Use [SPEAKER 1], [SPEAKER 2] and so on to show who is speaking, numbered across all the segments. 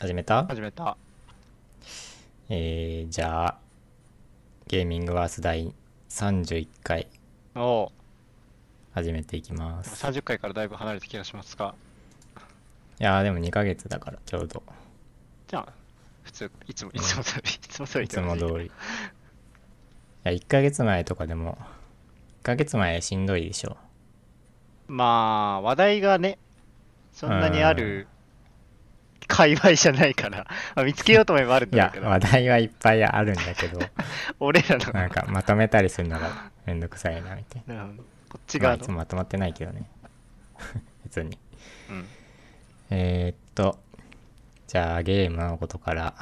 [SPEAKER 1] 始めた
[SPEAKER 2] 始めた
[SPEAKER 1] えー、じゃあ、ゲーミングワース第31回
[SPEAKER 2] おお
[SPEAKER 1] 始めていきます。
[SPEAKER 2] 30回からだいぶ離れた気がしますが
[SPEAKER 1] いやーでも2ヶ月だからちょうど、
[SPEAKER 2] じゃあ普通いつもいつも通り いつも通り
[SPEAKER 1] いつも
[SPEAKER 2] り
[SPEAKER 1] 通り。いや、1ヶ月前とかでも、1ヶ月前しんどいでしょ。
[SPEAKER 2] まあ話題がねそんなにある界隈じゃないから まあ見つけようと思えばあるん
[SPEAKER 1] い
[SPEAKER 2] だ
[SPEAKER 1] や
[SPEAKER 2] け、ど
[SPEAKER 1] 話題はいっぱいあるんだけど、
[SPEAKER 2] 俺らの
[SPEAKER 1] なんかまとめたりするのがめんどくさいな、みたいな。
[SPEAKER 2] うんこっち
[SPEAKER 1] まあ
[SPEAKER 2] 側
[SPEAKER 1] いつ
[SPEAKER 2] の、
[SPEAKER 1] もまとまってないけどね。 別に。
[SPEAKER 2] うん
[SPEAKER 1] えー、っと、じゃあゲームのことから、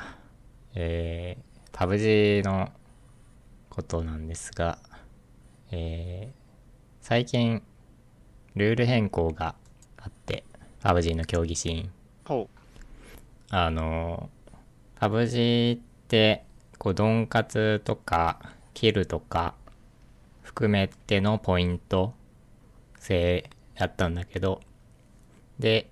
[SPEAKER 1] えー、PUBG のことなんですが、えー、最近、ルール変更があって、PUBG の競技シーン。
[SPEAKER 2] ほ
[SPEAKER 1] あのー、PUBG って、こう、ドンカツとか、キルとか、含めてのポイント制だったんだけど、で、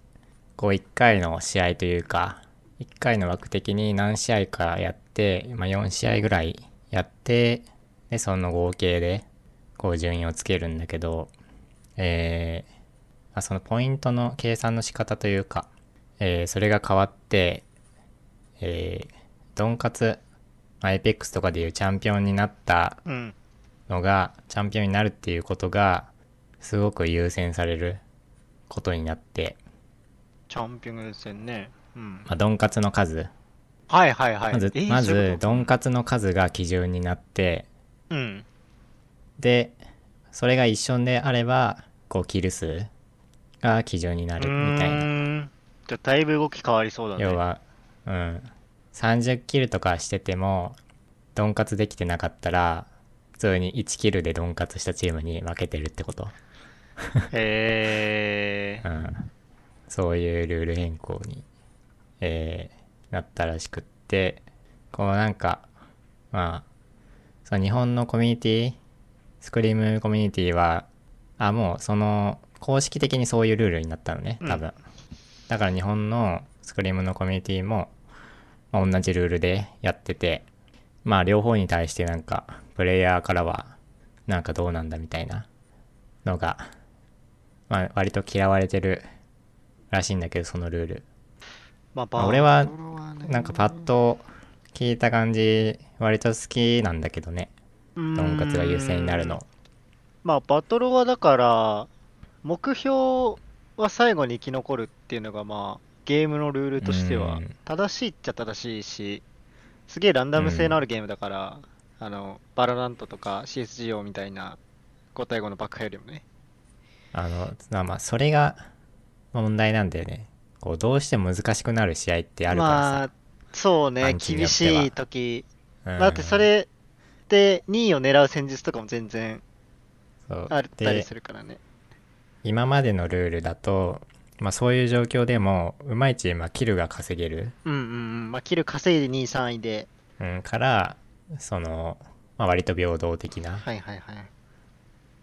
[SPEAKER 1] こう、1回の試合というか、1回の枠的に何試合かやって、まあ、4試合ぐらいやって、で、その合計で、こう、順位をつけるんだけど、えーまあ、そのポイントの計算の仕方というか、えーそれが変わって、えードンカツ、まあエイペックスとかでいうチャンピオンになった
[SPEAKER 2] ううん
[SPEAKER 1] のが、チャンピオンになるっていうことが、すごく優先されることになって、
[SPEAKER 2] チャンピオン戦ねうん
[SPEAKER 1] まあ、ドンカツの数、
[SPEAKER 2] はいはいはい
[SPEAKER 1] まず、
[SPEAKER 2] えー
[SPEAKER 1] ま
[SPEAKER 2] そういう
[SPEAKER 1] ず
[SPEAKER 2] こ、と
[SPEAKER 1] ドンカツの数が基準になって、
[SPEAKER 2] うん
[SPEAKER 1] で、それが一緒であれば、こう、キル数が基準にな
[SPEAKER 2] う
[SPEAKER 1] るみたいな。
[SPEAKER 2] ーんじゃあだいぶ動き変わりそうだね
[SPEAKER 1] 要は、うん、30キルとかしててもドンカツできてなかったら普通に1キルでドンカツしたチームに負けてるってこと、
[SPEAKER 2] へ
[SPEAKER 1] う
[SPEAKER 2] え
[SPEAKER 1] ん、そういうルール変更に、えーなったらしくってこうなんかまあその日本のコミュニティスクリームコミュニティはあもうその公式的にそういうルールになったのね多分、
[SPEAKER 2] う
[SPEAKER 1] だから日本のスクリームのコミュニティも、まあ同じルールでやっててまあ両方に対してなんかプレイヤーからはなんかどうなんだみたいなのが、まあ、割と嫌われてるらしいんだけどそのルール
[SPEAKER 2] まあ
[SPEAKER 1] まあ俺は
[SPEAKER 2] バトルね
[SPEAKER 1] なんかパッと聞いた感じ割と好きなんだけどね
[SPEAKER 2] ド
[SPEAKER 1] ドンカツが優先になるの
[SPEAKER 2] まあバトルはだから目標は最後に生き残るっていうのがまあゲームのルールとして
[SPEAKER 1] う
[SPEAKER 2] は
[SPEAKER 1] ん
[SPEAKER 2] 正しいっちゃ正しいしすげえランダム性のあるゲームだから、あのバララントとか CSGO みたいな5対5の爆破よりもね
[SPEAKER 1] あのまあまあそれが問題なんだよねこうどうしても難しくなる試合ってある
[SPEAKER 2] ま
[SPEAKER 1] か
[SPEAKER 2] あそうね
[SPEAKER 1] 暗記によ
[SPEAKER 2] 厳
[SPEAKER 1] っ
[SPEAKER 2] して
[SPEAKER 1] はい
[SPEAKER 2] 時
[SPEAKER 1] らさ、うん
[SPEAKER 2] だってそれで2位を狙う戦術とかも全然
[SPEAKER 1] そう
[SPEAKER 2] あったり
[SPEAKER 1] です
[SPEAKER 2] るからね
[SPEAKER 1] 今までのルールだと、まあ、そういう状況でもうまいチームはキルが稼げる、
[SPEAKER 2] うんうんうんまあキル稼いで2位3位で
[SPEAKER 1] うん、からその、まあ、割と平等的な
[SPEAKER 2] はいはいはい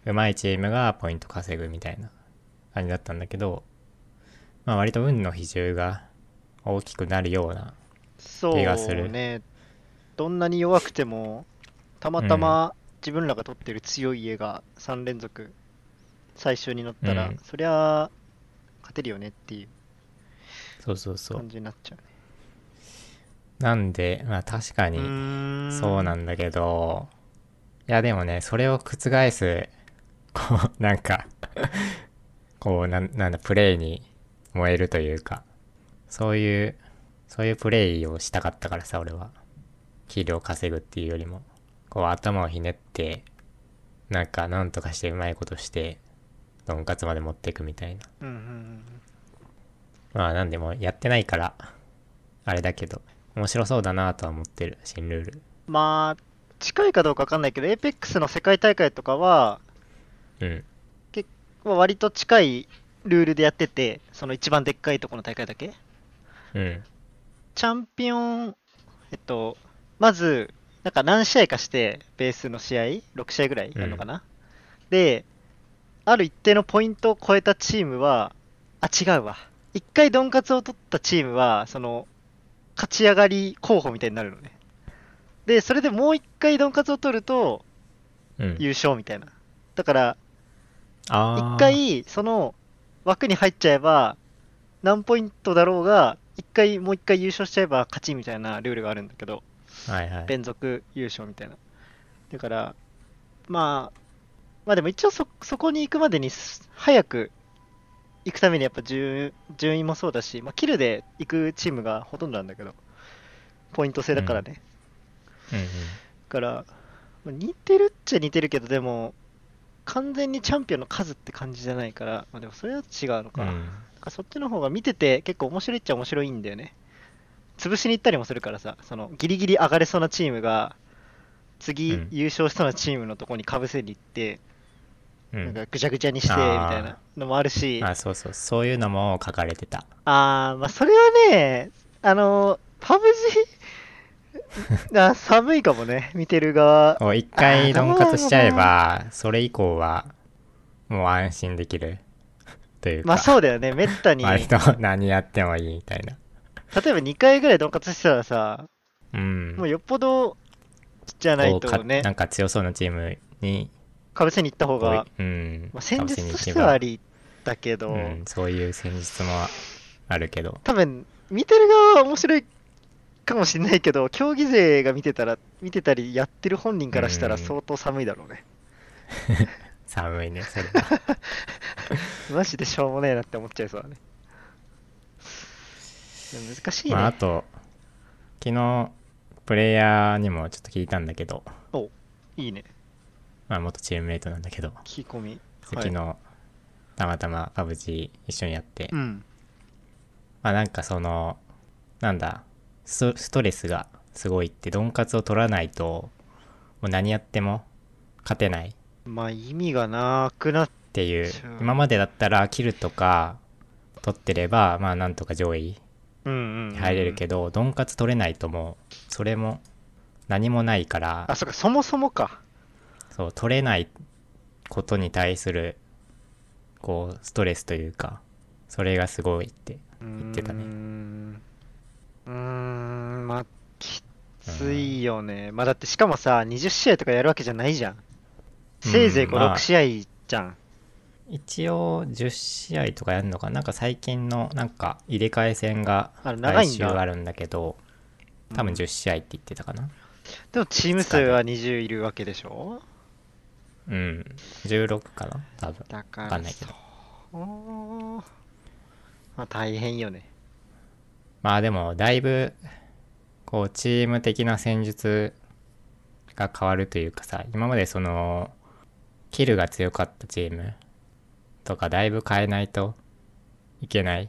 [SPEAKER 2] う
[SPEAKER 1] まいチームがポイント稼ぐみたいな感じだったんだけど、まあ、割と運の比重が大きくなるような
[SPEAKER 2] そう
[SPEAKER 1] 気がする
[SPEAKER 2] ね。どんなに弱くても、たまたま自分らが取ってる強い家が3連続最終になったら、
[SPEAKER 1] うん
[SPEAKER 2] そりゃあ勝てるよねっていう
[SPEAKER 1] そうそうそう
[SPEAKER 2] 感じになっちゃうね。
[SPEAKER 1] なんで、まあ、確か
[SPEAKER 2] う
[SPEAKER 1] に
[SPEAKER 2] ーん
[SPEAKER 1] そうなんだけど、いやでもね、それを覆す、こう、なんか、こう、なんなんだ、プレイに燃えるというか、そういう、そういうプレイをしたかったからさ、俺は。キルを稼ぐっていうよりも、こう、頭をひねって、なんか、なんとかしてうまいことして、ドンカツまで持っていくみたいな。
[SPEAKER 2] うんうんうん
[SPEAKER 1] まあ、なんでも、やってないから、あれだけど、面白そうだなとは思ってる、新ルール。
[SPEAKER 2] まあ、近いかどうかわかんないけど、APEX の世界大会とかは、
[SPEAKER 1] うん。
[SPEAKER 2] まあ割と近いルールでやってて、その一番でっかいとこの大会だけ
[SPEAKER 1] うん。
[SPEAKER 2] チャンピオン、えっと、まず、なんか何試合かして、ベースの試合、6試合ぐらいなのかな、で、ある一定のポイントを超えたチームは、あ、違うわ。一回ドンカツを取ったチームは、その、勝ち上がり候補みたいになるのね。で、それでもう一回ドンカツを取ると
[SPEAKER 1] うん。
[SPEAKER 2] 優勝みたいな。だから、
[SPEAKER 1] あ
[SPEAKER 2] 一
[SPEAKER 1] ー、
[SPEAKER 2] 回その枠に入っちゃえば何ポイントだろうが一回もう一回優勝しちゃえば勝ちみたいなルールがあるんだけど
[SPEAKER 1] はいはい。
[SPEAKER 2] 連続優勝みたいなだからまあまあでも一応そそこに行くまでにす早く行くためにやっぱ順順位もそうだし、まあ、キルで行くチームがほとんどなんだけどポイント制だからね、
[SPEAKER 1] うんうん。
[SPEAKER 2] だからまあ似てるっちゃ似てるけどでも完全にチャンピオンの数って感じじゃないから、まあ、でもそれは違うのか、
[SPEAKER 1] うん
[SPEAKER 2] なんかそっちの方が見てて結構面白いっちゃ面白いんだよね。潰しに行ったりもするからさ、そのギリギリ上がれそうなチームが、次
[SPEAKER 1] うん
[SPEAKER 2] 優勝しそうなチームのとこにかぶせに行って、
[SPEAKER 1] うん
[SPEAKER 2] なんかぐちゃぐちゃにしてみ
[SPEAKER 1] あー
[SPEAKER 2] たいなのもあるし、あ
[SPEAKER 1] あそうそうそういうのも書かれてた
[SPEAKER 2] あーまあそれはね、あのー、パブ ジあ寒いかもね、見てる側。
[SPEAKER 1] お一回論活しちゃえばそれ以降はもう安心できる というか、
[SPEAKER 2] まあそうだよね、めったに。例
[SPEAKER 1] 割
[SPEAKER 2] え
[SPEAKER 1] と何やってもいいみたいな
[SPEAKER 2] ば2回ぐらいドンカツしてたらさ、
[SPEAKER 1] うん
[SPEAKER 2] もうよっぽどじゃない
[SPEAKER 1] こうか
[SPEAKER 2] とね
[SPEAKER 1] な、んか強そうなチームに
[SPEAKER 2] かぶせに行った方が
[SPEAKER 1] こううん
[SPEAKER 2] まあ、戦術として
[SPEAKER 1] かぶ
[SPEAKER 2] はあ
[SPEAKER 1] せに
[SPEAKER 2] りだけど、
[SPEAKER 1] 行けばうん、そういう戦術もあるけど
[SPEAKER 2] 多分見てる側は面白いかもしれないけど競技勢が見てたら見てたりやってる本人からしたら
[SPEAKER 1] うん
[SPEAKER 2] 相当寒いだろうね、
[SPEAKER 1] 寒いねそれは
[SPEAKER 2] マジでしょうもねえなって思っちゃいそうだねでも難しいね、
[SPEAKER 1] まああと昨日プレイヤーにもちょっと聞いたんだけど、
[SPEAKER 2] いいね
[SPEAKER 1] まあ、元チームメイトなんだけど
[SPEAKER 2] 聞き込み
[SPEAKER 1] 昨日、たまたまパブジ一緒にやって、
[SPEAKER 2] うん
[SPEAKER 1] まあなんかそのなんだスストレスがすごいってドンカツを取らないともう何やっても勝てないっ
[SPEAKER 2] まあ意味がなくなって
[SPEAKER 1] いう
[SPEAKER 2] そう
[SPEAKER 1] 今までだったらキルとか取ってればまあなんとか上位
[SPEAKER 2] うんうんうん
[SPEAKER 1] に入れるけど、ドンカツ取れないともうそれも何もないから
[SPEAKER 2] あそっかそもそもか
[SPEAKER 1] そう取れないことに対するこうストレスというかそれがすごいって
[SPEAKER 2] 言
[SPEAKER 1] ってたね
[SPEAKER 2] うーんうーんまあきついよね、まあだってしかもさ20試合とかやるわけじゃないじゃんせいぜい56、
[SPEAKER 1] まあ
[SPEAKER 2] 試合じゃん
[SPEAKER 1] 一応10試合とかやるのかななんか最近のなんか入れ替え戦が
[SPEAKER 2] あ長い
[SPEAKER 1] 来
[SPEAKER 2] ん
[SPEAKER 1] 週
[SPEAKER 2] だ
[SPEAKER 1] あるんだけど多分10試合って言ってたかな
[SPEAKER 2] でもチーム数は20いるわけでしょ
[SPEAKER 1] うん、16かな多分
[SPEAKER 2] だから
[SPEAKER 1] 分かんないけど
[SPEAKER 2] そうまあ大変よね
[SPEAKER 1] まあでもだいぶこうチーム的な戦術が変わるというかさ今までそのキルが強かったチームとかだいぶ変えないといけない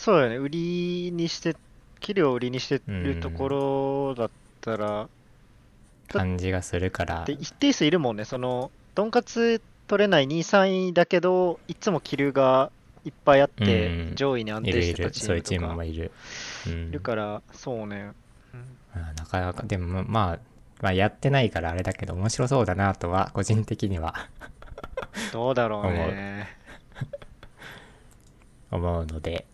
[SPEAKER 2] そうよね売りにしてキルを売りにしてるところだったら、
[SPEAKER 1] 感じがするから
[SPEAKER 2] で一定数いるもんね、そのとんかつ取れない2、3位だけど、いつも気流がいっぱいあって、
[SPEAKER 1] うん
[SPEAKER 2] 上位に
[SPEAKER 1] い
[SPEAKER 2] 安定
[SPEAKER 1] る
[SPEAKER 2] し
[SPEAKER 1] い
[SPEAKER 2] てた
[SPEAKER 1] る
[SPEAKER 2] チー
[SPEAKER 1] そうい
[SPEAKER 2] ム
[SPEAKER 1] うチーム
[SPEAKER 2] と
[SPEAKER 1] も
[SPEAKER 2] か
[SPEAKER 1] いる、うん
[SPEAKER 2] いるから、そうね、うん
[SPEAKER 1] まあなかなかでもまあ、まあ、やってないからあれだけど面白そうだなとは個人的には
[SPEAKER 2] どうだろうね。
[SPEAKER 1] 思うので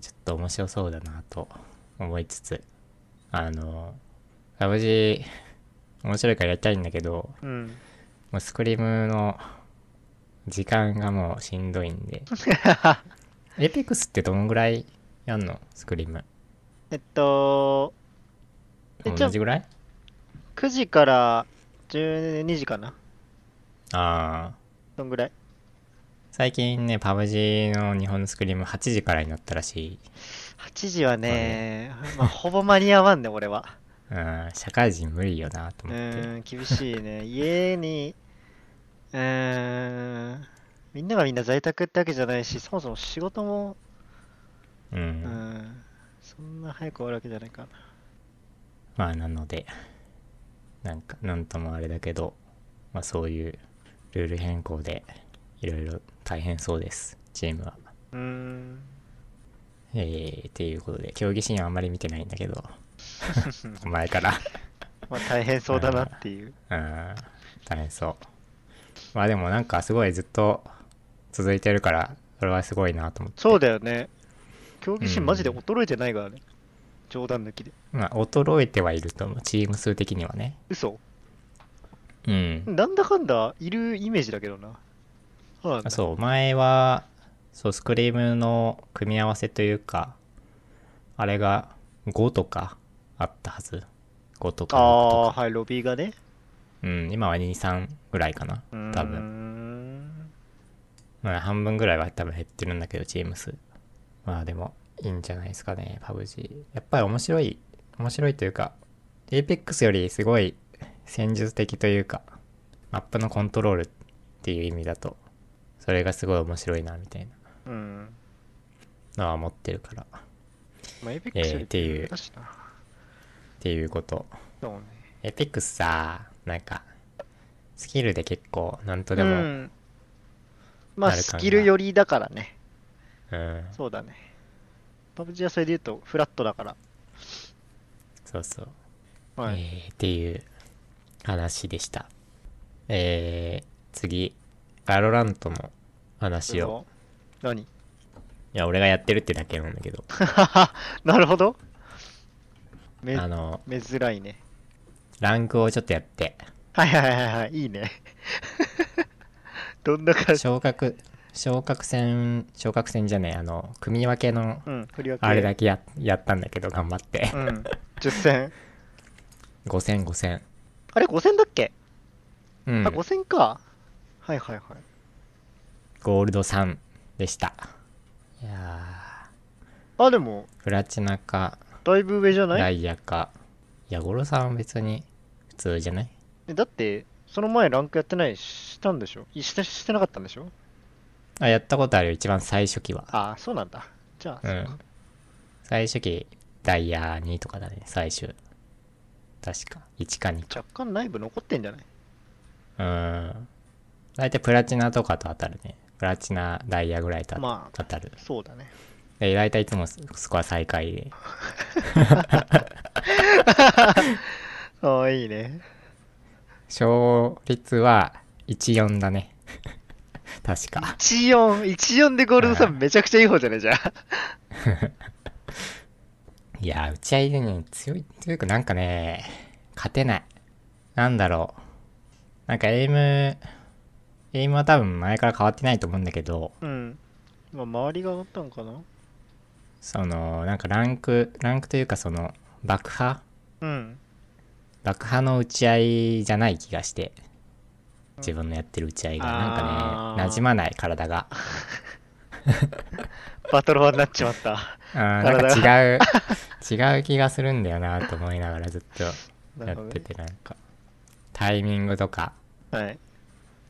[SPEAKER 1] ちょっと面白そうだなと思いつつあのラブジー面白いからやりたいんだけど
[SPEAKER 2] うん、
[SPEAKER 1] もうスクリームの時間がもうしんどいんでエペックスってどのぐらいやんのスクリーム
[SPEAKER 2] えっと、えじゃ
[SPEAKER 1] 同じぐらい
[SPEAKER 2] 9時から12時かな、
[SPEAKER 1] ああ
[SPEAKER 2] どんぐらい
[SPEAKER 1] 最近ねパブジーの日本のスクリーム8時からになったらしい
[SPEAKER 2] ?8 時はね、まあ、ほぼ間に合わんね、俺 は。
[SPEAKER 1] うん社会人無理よなと
[SPEAKER 2] う
[SPEAKER 1] 思って、
[SPEAKER 2] ーん、厳しいね。家に、うーん、みんながみんな在宅ってわけじゃないし、そもそも仕事も
[SPEAKER 1] うん
[SPEAKER 2] うんそんな早く終わるわけじゃないかな。
[SPEAKER 1] まあなのでなんかなんともあれだけど、まあ、そういうルール変更でいろいろ大変そうですチームは。
[SPEAKER 2] うーん。
[SPEAKER 1] えー、っていうことで競技シーンはあんまり見てないんだけど前から
[SPEAKER 2] まあ大変そうだなって いう。
[SPEAKER 1] うん大変そうまあでもなんかすごいずっと続いてるからそれはすごいなと思って
[SPEAKER 2] そうだよね。競技心
[SPEAKER 1] うん
[SPEAKER 2] マジで衰えてないからね。冗談抜きで。
[SPEAKER 1] まあ、衰えてはいると思う。チーム数的にはね。
[SPEAKER 2] 嘘
[SPEAKER 1] うん。
[SPEAKER 2] なんだかんだいるイメージだけどな。そうなんだ
[SPEAKER 1] あそう、前は、そう、スクリームの組み合わせというか、あれが5とかあったはず。5とか6
[SPEAKER 2] あ
[SPEAKER 1] と
[SPEAKER 2] あー、
[SPEAKER 1] か。
[SPEAKER 2] はい、ロビーがね。
[SPEAKER 1] うん、今は2、3ぐらいかな。
[SPEAKER 2] うーん
[SPEAKER 1] 多分。まあ、半分ぐらいは多分減ってるんだけど、チーム数。まあでも、いいんじゃないですかね、パブ G。やっぱり面白い、面白いというか、Apex よりすごい戦術的というか、マップのコントロールっていう意味だと、それがすごい面白いな、みたい
[SPEAKER 2] うん。
[SPEAKER 1] なのは思ってるから、っ
[SPEAKER 2] まあ、エイペックスより
[SPEAKER 1] えーっていう
[SPEAKER 2] だしな。
[SPEAKER 1] ていうこと。
[SPEAKER 2] そうね。
[SPEAKER 1] Apex さ、なんか、スキルで結構、なんとでも、
[SPEAKER 2] う
[SPEAKER 1] うん、
[SPEAKER 2] んまあ、
[SPEAKER 1] なる
[SPEAKER 2] ス
[SPEAKER 1] 感が
[SPEAKER 2] キル寄りだからね。そうだね。パブジはそれで言うと、フラットだから。
[SPEAKER 1] そうそう。
[SPEAKER 2] はい。
[SPEAKER 1] えーっていう話でした。えー、次、バロラントの話を。
[SPEAKER 2] 何
[SPEAKER 1] いや、俺がやってるってだけなんだけど、
[SPEAKER 2] なるほど。め、
[SPEAKER 1] あの、
[SPEAKER 2] めづらいね。
[SPEAKER 1] ランクをちょっとやって、
[SPEAKER 2] はいはいはいはい、いいね。 どんな感じ
[SPEAKER 1] 昇格、昇格戦、昇格戦じゃねえ、あの、組み分けの、
[SPEAKER 2] うん、振り分け。
[SPEAKER 1] あれだけややったんだけど、頑張って
[SPEAKER 2] う。ん、10戦。
[SPEAKER 1] 5戦、5戦。
[SPEAKER 2] あれ、5戦だっけ、
[SPEAKER 1] うん、
[SPEAKER 2] あ、5
[SPEAKER 1] ゴ
[SPEAKER 2] 戦か。はいはいはい。
[SPEAKER 1] ールド3でした。いや
[SPEAKER 2] あ、でも、
[SPEAKER 1] ー、プラチナか、
[SPEAKER 2] だいぶ上じゃな
[SPEAKER 1] ダ
[SPEAKER 2] い
[SPEAKER 1] イヤか。いや、ゴロさんは別に普通じゃない
[SPEAKER 2] えだって、その前ランクやってないし、したんでしょいしてしてなかったんでしょ
[SPEAKER 1] あ、やったことあるよ、一番最初期は。
[SPEAKER 2] ああ、そうなんだ。じゃあ、
[SPEAKER 1] う
[SPEAKER 2] そっ
[SPEAKER 1] ん
[SPEAKER 2] か。
[SPEAKER 1] 最初期、ダイヤ2とかだね、最終。確か。1か2か。
[SPEAKER 2] 若干内部残ってんじゃない
[SPEAKER 1] うん。大体プラチナとかと当たるね。プラチナ、ダイヤぐらいと
[SPEAKER 2] まあ
[SPEAKER 1] 当たる。
[SPEAKER 2] そうだね。
[SPEAKER 1] で、大体いつもススコア最下位で。
[SPEAKER 2] ああ、いいね。
[SPEAKER 1] 勝率は14だね。 確か。
[SPEAKER 2] 14、14でゴールドさ
[SPEAKER 1] うん
[SPEAKER 2] んめちゃくちゃいい方じゃないじゃん。
[SPEAKER 1] いやー、打ち合いでね、強い、強くなんかね、勝てない。なんだろう。なんかエイム、エイムは多分前から変わってないと思うんだけど、
[SPEAKER 2] うん。まあ、周りがあったんかな
[SPEAKER 1] そのなんかランクランクというかその爆破
[SPEAKER 2] うん。
[SPEAKER 1] 爆破の打ち合いじゃない気がして自分のやってる打ち合いがなんか
[SPEAKER 2] あー
[SPEAKER 1] ね馴染まない体が
[SPEAKER 2] バトルワンになっちまった。
[SPEAKER 1] あーなんか違う違う気がするんだよなと思いながらずっと
[SPEAKER 2] な
[SPEAKER 1] や
[SPEAKER 2] る
[SPEAKER 1] っ
[SPEAKER 2] ほど
[SPEAKER 1] て
[SPEAKER 2] ね。
[SPEAKER 1] てなんかタイミングとか
[SPEAKER 2] はい。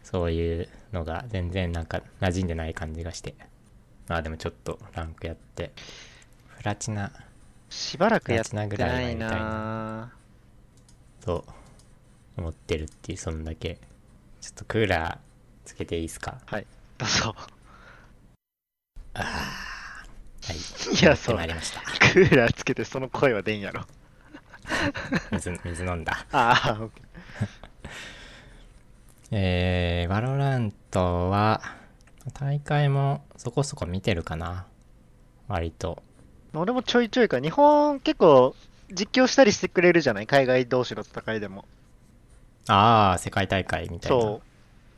[SPEAKER 1] そういうのが全然なんか馴染んでない感じがしてまあでもちょっとランクやってプラチナ
[SPEAKER 2] しばらくやってない
[SPEAKER 1] プラチナぐらいはやりたい
[SPEAKER 2] な
[SPEAKER 1] と思ってるっていうそんだけちょっとクーラーつけていいですか
[SPEAKER 2] だそう。
[SPEAKER 1] はい。
[SPEAKER 2] いや
[SPEAKER 1] やって
[SPEAKER 2] そう
[SPEAKER 1] まいりました。
[SPEAKER 2] クーラーつけてその声は出んやろ。
[SPEAKER 1] 水、水飲んだ。
[SPEAKER 2] ああ、
[SPEAKER 1] えー、バロラントは、大会もそこそこ見てるかな。割と。
[SPEAKER 2] 俺もちょいちょいか。日本結構実況したりしてくれるじゃない海外同士の戦いでも。
[SPEAKER 1] ああ、世界大会みたいな。
[SPEAKER 2] そう。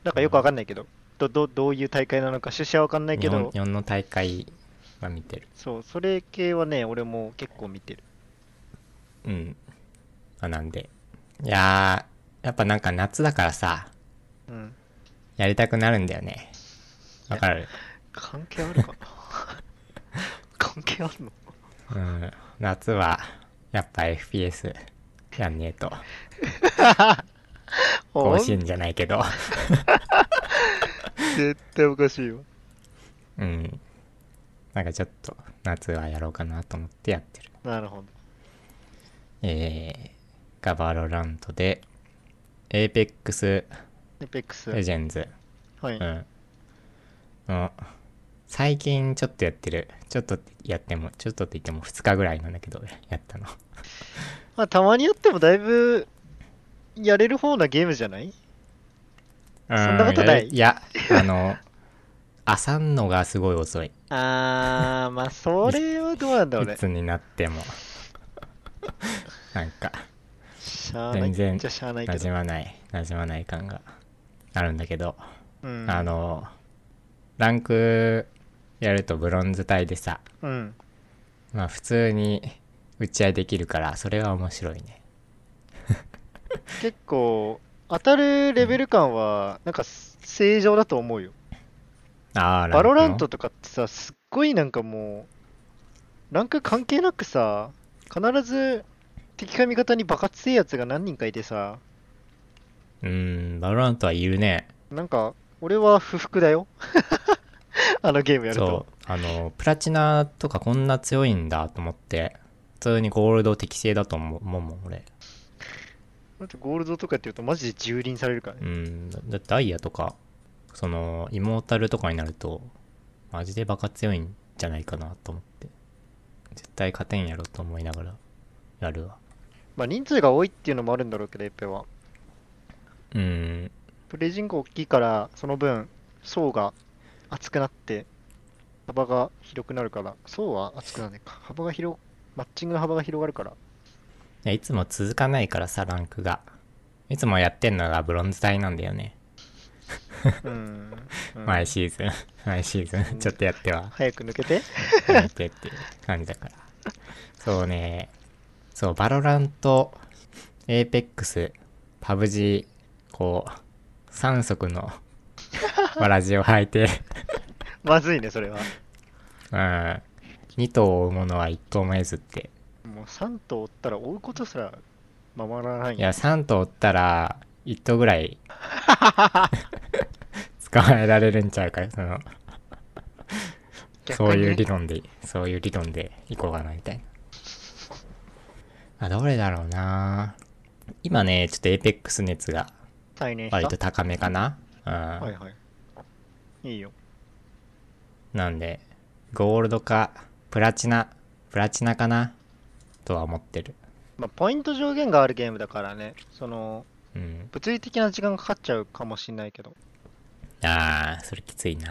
[SPEAKER 2] なんかよくわかんないけど、どどどういう大会なのか、趣旨はわかんないけ
[SPEAKER 1] 日本
[SPEAKER 2] ど
[SPEAKER 1] 日、本の大会は見てる。
[SPEAKER 2] そう、それ系はね、俺も結構見てる。
[SPEAKER 1] うん。あ、なんで。いやー、やっぱなんか夏だからさ、
[SPEAKER 2] うん。
[SPEAKER 1] やりたくなるんだよね。わかる
[SPEAKER 2] 関係ある かな関係あるの
[SPEAKER 1] うん。夏は、やっぱ FPS やんねえと。
[SPEAKER 2] お
[SPEAKER 1] 甲子園じゃないけど。
[SPEAKER 2] 絶対おかしいよ。
[SPEAKER 1] うん。なんかちょっと夏はやろうかなと思ってやってる。
[SPEAKER 2] なるほど。
[SPEAKER 1] えー、ガバロラントで、エイペックス
[SPEAKER 2] エペックス。
[SPEAKER 1] レジェンズ、
[SPEAKER 2] は
[SPEAKER 1] う
[SPEAKER 2] い。
[SPEAKER 1] ん。の、最近ちょっとやってる。ちょっとやっても、ちょっとって言っても2日ぐらいなんだけど、やったの。
[SPEAKER 2] まあ、たまにやってもだいぶやれる方なゲームじゃない
[SPEAKER 1] そ
[SPEAKER 2] んなことない
[SPEAKER 1] いや、あ の、あさんのがすごい遅い。
[SPEAKER 2] あー、まあ、それはどうなんだろう
[SPEAKER 1] い
[SPEAKER 2] ね。
[SPEAKER 1] つになっても。なんか
[SPEAKER 2] しゃあない
[SPEAKER 1] 全然
[SPEAKER 2] っちゃしゃあないけ
[SPEAKER 1] 馴
[SPEAKER 2] ど
[SPEAKER 1] 染。まない馴染まない感があるんだけど、
[SPEAKER 2] うん。
[SPEAKER 1] あのランクやるとブロンズ帯でさ
[SPEAKER 2] うん。
[SPEAKER 1] まあ普通に打ち合いできるからそれは面白いね
[SPEAKER 2] 結構、当たるレベル感は、なんか正常だと思うよ。
[SPEAKER 1] ああ
[SPEAKER 2] バロラン
[SPEAKER 1] の
[SPEAKER 2] トとかってさ、すっごいなんかもう、ランク関係なくさ、必ず敵か味方に爆発せえやつが何人かいてさ、
[SPEAKER 1] うーんバロラントはいるね
[SPEAKER 2] なんか、俺は不服だよ。 あのゲームやると
[SPEAKER 1] そ。うあのプラチナとかこんな強いんだと思って普通にゴールド適正だと思う思うもん俺
[SPEAKER 2] だってゴールドとかやってるとマジで蹂躙されるからね。
[SPEAKER 1] うんだだってダイヤとかそのイモータルとかになるとマジでバカ強いんじゃないかなと思って絶対勝てんやろと思いながらやるわ
[SPEAKER 2] まあ人数が多いっていうのもあるんだろうけど、エペは。
[SPEAKER 1] うん
[SPEAKER 2] プレイ人口大きいから、その分、層が厚くなって、幅が広くなるから、層は厚くなるねえか。幅が広、マッチングの幅が広がるから。
[SPEAKER 1] いやいつも続かないからさランクがいつもやってんのがブロンズ帯なんだよね、
[SPEAKER 2] うん。うん
[SPEAKER 1] 毎シーズン 毎シーズンちょっとやっては
[SPEAKER 2] 早く抜けて。
[SPEAKER 1] やってっていう感じだから。そうね。そう、バロラント、エーペックス、パブジー、こう、3足のわらじを履いて、
[SPEAKER 2] まずいね、それは。
[SPEAKER 1] うん、2頭を追うものは1頭も得ずって。
[SPEAKER 2] もう3頭追ったら追うことすらままならない
[SPEAKER 1] いや、3頭追ったら、1頭ぐら い、捕まえられるんちゃうから、その、そういう理
[SPEAKER 2] 理
[SPEAKER 1] 論で、そういう理論でいこうかな、みたいな。あ、どれだろうな今ね、ちょっとエーペックス熱が
[SPEAKER 2] 再燃し
[SPEAKER 1] 割
[SPEAKER 2] た
[SPEAKER 1] と高めかな。う
[SPEAKER 2] はい
[SPEAKER 1] ん。
[SPEAKER 2] はいいいよ
[SPEAKER 1] なんで、ゴールドか、プラチナ、プラチナかな、とは思ってる。
[SPEAKER 2] まあポイント上限があるゲームだからねその
[SPEAKER 1] うん。
[SPEAKER 2] 物理的な時間がかかっちゃうかもしんないけど
[SPEAKER 1] あー、それきついな。い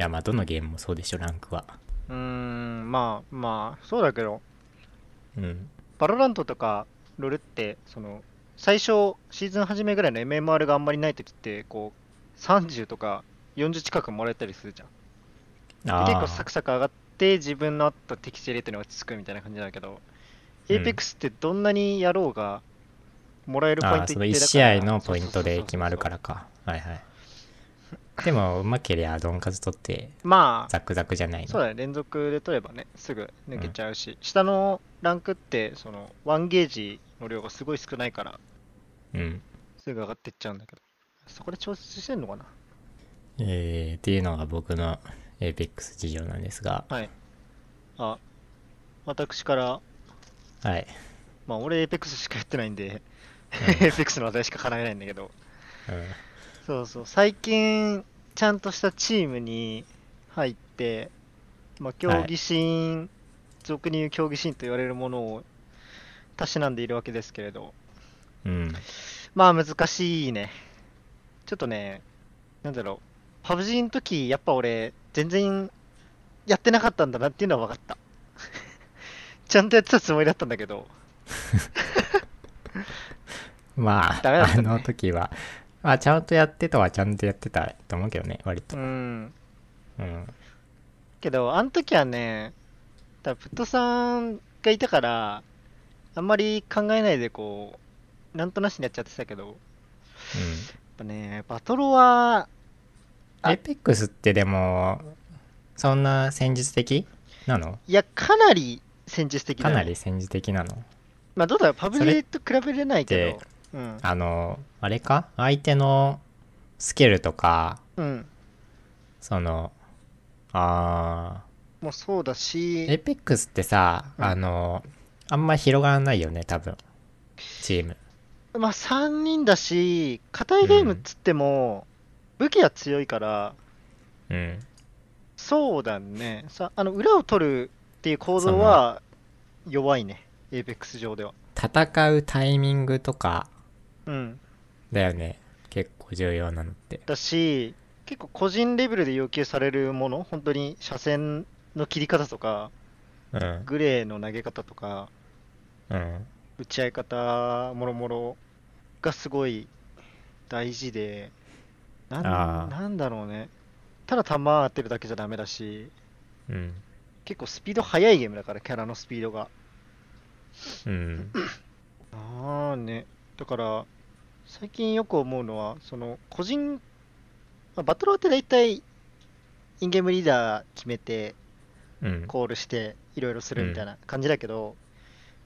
[SPEAKER 1] や、まあ、どのゲームもそうでしょ、ランクは。
[SPEAKER 2] うーんまあまあそうだけど
[SPEAKER 1] うん。
[SPEAKER 2] バロラントとかロルってその最初シーズン初めぐらいの MMR があんまりない時ってこう30とか40近くもらえたりするじゃん
[SPEAKER 1] あ
[SPEAKER 2] で
[SPEAKER 1] ー
[SPEAKER 2] 結構サクサク上がって自分のあった適正レートに落ち着くみたいな感じだけど、
[SPEAKER 1] うん
[SPEAKER 2] APEX ってどんなにやろうがもらえるポイン
[SPEAKER 1] あ
[SPEAKER 2] ト
[SPEAKER 1] あ
[SPEAKER 2] 一
[SPEAKER 1] そ
[SPEAKER 2] 定
[SPEAKER 1] の
[SPEAKER 2] だか
[SPEAKER 1] 1試合
[SPEAKER 2] ら
[SPEAKER 1] のポイントで決まるかららかはいはいでもうまけりゃドンカツ取って
[SPEAKER 2] まあ
[SPEAKER 1] ザクザクじゃないの
[SPEAKER 2] そうだね連続で取ればねすぐ抜けちゃうし、下のランクってそのワンゲージの量がすごい少ないから
[SPEAKER 1] うん
[SPEAKER 2] すぐ上がってっちゃうんだけどそこで調節してんのかな
[SPEAKER 1] えー、っていうのが僕の APEX 事情なんですが
[SPEAKER 2] はいあ私から
[SPEAKER 1] はい
[SPEAKER 2] まあ俺 APEX しかやってないんで、APEX の話題しか叶えないんだけどそうそう、最近、ちゃんとしたチームに入って、まあ、競技シーン、俗に言う競技シーンと言われるものをたしなんでいるわけですけれど、
[SPEAKER 1] うん、うん、
[SPEAKER 2] まあ難しいね。ちょっとね、なんだろう、パブジーの時やっぱ俺、全然やってなかったんだなっていうのは分かった。 ちゃんとやってたつもりだったんだけど、
[SPEAKER 1] まあ、
[SPEAKER 2] ダメだった
[SPEAKER 1] あ
[SPEAKER 2] ね
[SPEAKER 1] の時はまあちゃんとやってたはちゃんとやってたと思うけどね割
[SPEAKER 2] う
[SPEAKER 1] と
[SPEAKER 2] ん、
[SPEAKER 1] うん
[SPEAKER 2] けど、あの時はね、多分プットさんがいたから、あんまり考えないでこう、なんとなしにやっちゃってたけど、やっぱね、バトロは、
[SPEAKER 1] うん APEX ってでもそんな戦術的なの
[SPEAKER 2] いや、かなり戦術的だ
[SPEAKER 1] か
[SPEAKER 2] よ
[SPEAKER 1] なり戦術的なの
[SPEAKER 2] まあ、どうだろう、パブリと比べれないけ
[SPEAKER 1] そ
[SPEAKER 2] ど、うん、
[SPEAKER 1] あの、あれか相手のスキルとか、
[SPEAKER 2] うん、
[SPEAKER 1] その、あ
[SPEAKER 2] もうそうだ
[SPEAKER 1] ー、エ
[SPEAKER 2] し、
[SPEAKER 1] ペックスってさ、
[SPEAKER 2] うん
[SPEAKER 1] あの、あんま広がらないよね、多分。チーム。
[SPEAKER 2] まあ、3人だし、硬いゲームっつっても、武器は強いから、
[SPEAKER 1] うん。
[SPEAKER 2] そうだね、さあの裏を取るっていう行動は弱いね、APEX 上では。
[SPEAKER 1] 戦うタイミングとか
[SPEAKER 2] うん
[SPEAKER 1] だよね。結構重要なのって。
[SPEAKER 2] だし、結構個人レベルで要求されるもの、本当に車線の切り方とか、
[SPEAKER 1] うん。
[SPEAKER 2] グレーの投げ方とか、
[SPEAKER 1] うん。
[SPEAKER 2] 打ち合い方もろもろがすごい大事でなん
[SPEAKER 1] あー
[SPEAKER 2] なんだろうねただ球当てるだけじゃダメだし
[SPEAKER 1] うん。
[SPEAKER 2] 結構スピード速いゲームだからキャラのスピードが
[SPEAKER 1] うん。
[SPEAKER 2] ああねだから最近よく思うのはその個人、まあ、バトローって大体インゲームリーダー決めて
[SPEAKER 1] うん。
[SPEAKER 2] コールしていろいろするみたいな感じだけど、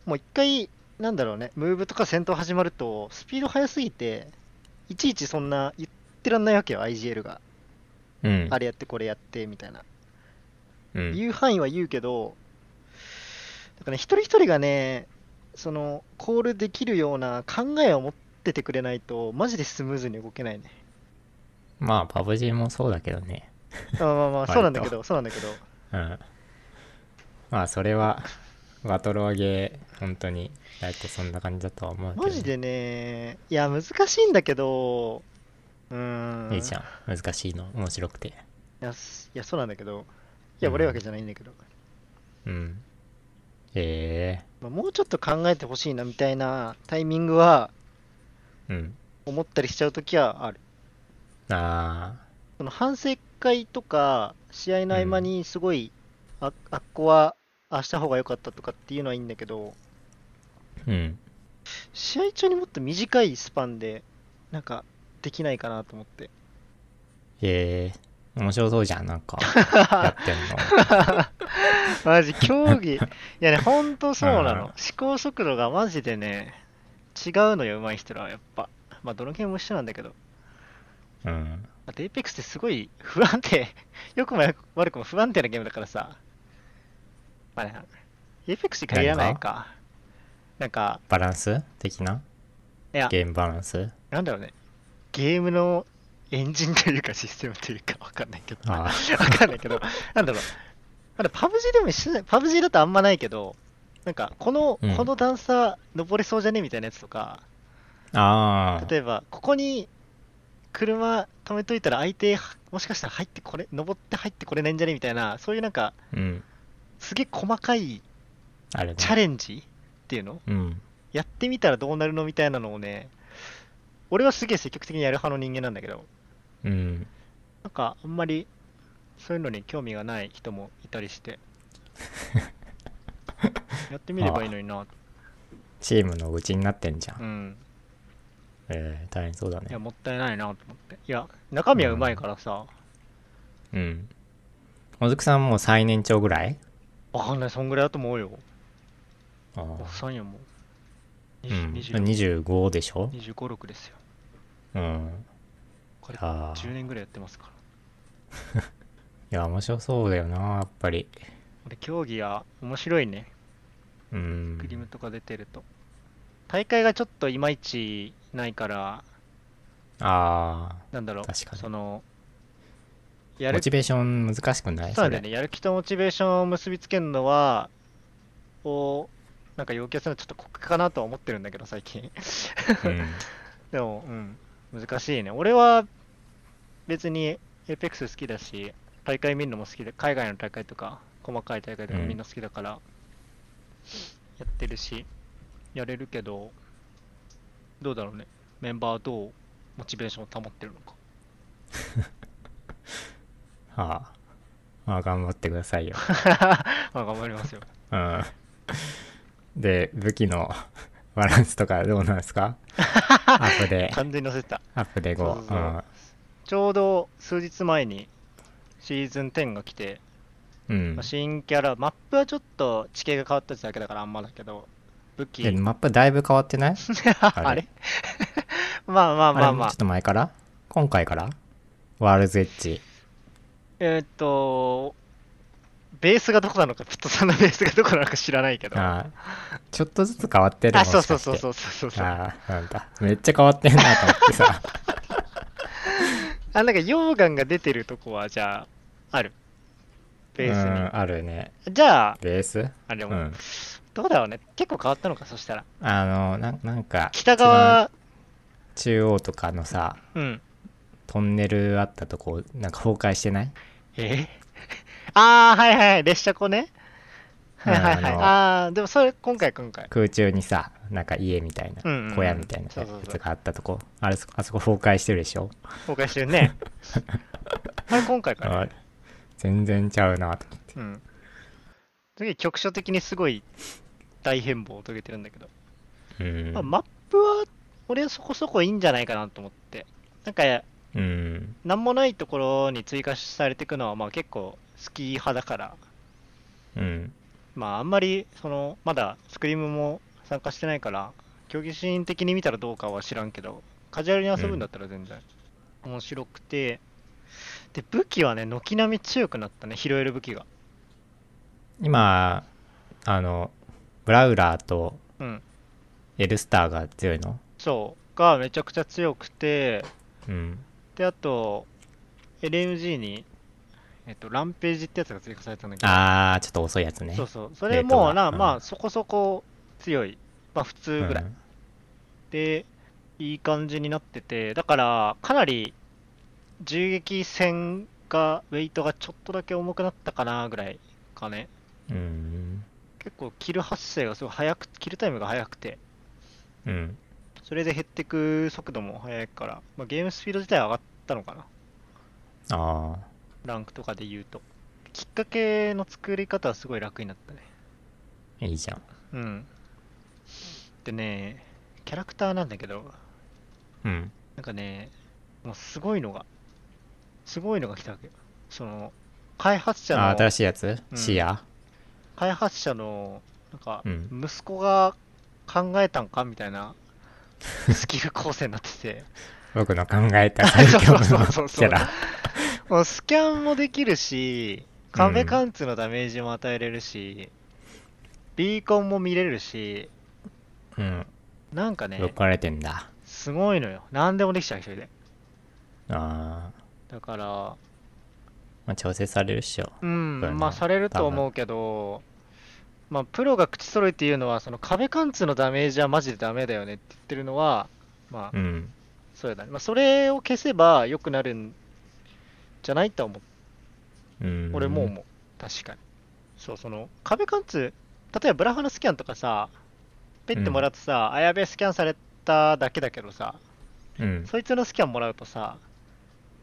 [SPEAKER 2] もう一回なんだろうねムーブとか戦闘始まるとスピード速すぎていちいちそんな言ってらんないわけよ IGL が、
[SPEAKER 1] うん。
[SPEAKER 2] あれやってこれやってみたいな、
[SPEAKER 1] うん
[SPEAKER 2] 言う範囲は言うけどだからね一人一人がねそのコールできるような考えを持っててくれないとマジでスムーズに動けないね
[SPEAKER 1] まあ、パブ G もそうだけどね。
[SPEAKER 2] あ まあまあ
[SPEAKER 1] 割と
[SPEAKER 2] そうなんだけどそうなんだけど
[SPEAKER 1] うん。まあ、それは、バトロワゲー、本当に、大体そんな感じだとは思うけど、
[SPEAKER 2] マジでねいや難しいんだけどうーん
[SPEAKER 1] いいじゃん。難しいの、面白くて。
[SPEAKER 2] いや、すいやそうなんだけど、いや、
[SPEAKER 1] うん
[SPEAKER 2] 悪いわけじゃないんだけど、
[SPEAKER 1] うん。へ
[SPEAKER 2] まあ、もうちょっと考えてほしいなみたいなタイミングは
[SPEAKER 1] えうん。
[SPEAKER 2] 思ったりしちゃうときはある。
[SPEAKER 1] ああ。
[SPEAKER 2] その反省会とか、試合の合間にすごい、ああっこは、ああした方が良かったとかっていうのはいいんだけど、
[SPEAKER 1] うん。
[SPEAKER 2] 試合中にもっと短いスパンで、なんか、できないかなと思って。
[SPEAKER 1] へえ面白そうじゃん、なん か。やってん
[SPEAKER 2] マジ、競 技、いやね、ほんとそうな
[SPEAKER 1] うん
[SPEAKER 2] の。思考速度がマジでね、違うのよ、上手い人らはやっぱ。まあ、どのゲームも一緒なんだけど。
[SPEAKER 1] の。うん。
[SPEAKER 2] あと、エイペックスってすごい不安定、 よくも悪くも不安定なゲームだからさ。まあね、エイペックスに限らないか。なんか、
[SPEAKER 1] バランス的ない
[SPEAKER 2] や
[SPEAKER 1] ゲームバランス
[SPEAKER 2] なんだろうね。ゲームのエンジンというかシステムというかわかんないけど。わ
[SPEAKER 1] あ
[SPEAKER 2] かんないけど、なんだろう。まだパブ G でも一緒だパブ G だとあんまないけど、なんか、この、
[SPEAKER 1] うん
[SPEAKER 2] この段差登れそうじゃねみたいなやつとか、
[SPEAKER 1] あ。ああ。
[SPEAKER 2] 例えば、ここに車止めといたら相手、もしかしたら入ってこれ、登って入ってこれないんじゃねみたいな、そういうなんか、
[SPEAKER 1] うん。
[SPEAKER 2] すげえ細かい
[SPEAKER 1] あれ
[SPEAKER 2] チャ
[SPEAKER 1] だ。
[SPEAKER 2] レンジっていうの
[SPEAKER 1] うん。
[SPEAKER 2] やってみたらどうなるのみたいなのをね、俺はすげえ積極的にやる派の人間なんだけど、
[SPEAKER 1] うん。
[SPEAKER 2] なんかあんまりそういうのに興味がない人もいた りして、やってみればいいのにな、
[SPEAKER 1] チームのうちになってんじゃん。
[SPEAKER 2] うん、
[SPEAKER 1] えー、大変そうだ
[SPEAKER 2] いや、
[SPEAKER 1] ね。
[SPEAKER 2] もったいないなと思って。いや、中身はうまいからさ、
[SPEAKER 1] うん。もずくさんもう最年長ぐらい
[SPEAKER 2] わかんない、そんぐらいだと思うよ。
[SPEAKER 1] ああ
[SPEAKER 2] おっさんよ、もう。
[SPEAKER 1] うん。
[SPEAKER 2] 25、
[SPEAKER 1] 25でしょ
[SPEAKER 2] 6ですよ。
[SPEAKER 1] うん。
[SPEAKER 2] これ、
[SPEAKER 1] ああ。
[SPEAKER 2] 10年ぐらいやってますから。
[SPEAKER 1] いや、面白そうだよな、やっぱり。
[SPEAKER 2] 俺、競技は面白いね。
[SPEAKER 1] う
[SPEAKER 2] クリーム
[SPEAKER 1] ん。
[SPEAKER 2] とか出てると。大会がちょっといまいちないから、
[SPEAKER 1] あ
[SPEAKER 2] なんだろう、
[SPEAKER 1] 確かに
[SPEAKER 2] その、
[SPEAKER 1] あ。
[SPEAKER 2] や
[SPEAKER 1] モ
[SPEAKER 2] る
[SPEAKER 1] チベーション難しくない
[SPEAKER 2] そう
[SPEAKER 1] そ
[SPEAKER 2] だ
[SPEAKER 1] れ。
[SPEAKER 2] ね、やる気とモチベーションを結びつけるのは、を、なんか要求するのはちょっと酷かなとは思ってるんだけど、最近。
[SPEAKER 1] うん。
[SPEAKER 2] でも、うん、難しいね。俺は、別に、エイペックス好きだし、大会見るのも好きで、海外の大会とか、細かい大会とか
[SPEAKER 1] うん
[SPEAKER 2] みんな好きだから、やってるし、やれるけど、どうだろうね。メンバーはどう、モチベーションを保ってるのか。
[SPEAKER 1] はあ。まあ、頑張ってくださ いよ。
[SPEAKER 2] まあ、頑張 りますよ。
[SPEAKER 1] うん。で、武器の バランスとかどうなんですかアップで、
[SPEAKER 2] 完全に乗せてた。
[SPEAKER 1] アップで
[SPEAKER 2] そうそうそう
[SPEAKER 1] 5。
[SPEAKER 2] ちょうど数日前にシーズン10が来て、
[SPEAKER 1] うん。うん
[SPEAKER 2] 新キャラ、マップはちょっと地形が変わったやつだけだからあんまだけど、武器、
[SPEAKER 1] で、 マップだいぶ変わってない
[SPEAKER 2] あれ
[SPEAKER 1] あれ
[SPEAKER 2] まあ まあ
[SPEAKER 1] あ
[SPEAKER 2] まあ
[SPEAKER 1] れ
[SPEAKER 2] ま
[SPEAKER 1] も
[SPEAKER 2] あ
[SPEAKER 1] ちょっ。と前から今回からワールズエッジ。
[SPEAKER 2] えーっと、ベースがどこなのか、ピットさんのベースがどこなのか知らないけど。あ、
[SPEAKER 1] ああちょっとずつ変わってるもし
[SPEAKER 2] そ
[SPEAKER 1] か
[SPEAKER 2] う
[SPEAKER 1] して
[SPEAKER 2] そうそうそうそうそう。あ
[SPEAKER 1] ああ、なんだ。めっちゃ変わってんなと思ってさ。
[SPEAKER 2] なんか溶岩が出てるとこは、じゃあ、ある。ベ
[SPEAKER 1] う
[SPEAKER 2] ー
[SPEAKER 1] ん、あるね。
[SPEAKER 2] スに。じゃあ、
[SPEAKER 1] ベース
[SPEAKER 2] あれ
[SPEAKER 1] う
[SPEAKER 2] も、
[SPEAKER 1] ん。
[SPEAKER 2] どうだろうね。結構変わったのか、そしたら。
[SPEAKER 1] あの、ななんか、
[SPEAKER 2] 北側、
[SPEAKER 1] 一番中央とかのさ、
[SPEAKER 2] うん。
[SPEAKER 1] トンネルあったとこ、なんか崩壊してない
[SPEAKER 2] え ああ、はいはい、列車庫ね。はいはいはい。
[SPEAKER 1] あの
[SPEAKER 2] ああー、でもそれ、今回今回。
[SPEAKER 1] 空中にさなんか家みたいな、
[SPEAKER 2] うんうんうん
[SPEAKER 1] 小屋みたいなや
[SPEAKER 2] そうそうそう
[SPEAKER 1] つがあったとこあれそあそこ崩壊してるでしょ
[SPEAKER 2] 崩壊してる ねあれ今回から、
[SPEAKER 1] あ全然ちゃうなと思って
[SPEAKER 2] うんすげえ局所的にすごい大変貌を遂げてるんだけど、
[SPEAKER 1] うん、
[SPEAKER 2] まあ、マップは俺はそこそこいいんじゃないかなと思ってなんか
[SPEAKER 1] うん
[SPEAKER 2] なんもないところに追加されていくのはまあ結構好き派だから
[SPEAKER 1] うん
[SPEAKER 2] まああんまりそのまだスクリームも参加してないから競技シーン的に見たらどうかは知らんけどカジュアルに遊ぶんだったら全然面白くて、で武器はね軒並み強くなったね拾える武器が
[SPEAKER 1] 今あのブラウラーと
[SPEAKER 2] うん
[SPEAKER 1] エルスターが強いの
[SPEAKER 2] そうがめちゃくちゃ強くて
[SPEAKER 1] うん
[SPEAKER 2] であと LMG にえっとランページってやつが追加されたんだけど
[SPEAKER 1] あーちょっと遅いやつね
[SPEAKER 2] そうそうそれもな、
[SPEAKER 1] レートがうん
[SPEAKER 2] まあそこそこ強いまあ普通ぐらい、
[SPEAKER 1] うん
[SPEAKER 2] で、いい感じになってて、だから、かなり銃撃戦が、ウェイトがちょっとだけ重くなったかなぐらいかね。
[SPEAKER 1] うん
[SPEAKER 2] 結構、キル発生がすごい早く、キルタイムが早くて、
[SPEAKER 1] うん
[SPEAKER 2] それで減ってく速度も速いから、まあ、ゲームスピード自体は上がったのかな、
[SPEAKER 1] あ
[SPEAKER 2] ランクとかで言うと。きっかけの作り方はすごい楽になったね。
[SPEAKER 1] あいいじゃん
[SPEAKER 2] うん。でね、キャラクターなんだけど、
[SPEAKER 1] うん
[SPEAKER 2] なんかね、もうすごいのが、すごいのが来たわけよ。その、開発者
[SPEAKER 1] あ
[SPEAKER 2] の
[SPEAKER 1] 新、しいやつ、
[SPEAKER 2] うん
[SPEAKER 1] シア
[SPEAKER 2] 開発者の、なんか
[SPEAKER 1] う、ん
[SPEAKER 2] 息子が考えたんかみたいな、スキル構成になってて、
[SPEAKER 1] 僕の考えた最強
[SPEAKER 2] そうそう
[SPEAKER 1] の
[SPEAKER 2] そうそう
[SPEAKER 1] キャラ
[SPEAKER 2] もうスキャンもできるし、壁
[SPEAKER 1] うん
[SPEAKER 2] 貫通のダメージも与えれるし、ビーコンも見れるし、
[SPEAKER 1] うん
[SPEAKER 2] なんか
[SPEAKER 1] ぶっ
[SPEAKER 2] ね、
[SPEAKER 1] 壊れてんだ
[SPEAKER 2] すごいのよ。何でもできちゃう一人で。
[SPEAKER 1] あー、
[SPEAKER 2] だから、
[SPEAKER 1] まあ、調整されるっしょ
[SPEAKER 2] うん、
[SPEAKER 1] そうや
[SPEAKER 2] まあ
[SPEAKER 1] な
[SPEAKER 2] される
[SPEAKER 1] 多
[SPEAKER 2] と
[SPEAKER 1] 分
[SPEAKER 2] 思うけど、まあプロが口揃えて言うのは、その壁貫通のダメージはマジでダメだよねって言ってるのは、まあ
[SPEAKER 1] うん
[SPEAKER 2] そうだね。まあそれを消せば良くなるんじゃないとは思う。
[SPEAKER 1] うん
[SPEAKER 2] 俺も思う。確かに。そう、その壁貫通、例えばブラフのスキャンとかさ、ペッてもらってさ、あやべえスキャンされただけだけどさ、
[SPEAKER 1] うん
[SPEAKER 2] そいつのスキャンもらうとさ、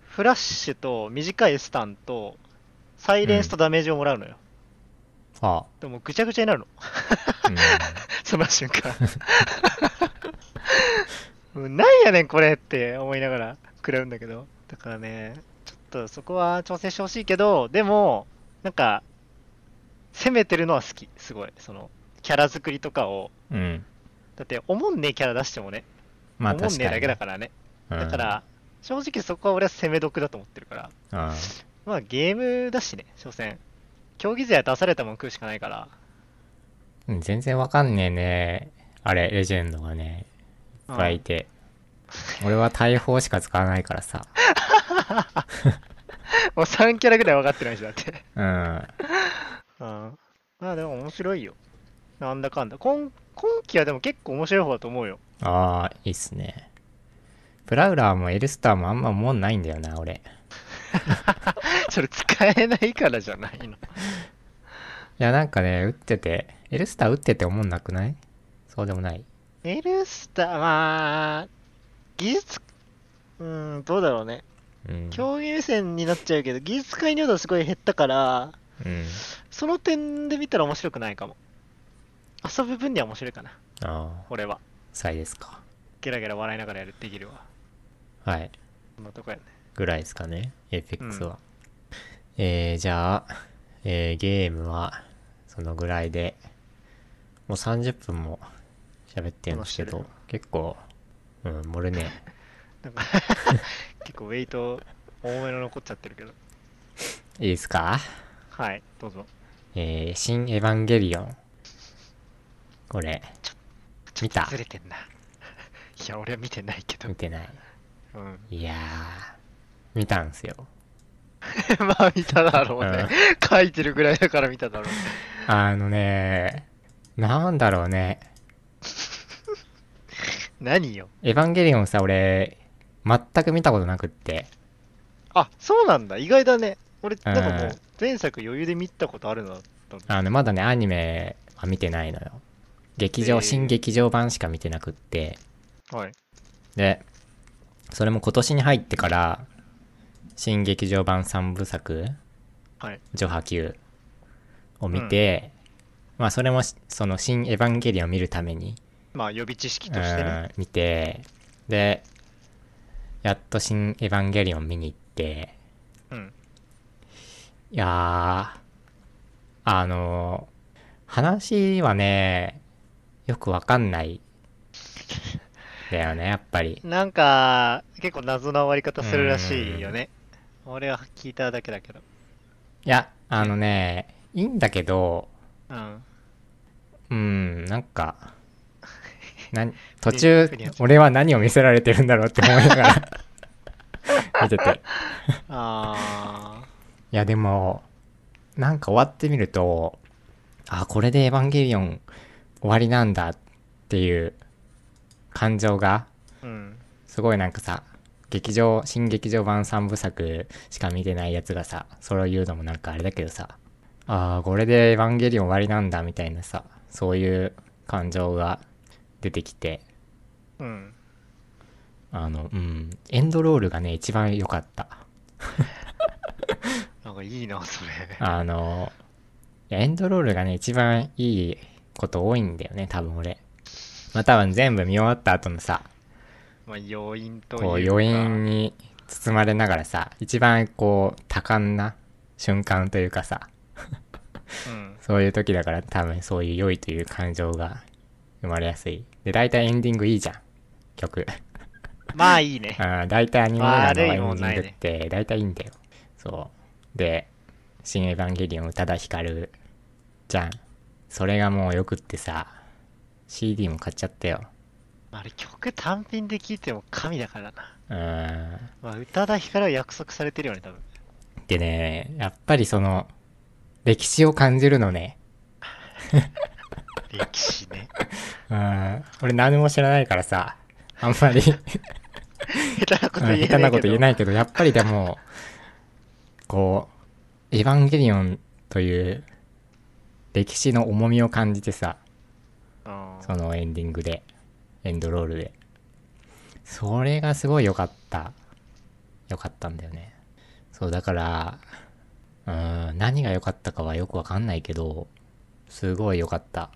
[SPEAKER 2] フラッシュと短いスタンと、サイレンスとダメージをもらうのよ。
[SPEAKER 1] あ、
[SPEAKER 2] でもぐちゃぐちゃになるの。
[SPEAKER 1] うん、
[SPEAKER 2] その瞬間もうなんやねんこれって思いながら 食らうんだけどだからねちょっとそこは調整してほしいけどでもなんか攻めてるのは好きすごいそのキャラ作りとかを
[SPEAKER 1] うん、
[SPEAKER 2] だって思んねえキャラ出してもね、
[SPEAKER 1] まあ
[SPEAKER 2] 思ん
[SPEAKER 1] 確
[SPEAKER 2] ねえ
[SPEAKER 1] か
[SPEAKER 2] だ
[SPEAKER 1] に
[SPEAKER 2] けだからね、
[SPEAKER 1] うん
[SPEAKER 2] だから正直そこは俺は攻め得だと思ってるから
[SPEAKER 1] うん
[SPEAKER 2] まあゲームだしね所詮競技勢は出されたもん食うしかないから
[SPEAKER 1] うん全然わかんねえねあれレジェンドがねいっぱいいて、俺は大砲しか使わないからさ
[SPEAKER 2] もう3キャラぐらい分かってないしだって
[SPEAKER 1] うん
[SPEAKER 2] うん。まあでも面白いよ。なんだかんだ。今今期はでも結構面白い方だと思うよ。
[SPEAKER 1] ああ、いいっすね。ブラウラーもエルスターもあんまもんないんだよな、俺。
[SPEAKER 2] それ使えないからじゃないの。
[SPEAKER 1] いや、なんかね、打ってて、エルスター打ってて思んなくないそうでもない。
[SPEAKER 2] エルスター、まあ、技術、うーん、どうだろうね。
[SPEAKER 1] うん。
[SPEAKER 2] 競技目線になっちゃうけど、技術界入度はすごい減ったから、
[SPEAKER 1] うん。
[SPEAKER 2] その点で見たら面白くないかも。遊ぶ分には面白いかな、
[SPEAKER 1] ああ、
[SPEAKER 2] 俺は。
[SPEAKER 1] さいですか。
[SPEAKER 2] ゲラゲラ笑いながらやる、できるわ。
[SPEAKER 1] はい。
[SPEAKER 2] そんなとこやね。
[SPEAKER 1] ぐらいですかね、エイペックスは。えー、じゃあ、えー、ゲームは、そのぐらいで、もう30分も喋ってるんですけ
[SPEAKER 2] 話
[SPEAKER 1] ど
[SPEAKER 2] して、
[SPEAKER 1] 結構、うん、盛るね。
[SPEAKER 2] なんか結構ウェイト多めの残っちゃってるけど。
[SPEAKER 1] いいですか
[SPEAKER 2] はい、どうぞ。
[SPEAKER 1] えー、新エヴァンゲリオン。これ、
[SPEAKER 2] ちょ
[SPEAKER 1] 見
[SPEAKER 2] っと
[SPEAKER 1] た
[SPEAKER 2] ずれてんな。い や、俺は見てないけど
[SPEAKER 1] 見。てない。
[SPEAKER 2] うん。
[SPEAKER 1] いやー、見たんすよ。
[SPEAKER 2] まあ、見ただろうね。書いてるぐらいだから見ただろう。
[SPEAKER 1] あのね、なんだろうね。
[SPEAKER 2] 何よ。
[SPEAKER 1] エヴァンゲリオンさ、俺、全く見たことなくって。
[SPEAKER 2] あ、そうなんだ。意外だね。俺、
[SPEAKER 1] うん
[SPEAKER 2] なんかもう、前作余裕で見たことあるのだったの
[SPEAKER 1] あの、まだね、アニメは見てないのよ。劇場、
[SPEAKER 2] えー
[SPEAKER 1] 新劇場版しか見てなくって、
[SPEAKER 2] はい。
[SPEAKER 1] で、それも今年に入ってから、新劇場版3部作、
[SPEAKER 2] はい。
[SPEAKER 1] ジョハ Q を見て、まあそれもし、その新エヴァンゲリオンを見るために、
[SPEAKER 2] まあ、予備知識としてね。
[SPEAKER 1] うん見て、で、やっと新エヴァンゲリオン見に行って、
[SPEAKER 2] うん。
[SPEAKER 1] いやー、あのー話はね、よくわかんない。だよね、やっぱり。
[SPEAKER 2] なんか、結構謎な終わり方するらしいよね。俺は聞いただけだけど。
[SPEAKER 1] いや、あのね、いいんだけど、
[SPEAKER 2] うん。
[SPEAKER 1] うん、なんか、なん途
[SPEAKER 2] ふ
[SPEAKER 1] 中
[SPEAKER 2] にゃふにゃ、
[SPEAKER 1] 俺は何を見せられてるんだろうって思いながら 見てて。
[SPEAKER 2] あ
[SPEAKER 1] いや、でも、なんか終わってみると、あ、これでエヴァンゲリオン終わりなんだっていう感情が、
[SPEAKER 2] ー。うん。
[SPEAKER 1] すごいなんかさ、劇場、新劇場版3部作しか見てないやつがさ、それを言うのもなんかあれだけどさ、あー、これでエヴァンゲリオン終わりなんだみたいなさ、そういう感情が出てきて、
[SPEAKER 2] うん。
[SPEAKER 1] あの、うん、エンドロールがね、一番良かった。
[SPEAKER 2] なんかいいな、それ。
[SPEAKER 1] あの、いやエンドロールがね、一番いいこと多いんだよね、多分俺。まあ多分全部見終わった後のさ、
[SPEAKER 2] まあ、要因というか。
[SPEAKER 1] こう余韻に包まれながらさ一番こう多感な瞬間というかさ
[SPEAKER 2] うん。
[SPEAKER 1] そういう時だから多分そういう良いという感情が生まれやすいで大体エンディングいいじゃん 曲
[SPEAKER 2] まあ、いいね。
[SPEAKER 1] あー大体アニメ映画の
[SPEAKER 2] 悪
[SPEAKER 1] エ
[SPEAKER 2] いも
[SPEAKER 1] ン
[SPEAKER 2] ん
[SPEAKER 1] デ
[SPEAKER 2] ない
[SPEAKER 1] ィン
[SPEAKER 2] ね
[SPEAKER 1] グって大体いいんだよそうで「新エヴァンゲリオン」宇多田ヒカルじゃんそれがもうよくってさ CD も買っちゃったよ
[SPEAKER 2] あれ、曲単品で聴いても神だからな。
[SPEAKER 1] うーん
[SPEAKER 2] まあ、宇多田ヒカルは約束されてるよね、多分。
[SPEAKER 1] でね、やっぱりその、歴史を感じるのね。
[SPEAKER 2] 歴史ね。
[SPEAKER 1] うん。俺何も知らないからさ、あんまり、
[SPEAKER 2] 下手なこと
[SPEAKER 1] う
[SPEAKER 2] 言
[SPEAKER 1] ん
[SPEAKER 2] えな
[SPEAKER 1] 下
[SPEAKER 2] いけど。。
[SPEAKER 1] 手なこと言えないいけど、やっぱりでも、こう、エヴァンゲリオンという歴史の重みを感じてさ、
[SPEAKER 2] うん。
[SPEAKER 1] そのエンディングで、エンドロールで。それがすごい良かった。良かったんだよね。そう、だから、うん、何が良かったかはよくわかんないけど、すごい良かった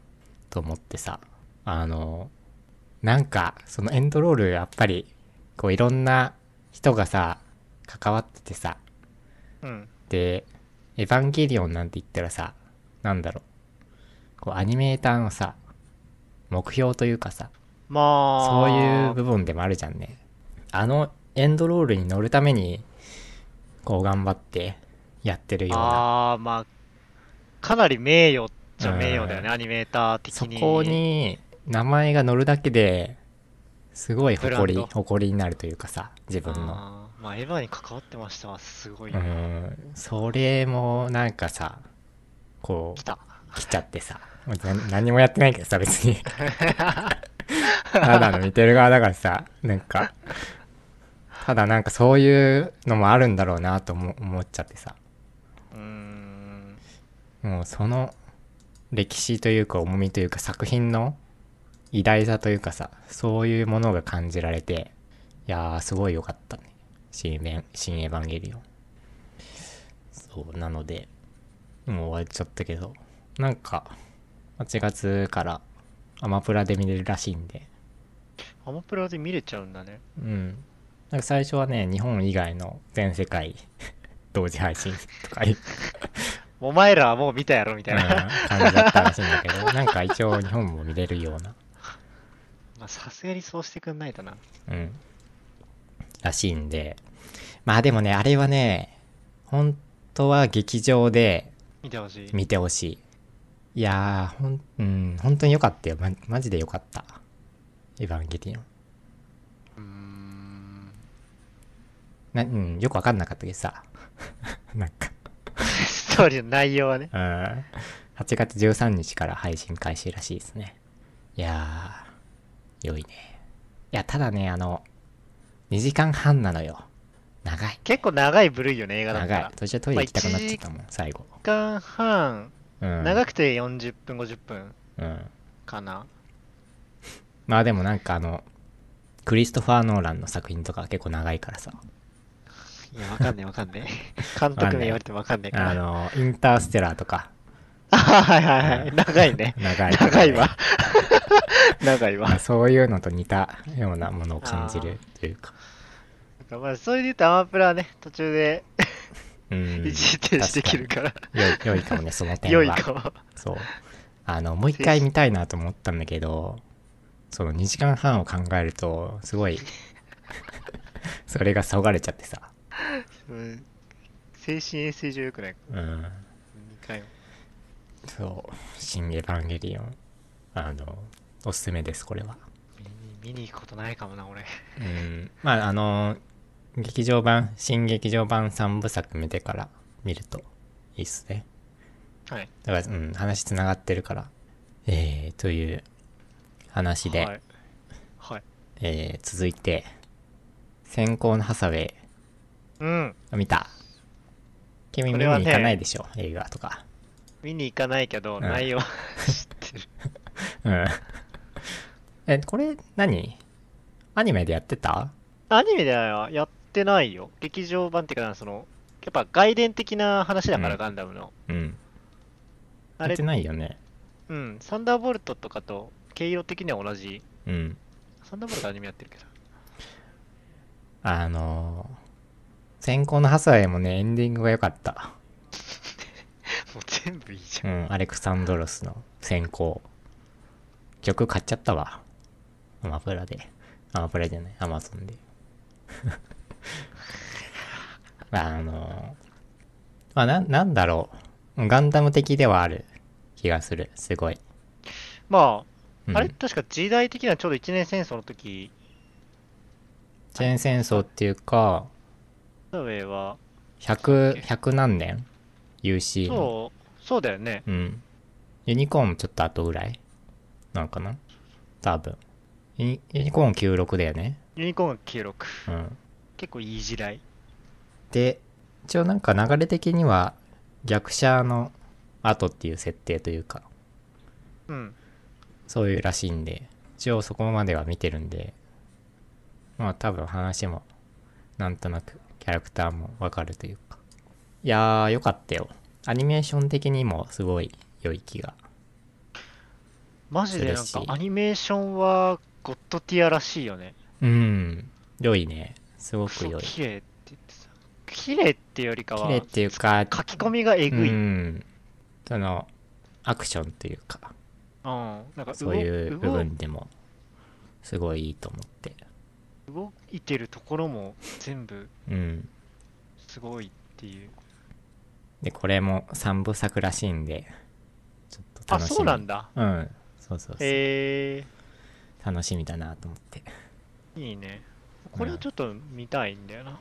[SPEAKER 1] と思ってさ、あの、なんか、そのエンドロールやっぱり、こういろんな人がさ、関わっててさ、
[SPEAKER 2] うん。
[SPEAKER 1] で、エヴァンゲリオンなんて言ったらさ、なんだろう。こう、アニメーターのさ、目標というかさ、
[SPEAKER 2] まあ、
[SPEAKER 1] そういう部分でもあるじゃんね。あのエンドロールに乗るために、こう頑張ってやってるような。
[SPEAKER 2] ああ、まあ、かなり名誉っちゃ名誉だよね、
[SPEAKER 1] う
[SPEAKER 2] アニメーター的
[SPEAKER 1] そ
[SPEAKER 2] に。
[SPEAKER 1] こに名前が乗るだけで、すごい
[SPEAKER 2] ブラ
[SPEAKER 1] 誇
[SPEAKER 2] ン
[SPEAKER 1] り、
[SPEAKER 2] ド
[SPEAKER 1] 誇りになるというかさ、自分の。
[SPEAKER 2] あーまあ、エヴァに関わってましたわ、すごいうな。
[SPEAKER 1] ん、それもなんかさ、こう
[SPEAKER 2] 来、た。
[SPEAKER 1] 来ちゃってさ、もうな何もやってないけどさ、別に。ただの見てる側だからさ、なんか、ただなんかそういうのもあるんだろうなとも思っちゃってさ、
[SPEAKER 2] うーん。
[SPEAKER 1] もうその歴史というか重みというか作品の偉大さというかさ、そういうものが感じられて、いやーすごい良かったね。新エヴァン新エヴァンゲリオン。そう、なので、もう終わっちゃったけど、なんか、8月からアマプラで見れるらしいんで、
[SPEAKER 2] アマプラで見れちゃうんだね。
[SPEAKER 1] うん。なんか最初はね、日本以外の全世界 同時配信とかいう、
[SPEAKER 2] お前らはもう見たやろ、みた
[SPEAKER 1] う
[SPEAKER 2] い
[SPEAKER 1] ん
[SPEAKER 2] な。
[SPEAKER 1] 感じだったらしいんだけど、なんか一応日本も見れるような、
[SPEAKER 2] まあ、さすがにそうしてくんないとな。
[SPEAKER 1] うん。らしいんで。まあでもね、あれはね、本当は劇場で
[SPEAKER 2] 見てほしい。
[SPEAKER 1] 見てほしい。いやー、ほん、うん、本当に良かったよ。ま、マジで良かった。エヴァンゲリオン。
[SPEAKER 2] うーん。
[SPEAKER 1] な、うん、よくわかんなかったけどさ。 なんか。
[SPEAKER 2] ストーリーの内容はね。
[SPEAKER 1] うん8月13日から配信開始らしいですね。いやー、良いね。いや、ただね、あの、2時間半なのよ。長い。
[SPEAKER 2] 結構長い部類よね、映画だった
[SPEAKER 1] 長い
[SPEAKER 2] ら。。
[SPEAKER 1] 途中トイレ行きたくなっちゃったもん、最後。
[SPEAKER 2] 時間半、
[SPEAKER 1] うん。
[SPEAKER 2] 長くて40分、50分。
[SPEAKER 1] うん。
[SPEAKER 2] かな。
[SPEAKER 1] まあでもなんかあの、クリストファー・ノーランの作品とか結構長いからさ、
[SPEAKER 2] いや、わかんねえわかんねえ。 監督名言われてもわかんねえから。
[SPEAKER 1] あの、インターステラーとか、
[SPEAKER 2] あ はいはいはい。長いね。
[SPEAKER 1] 長いからね、
[SPEAKER 2] 長いわ。 長いわ。
[SPEAKER 1] まあそういうのと似たようなものを感じるというか。
[SPEAKER 2] なんかまあ、それで言うとアマプラはね、途中で
[SPEAKER 1] うん。
[SPEAKER 2] 一時停止できるから、
[SPEAKER 1] 良い 良いかもね、その点は。
[SPEAKER 2] 良いかも。
[SPEAKER 1] そう。あの、もう一回見たいなと思ったんだけど、その2時間半を考えると、す ごい、それがそがれちゃってさ。
[SPEAKER 2] うん精神衛生上良くない。
[SPEAKER 1] うん。
[SPEAKER 2] 2回も。
[SPEAKER 1] そう。新エヴァンゲリオン。あの、おすすめです、これは。
[SPEAKER 2] 見に見に行くことないかもな、俺。
[SPEAKER 1] うん。まあ、あの、劇場版、新劇場版3部作見てから見るといいっすね。
[SPEAKER 2] はい。
[SPEAKER 1] だから、うん、話つながってるから。えー、という話で、
[SPEAKER 2] はい。はい。
[SPEAKER 1] えー、続いて、先行のハサウェイ。
[SPEAKER 2] うん。
[SPEAKER 1] 見た君見
[SPEAKER 2] こ
[SPEAKER 1] に
[SPEAKER 2] れはね
[SPEAKER 1] 行かないでしょ、映画とか。
[SPEAKER 2] 見に行かないけど、
[SPEAKER 1] ん
[SPEAKER 2] 内容知ってる。
[SPEAKER 1] うん。 え、これ何アニメでやってた
[SPEAKER 2] アニメではやってないよ。劇場版っていうか、その、やっぱ外伝的な話だから、
[SPEAKER 1] うん
[SPEAKER 2] ガンダムの。
[SPEAKER 1] うん。
[SPEAKER 2] あ
[SPEAKER 1] やっ
[SPEAKER 2] れ
[SPEAKER 1] て、ないよね。
[SPEAKER 2] うん、サンダーボルトとかと、毛色的には同じ。
[SPEAKER 1] うん。
[SPEAKER 2] サンダーボルトアニメやってるけど。
[SPEAKER 1] あのー、先行のハサウェイもね、エンディングが良かった。
[SPEAKER 2] もう全部いいじゃ。
[SPEAKER 1] うんん、アレクサンドロスの先行。曲買っちゃったわ。アマプラで。アマプラじゃない、アマゾンで。 あの、まあ、な、なんだろう。ガンダム的ではある気がする。すごい。
[SPEAKER 2] まあ、
[SPEAKER 1] うん、
[SPEAKER 2] あれ確か時代的にはちょうど一年戦争の時、
[SPEAKER 1] チェーン戦争っていうか、
[SPEAKER 2] ハサウェイは、
[SPEAKER 1] 100、100何年 ?UC の。
[SPEAKER 2] そう、そうだよね。
[SPEAKER 1] うん。ユニコーンもちょっと後ぐらいなのかな多分。ユニユニコーン96だよね。
[SPEAKER 2] ユニコーンが96。
[SPEAKER 1] うん。
[SPEAKER 2] 結構いい時代。
[SPEAKER 1] で、一応なんか流れ的には逆者の後っていう設定というか、
[SPEAKER 2] うん。
[SPEAKER 1] そういうらしいんで、一応そこまでは見てるんで、まあ多分話もなんとなくキャラクターもわかるというか。いやー、よかったよ。アニメーション的にもすごい良い気が。
[SPEAKER 2] マジでなん
[SPEAKER 1] する
[SPEAKER 2] か
[SPEAKER 1] し
[SPEAKER 2] アニメーションはゴッドティアらしいよね。
[SPEAKER 1] うん。良いね。すご
[SPEAKER 2] クソ
[SPEAKER 1] く良い。
[SPEAKER 2] 綺麗って言ってさ。綺麗ってよりか
[SPEAKER 1] 綺
[SPEAKER 2] は、
[SPEAKER 1] 麗っていうか、
[SPEAKER 2] 書き込みがえぐい。
[SPEAKER 1] う
[SPEAKER 2] うん。
[SPEAKER 1] ん、そのアクションというか
[SPEAKER 2] なんか
[SPEAKER 1] そういう部
[SPEAKER 2] 動動
[SPEAKER 1] 分でもすごいいいと思って
[SPEAKER 2] 動いてるところも全部
[SPEAKER 1] うん
[SPEAKER 2] すごいっていう。
[SPEAKER 1] でこれも3部作らしいんでちょっと
[SPEAKER 2] あ、
[SPEAKER 1] 楽しみ
[SPEAKER 2] そうなんだ。
[SPEAKER 1] うんそうそうそう
[SPEAKER 2] へ
[SPEAKER 1] 楽しみだなと思って
[SPEAKER 2] えー、いいね。これはちょっと見たいんだよな。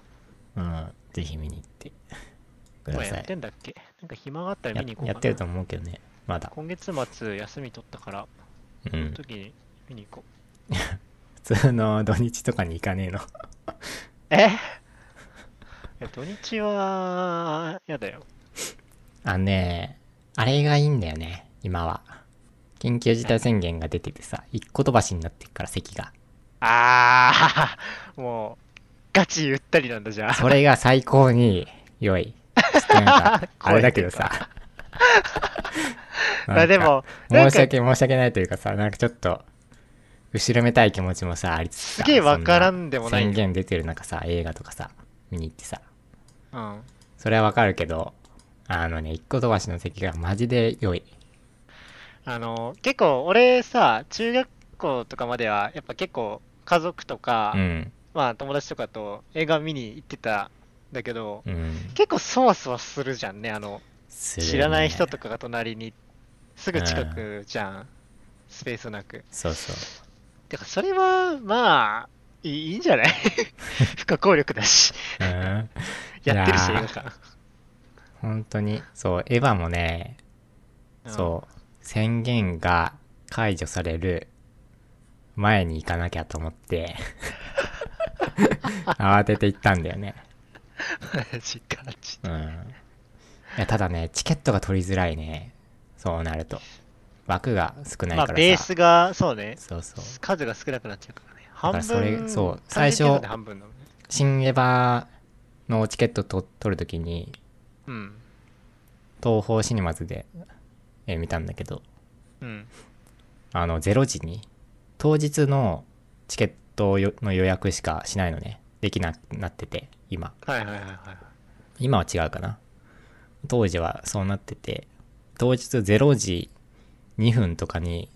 [SPEAKER 1] うんぜひ見に行ってくだ
[SPEAKER 2] 今
[SPEAKER 1] さ
[SPEAKER 2] や
[SPEAKER 1] い
[SPEAKER 2] ってんだっけなんか暇があったら
[SPEAKER 1] や
[SPEAKER 2] 見に行こうか
[SPEAKER 1] や
[SPEAKER 2] な。
[SPEAKER 1] ってると思うけどねまだ
[SPEAKER 2] 今月末休み取ったから、
[SPEAKER 1] う
[SPEAKER 2] そ
[SPEAKER 1] ん
[SPEAKER 2] の時に見に行こう。
[SPEAKER 1] 普通の土日とかに行かねえの
[SPEAKER 2] え いや土日は、やだよ。
[SPEAKER 1] あのねあれがいいんだよね今は緊急事態宣言が出ててさ一個飛ばしになってっから席が
[SPEAKER 2] あー、 もう、ガチゆったりなんだじゃあ。
[SPEAKER 1] それが最高に良 い。ちょっとなんかあれだけどさ。
[SPEAKER 2] まあでも、
[SPEAKER 1] なんか申し
[SPEAKER 2] なん
[SPEAKER 1] 訳、
[SPEAKER 2] か
[SPEAKER 1] 申し訳ないというかさ、なんかちょっと、後ろめたい気持ちもさ、ありつつさ。
[SPEAKER 2] すげえわからんでもない
[SPEAKER 1] そ宣言出てる中さ、映画とかさ、見に行ってさ。
[SPEAKER 2] うん。
[SPEAKER 1] それはわかるけど、あのね、一個飛ばしの席がマジで良い。
[SPEAKER 2] あの、結構俺さ、中学校とかまでは、やっぱ結構家族とか、
[SPEAKER 1] うん。
[SPEAKER 2] まあ友達とかと映画見に行ってたんだけど、
[SPEAKER 1] うん。
[SPEAKER 2] 結構そわそわするじゃんね、あの、
[SPEAKER 1] するね
[SPEAKER 2] 知らない人とかが隣に、すぐ近くじゃん。スペースなく。
[SPEAKER 1] そうそう。
[SPEAKER 2] てか、それは、まあ、いいいいんじゃない 不可抗力だし、
[SPEAKER 1] うん。
[SPEAKER 2] やってるし、
[SPEAKER 1] い
[SPEAKER 2] 映
[SPEAKER 1] やー
[SPEAKER 2] 画館。
[SPEAKER 1] 本当に。そう、エヴァもね、そう宣言が解除される前に行かなきゃと思って 慌てて行ったんだよね、
[SPEAKER 2] うん。 マジか、ち
[SPEAKER 1] うん、いやただねチケットが取りづらいねそうなると枠が少ない
[SPEAKER 2] ま
[SPEAKER 1] からさ、
[SPEAKER 2] あ、ベースが、そうね、
[SPEAKER 1] そうそう
[SPEAKER 2] 数が少なくなっちゃうからね。
[SPEAKER 1] だ
[SPEAKER 2] 半
[SPEAKER 1] から
[SPEAKER 2] 分、
[SPEAKER 1] それそう
[SPEAKER 2] 単純計算
[SPEAKER 1] 最
[SPEAKER 2] で
[SPEAKER 1] 初
[SPEAKER 2] 半分なのね。
[SPEAKER 1] 新エヴァのチケットと取るときに
[SPEAKER 2] うん。
[SPEAKER 1] 東宝シネマズで、えー見たんだけど
[SPEAKER 2] うん。
[SPEAKER 1] あの0時に当日のチケットよの予約しかしないのねできなくなってて今
[SPEAKER 2] はいはいはいはい。
[SPEAKER 1] 今は違うかな当時はそうなってて当日0時2分とかに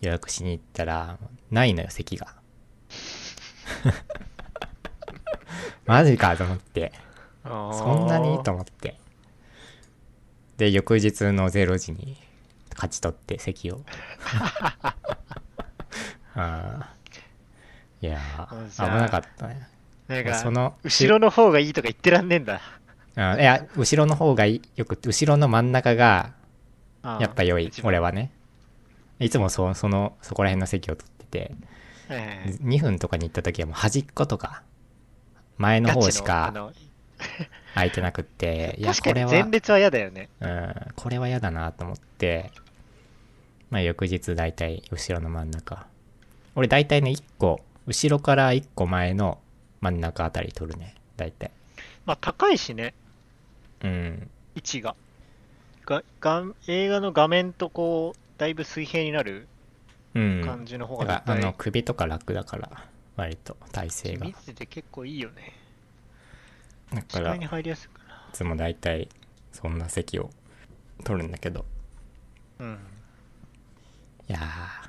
[SPEAKER 1] 予約しに行ったらないのよ席が マジかと思って
[SPEAKER 2] あー
[SPEAKER 1] そんなにと思ってで翌日の0時に勝ち取って席 をあーいやー
[SPEAKER 2] じゃあ
[SPEAKER 1] 危なかったね
[SPEAKER 2] なんか、
[SPEAKER 1] その
[SPEAKER 2] 後ろの方がいいとか言ってらんねえんだ。
[SPEAKER 1] うんいや後ろの方がいいよくって後ろの真ん中が
[SPEAKER 2] あー
[SPEAKER 1] やっぱ良い
[SPEAKER 2] 一番
[SPEAKER 1] 俺はねいつもそうそのそこら辺の席を取ってて
[SPEAKER 2] はいはいはい
[SPEAKER 1] 2分とかに行った時はもう端っことか前の方し
[SPEAKER 2] ガチ
[SPEAKER 1] か
[SPEAKER 2] のあの
[SPEAKER 1] 空いてなくっていや
[SPEAKER 2] 確か
[SPEAKER 1] これ
[SPEAKER 2] に
[SPEAKER 1] は
[SPEAKER 2] 前列は嫌だよね。
[SPEAKER 1] うんこれは嫌だなと思ってまあ翌日大体後ろの真ん中俺大体ね1個後ろから1個前の真ん中あたり取るね大体
[SPEAKER 2] まあ高いしね、
[SPEAKER 1] うん
[SPEAKER 2] 位置が。がが映画の画面とこう、だいぶ水平になる
[SPEAKER 1] うん
[SPEAKER 2] 感じの方
[SPEAKER 1] だ
[SPEAKER 2] が
[SPEAKER 1] か
[SPEAKER 2] 絶
[SPEAKER 1] らあ
[SPEAKER 2] 対、
[SPEAKER 1] の首とか楽だから割と体勢が
[SPEAKER 2] 見てて結構いいよね。
[SPEAKER 1] だか
[SPEAKER 2] 視
[SPEAKER 1] ら
[SPEAKER 2] 界
[SPEAKER 1] い
[SPEAKER 2] に入りやすいか
[SPEAKER 1] つも大体そんな席を取るんだけど
[SPEAKER 2] ら。うん。
[SPEAKER 1] いやー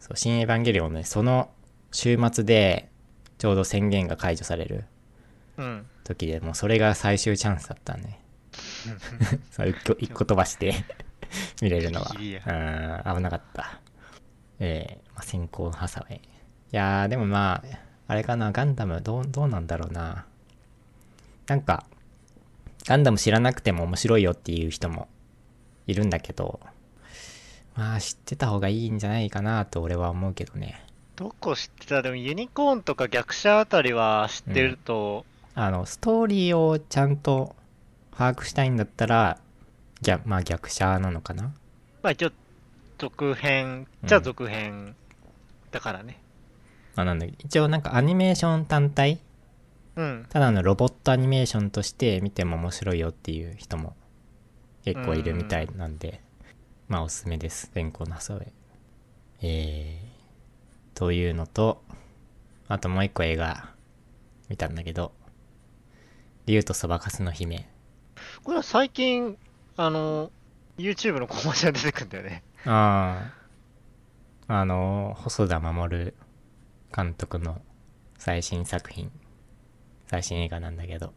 [SPEAKER 1] そう「新エヴァンゲリオンね」その週末でちょうど宣言が解除される
[SPEAKER 2] うん。
[SPEAKER 1] 時でもうそれが最終チャンスだった ねそう一個一個飛ばして見れるのは
[SPEAKER 2] ギリギリや
[SPEAKER 1] うん危なかったえーまあ、先行ハサウェイいやーでもまああれかなガンダムどうどうなんだろうななんかガンダム知らなくても面白いよっていう人もいるんだけどまあ知ってた方がいいんじゃないかなと俺は思うけどね
[SPEAKER 2] どこ知ってたでもユニコーンとか逆者あたりは知ってると、
[SPEAKER 1] あのストーリーをちゃんと把握したいんだったら逆まあ逆者なのかな
[SPEAKER 2] まあ一応続編じゃ
[SPEAKER 1] う
[SPEAKER 2] あ
[SPEAKER 1] ん
[SPEAKER 2] 続編だからね
[SPEAKER 1] あなんだ一応なんかアニメーション単体
[SPEAKER 2] うん
[SPEAKER 1] ただのロボットアニメーションとして見ても面白いよっていう人も結構いるみたいなんでまあおすすめです先行のハサウェイえー、というのとあともう一個映画見たんだけど「竜とそばかすの姫
[SPEAKER 2] これは最近あの YouTube のコマーシャル出てくんだよね」
[SPEAKER 1] あああの細田守監督の最新作品最新映画なんだけど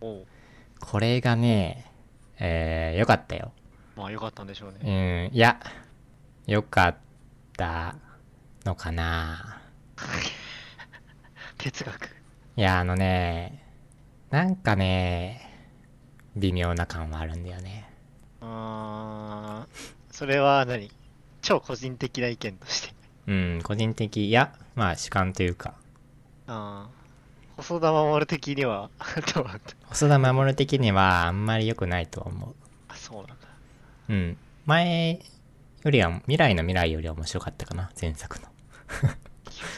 [SPEAKER 2] おう
[SPEAKER 1] これがね、えー、よかったよ。
[SPEAKER 2] まあよかったんでしょう
[SPEAKER 1] う
[SPEAKER 2] ね
[SPEAKER 1] ん、いや、よかったのかな。
[SPEAKER 2] 哲学
[SPEAKER 1] いや、あのね、なんかね、微妙な感はあるんだよね。
[SPEAKER 2] あーそれは何超個人的な意見として
[SPEAKER 1] うん、個人的、いや、まあ主観というか、
[SPEAKER 2] あー細田守的には どうなんだ
[SPEAKER 1] 細田守的にはあんまり良くないとは思
[SPEAKER 2] あそうなんだ
[SPEAKER 1] う。うん、前よりは、未来の未来よりは面白かったかな、前作の。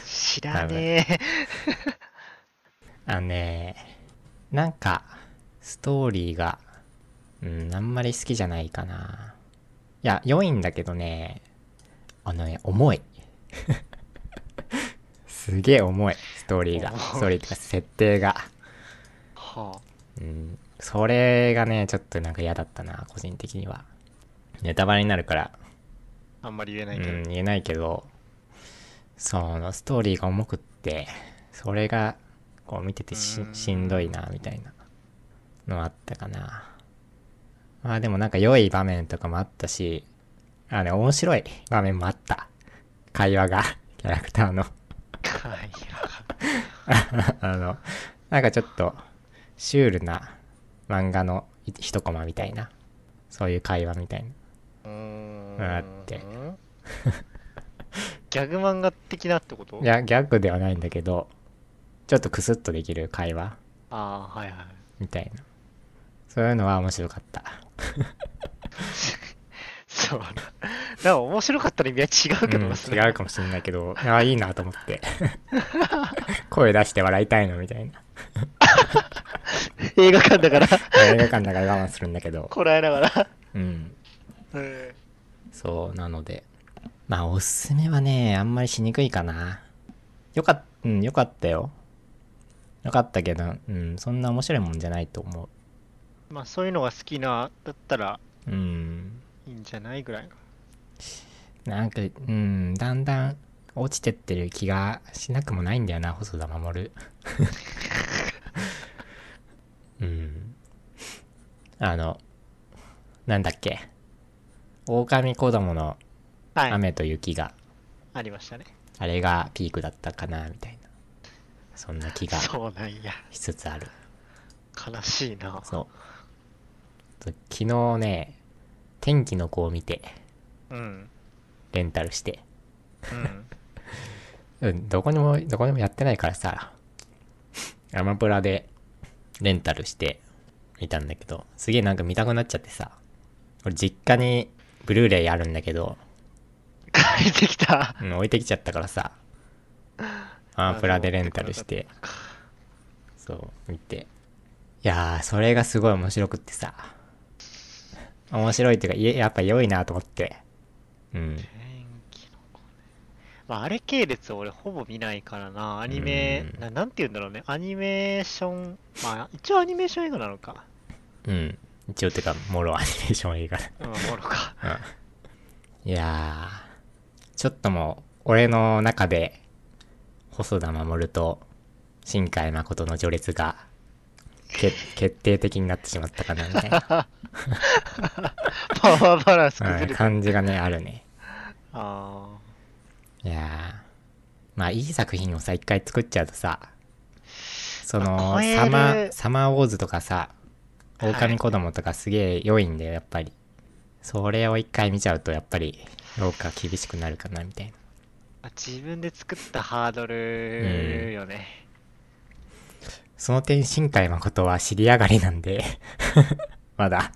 [SPEAKER 2] 知らねえ
[SPEAKER 1] あのね、なんか、ストーリーが、うん、あんまり好きじゃないかな。いや、良いんだけどね、あのね、重い。 すげえ重い、ストーリーが。
[SPEAKER 2] 重い
[SPEAKER 1] ストーリーとか設定が。
[SPEAKER 2] はあ
[SPEAKER 1] うん、それがね、ちょっとなんか嫌だったな、個人的には。ネタバレになるから、
[SPEAKER 2] あんまり言えないけど、
[SPEAKER 1] う ん、言えないけど、そのストーリーが重くって、それが、こう見ててし
[SPEAKER 2] うーん
[SPEAKER 1] しんどいな、みたいなのあったかな。まあでもなんか良い場面とかもあったし、あね、面白い場面もあった。会話が、 キャラクターの。
[SPEAKER 2] はい
[SPEAKER 1] あの、なんかちょっと、シュールな漫画のい一コマみたいな、そういう会話みたいな。
[SPEAKER 2] うーん
[SPEAKER 1] あって。
[SPEAKER 2] ギャグ漫画的なってこと
[SPEAKER 1] いや、ギャグではないんだけど、ちょっとクスッとできる会話
[SPEAKER 2] ああ、はいはい。
[SPEAKER 1] みたいな。そういうのは面白かった。
[SPEAKER 2] そうだ。ら面白かったら意味は違うけどな、そ
[SPEAKER 1] うん、
[SPEAKER 2] れ
[SPEAKER 1] 違うかもしれないけど、ああ、いいなと思って。 声出して笑いたいのみたいな。
[SPEAKER 2] 映画館だから
[SPEAKER 1] 映画館だから我慢するんだけど。
[SPEAKER 2] こらえながら、
[SPEAKER 1] うん。
[SPEAKER 2] うん、
[SPEAKER 1] そう、なので。まあ、おすすめはね、あんまりしにくいかな。よかっ、うん、よかったよ。よかったけど、うん、そんな面白いもんじゃないと思
[SPEAKER 2] まあそういうのが好きなだったら
[SPEAKER 1] う。うん。
[SPEAKER 2] いいんじゃないぐらいの
[SPEAKER 1] なんか、うん、だんだん落ちてってる気がしなくもないんだよな、細田守。 うん。あの、なんだっけ。狼子供の
[SPEAKER 2] はい
[SPEAKER 1] 雨と雪が、
[SPEAKER 2] ありましたね
[SPEAKER 1] あれがピークだったかな、みたいな。そんな気が
[SPEAKER 2] そうなんや
[SPEAKER 1] しつつある。
[SPEAKER 2] 悲しいな
[SPEAKER 1] そう。昨日ね、天気の子を見て、
[SPEAKER 2] うん
[SPEAKER 1] レンタルして。
[SPEAKER 2] うん
[SPEAKER 1] うん、どこにも、どこにもやってないからさ、アマプラでレンタルして見たんだけど、すげえなんか見たくなっちゃってさ、俺実家にブルーレイあるんだけど、
[SPEAKER 2] 帰ってきた
[SPEAKER 1] うん、置いてきちゃったからさ、アマプラでレンタルして、そう、見て。いやー、それがすごい面白くってさ、面白いっていうかいえ、やっぱ良いなと思って、うん。
[SPEAKER 2] 天気の子ねまあ、あれ系列を俺ほぼ見ないからな、アニメ、
[SPEAKER 1] うん
[SPEAKER 2] ななんて言うんだろうね、アニメーション、まあ一応アニメーション映画なのか。
[SPEAKER 1] うん。一応てか、もろアニメーション映画だ
[SPEAKER 2] うん、ものか。
[SPEAKER 1] いやー、ちょっともう、俺の中で、細田守と新海誠の序列が、け決定的になってしまったかな、みたい な、
[SPEAKER 2] パワーバランス崩
[SPEAKER 1] う
[SPEAKER 2] れ
[SPEAKER 1] ん
[SPEAKER 2] てる。
[SPEAKER 1] 感じがね、あるね。
[SPEAKER 2] あ
[SPEAKER 1] いやー、まあ、いい作品をさ、一回作っちゃうとさ、そ
[SPEAKER 2] ま
[SPEAKER 1] の、
[SPEAKER 2] あ超える
[SPEAKER 1] サマー、サマーウォーズとかさ、
[SPEAKER 2] はい
[SPEAKER 1] 狼子供とかすげえ良いんだよ、やっぱり。それを一回見ちゃうと、やっぱり、評価厳しくなるかな、みたいな。
[SPEAKER 2] あ。自分で作ったハードルよね。
[SPEAKER 1] その点、新海誠は尻上がりなんで、 まだ、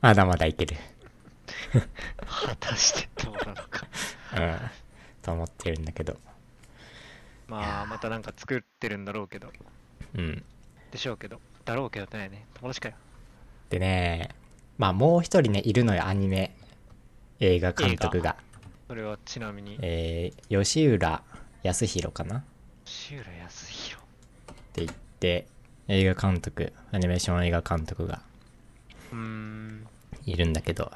[SPEAKER 1] まだまだいける。
[SPEAKER 2] 果たしてどうなのか。
[SPEAKER 1] うん。と思ってるんだけど。
[SPEAKER 2] まあ、またなんか作ってるんだろうけど。
[SPEAKER 1] うん。
[SPEAKER 2] でしょうけど。だろうけどってないね。友達かよ。
[SPEAKER 1] でね、まあもう一人ね、いるのよ、アニメ、映画監督が。
[SPEAKER 2] それはちなみに、
[SPEAKER 1] えー、吉浦康弘かなっ
[SPEAKER 2] シューラ康弘。
[SPEAKER 1] て言って、映画監督、アニメーション映画監督が
[SPEAKER 2] うーん。
[SPEAKER 1] いるんだけど、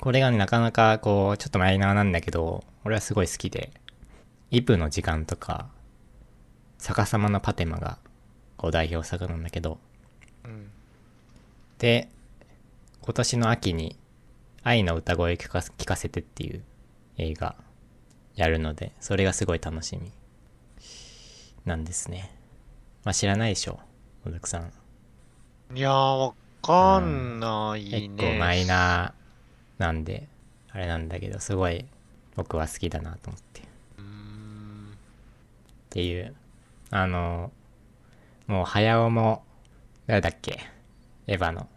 [SPEAKER 1] これがね、なかなかこう、ちょっとマイナーなんだけど、俺はすごい好きで、イプの時間とか、逆さまのパテマが、こう代表作なんだけど、
[SPEAKER 2] うん。
[SPEAKER 1] で、今年の秋に、愛の歌声聞か聞かせてっていう映画やるので、それがすごい楽しみなんですね。まあ知らないでしょ、小沢さん。
[SPEAKER 2] いやー、わかんない
[SPEAKER 1] 結
[SPEAKER 2] ね。
[SPEAKER 1] 構マイナーなんで、あれなんだけど、すごい僕は好きだなと思って。っ
[SPEAKER 2] うーん
[SPEAKER 1] ていう、あの、もう早尾も、誰だっけエヴァの、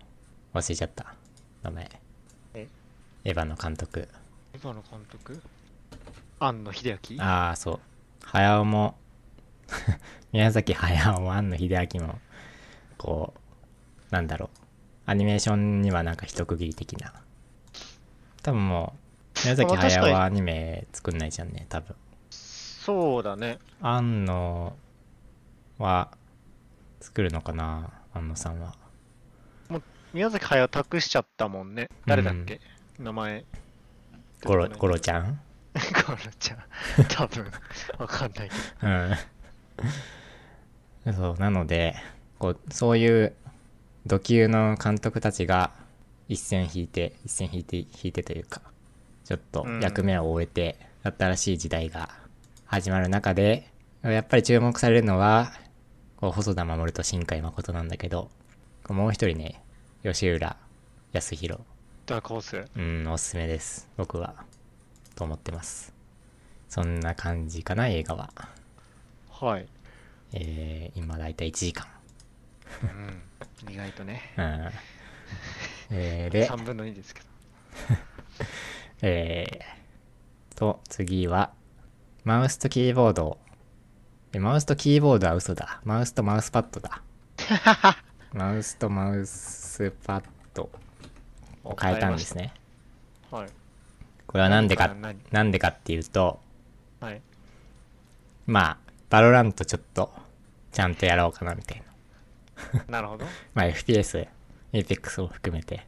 [SPEAKER 1] 忘れちゃった。名前。
[SPEAKER 2] え
[SPEAKER 1] エヴァの監督。
[SPEAKER 2] 今の監督庵野秀明
[SPEAKER 1] ああ、そう。早尾も、 宮崎駿も庵野秀明も、こう、なんだろう。アニメーションにはなんか一区切り的な。多分もう、宮崎
[SPEAKER 2] まあ確かに
[SPEAKER 1] 駿はアニメ作んないじゃんね、多分。
[SPEAKER 2] そうだね。
[SPEAKER 1] 庵野は作るのかな、庵野さんは。
[SPEAKER 2] 宮崎駿託しちゃったもんね。誰だっけ、名前。
[SPEAKER 1] ゴロ、
[SPEAKER 2] 出て
[SPEAKER 1] ゴ
[SPEAKER 2] こない
[SPEAKER 1] ロちゃん
[SPEAKER 2] ゴロ ちゃん。多分、わかんないけ
[SPEAKER 1] う
[SPEAKER 2] ど。
[SPEAKER 1] ん。 そう、なので、こう、そういう、土級の監督たちが、一線引いて、一線引いて、引いてというか、ちょっと
[SPEAKER 2] うん
[SPEAKER 1] 役目を終えて、新しい時代が始まる中で、やっぱり注目されるのは、こう、細田守と新海誠なんだけど、こうもう一人ね、吉浦康弘、
[SPEAKER 2] ダークホース。
[SPEAKER 1] うん、おすすめです。僕は。と思ってます。そんな感じかな、映画は。
[SPEAKER 2] はい。
[SPEAKER 1] えー、今だいたい1時間。
[SPEAKER 2] うん。意外とね。
[SPEAKER 1] うん。えーで、
[SPEAKER 2] 3分の2ですけど。
[SPEAKER 1] ええー、と、次は、マウスとキーボードを。えマウスとキーボードは嘘だ。マウスとマウスパッドだ。マウスとマウスパッドを変えたんですね。
[SPEAKER 2] はい。
[SPEAKER 1] これはなんでか、
[SPEAKER 2] 何
[SPEAKER 1] なんでかっていうと、
[SPEAKER 2] はい。
[SPEAKER 1] まあ、バロラントちょっと、ちゃんとやろうかなみたいな。
[SPEAKER 2] なるほど。
[SPEAKER 1] まあ、FPS、APEX を含めて。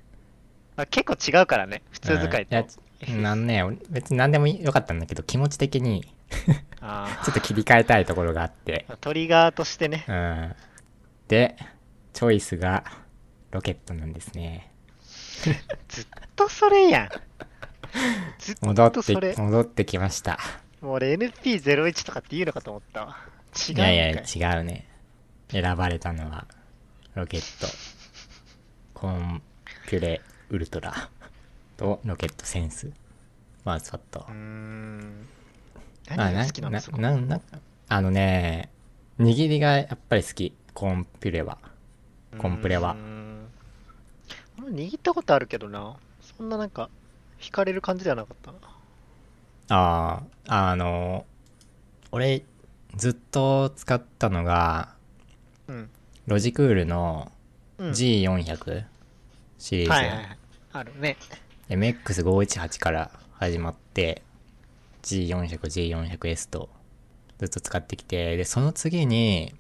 [SPEAKER 2] あ結構違うからね、普通使いと。
[SPEAKER 1] うんいや、なんね、俺別に何でもよかったんだけど、気持ち的 に、
[SPEAKER 2] あ
[SPEAKER 1] ちょっと切り替えたいところがあって。
[SPEAKER 2] ートリガーとしてね、
[SPEAKER 1] うん。で、チョイスが、ロケットなんですね。
[SPEAKER 2] ずっとそれやん。ずっ
[SPEAKER 1] 戻っ
[SPEAKER 2] とそれ
[SPEAKER 1] て、。戻ってきました。
[SPEAKER 2] もう俺 NP01 とかって言うのかと思ったわ。違うん
[SPEAKER 1] い
[SPEAKER 2] か
[SPEAKER 1] や
[SPEAKER 2] い
[SPEAKER 1] いや、違うね。選ばれたのは、ロケット、コンピュレウルトラとロケットセンス。まあ、ちょっと
[SPEAKER 2] うー。ん。
[SPEAKER 1] あ
[SPEAKER 2] 何が好きなの
[SPEAKER 1] な
[SPEAKER 2] そこ
[SPEAKER 1] なななあのね、握りがやっぱり好き。コンピュレは。コンプレは
[SPEAKER 2] うーん俺握ったことあるけどな。そんななんか、惹かれる感じではなかったな。
[SPEAKER 1] ああ、あの、俺、ずっと使ったのが、
[SPEAKER 2] うん。
[SPEAKER 1] ロジクールの
[SPEAKER 2] うん、
[SPEAKER 1] G400 シリーズ、
[SPEAKER 2] はいはいはい。あるね。
[SPEAKER 1] MX518 から始まって G400、G400S とずっと使ってきてでその次に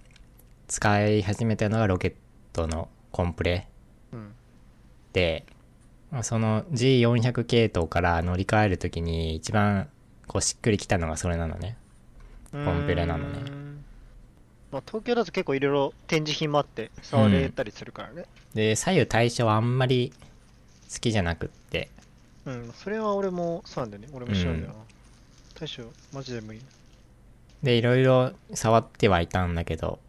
[SPEAKER 1] 使い始めたのがロケットのコンプレ
[SPEAKER 2] うん。
[SPEAKER 1] でまあその G400 系統から乗り換える時に一番こうしっくりきたのがそれなのね
[SPEAKER 2] コ
[SPEAKER 1] ンペレなのね
[SPEAKER 2] まあ、東京だと結構いろいろ展示品もあって、触れたりするからね。
[SPEAKER 1] で左右対称はあんまり好きじゃなくって
[SPEAKER 2] うん、それは俺も、そうなんだよね。俺も知らんだよな。大将、マジで無理。
[SPEAKER 1] でいろいろ触ってはいたんだけど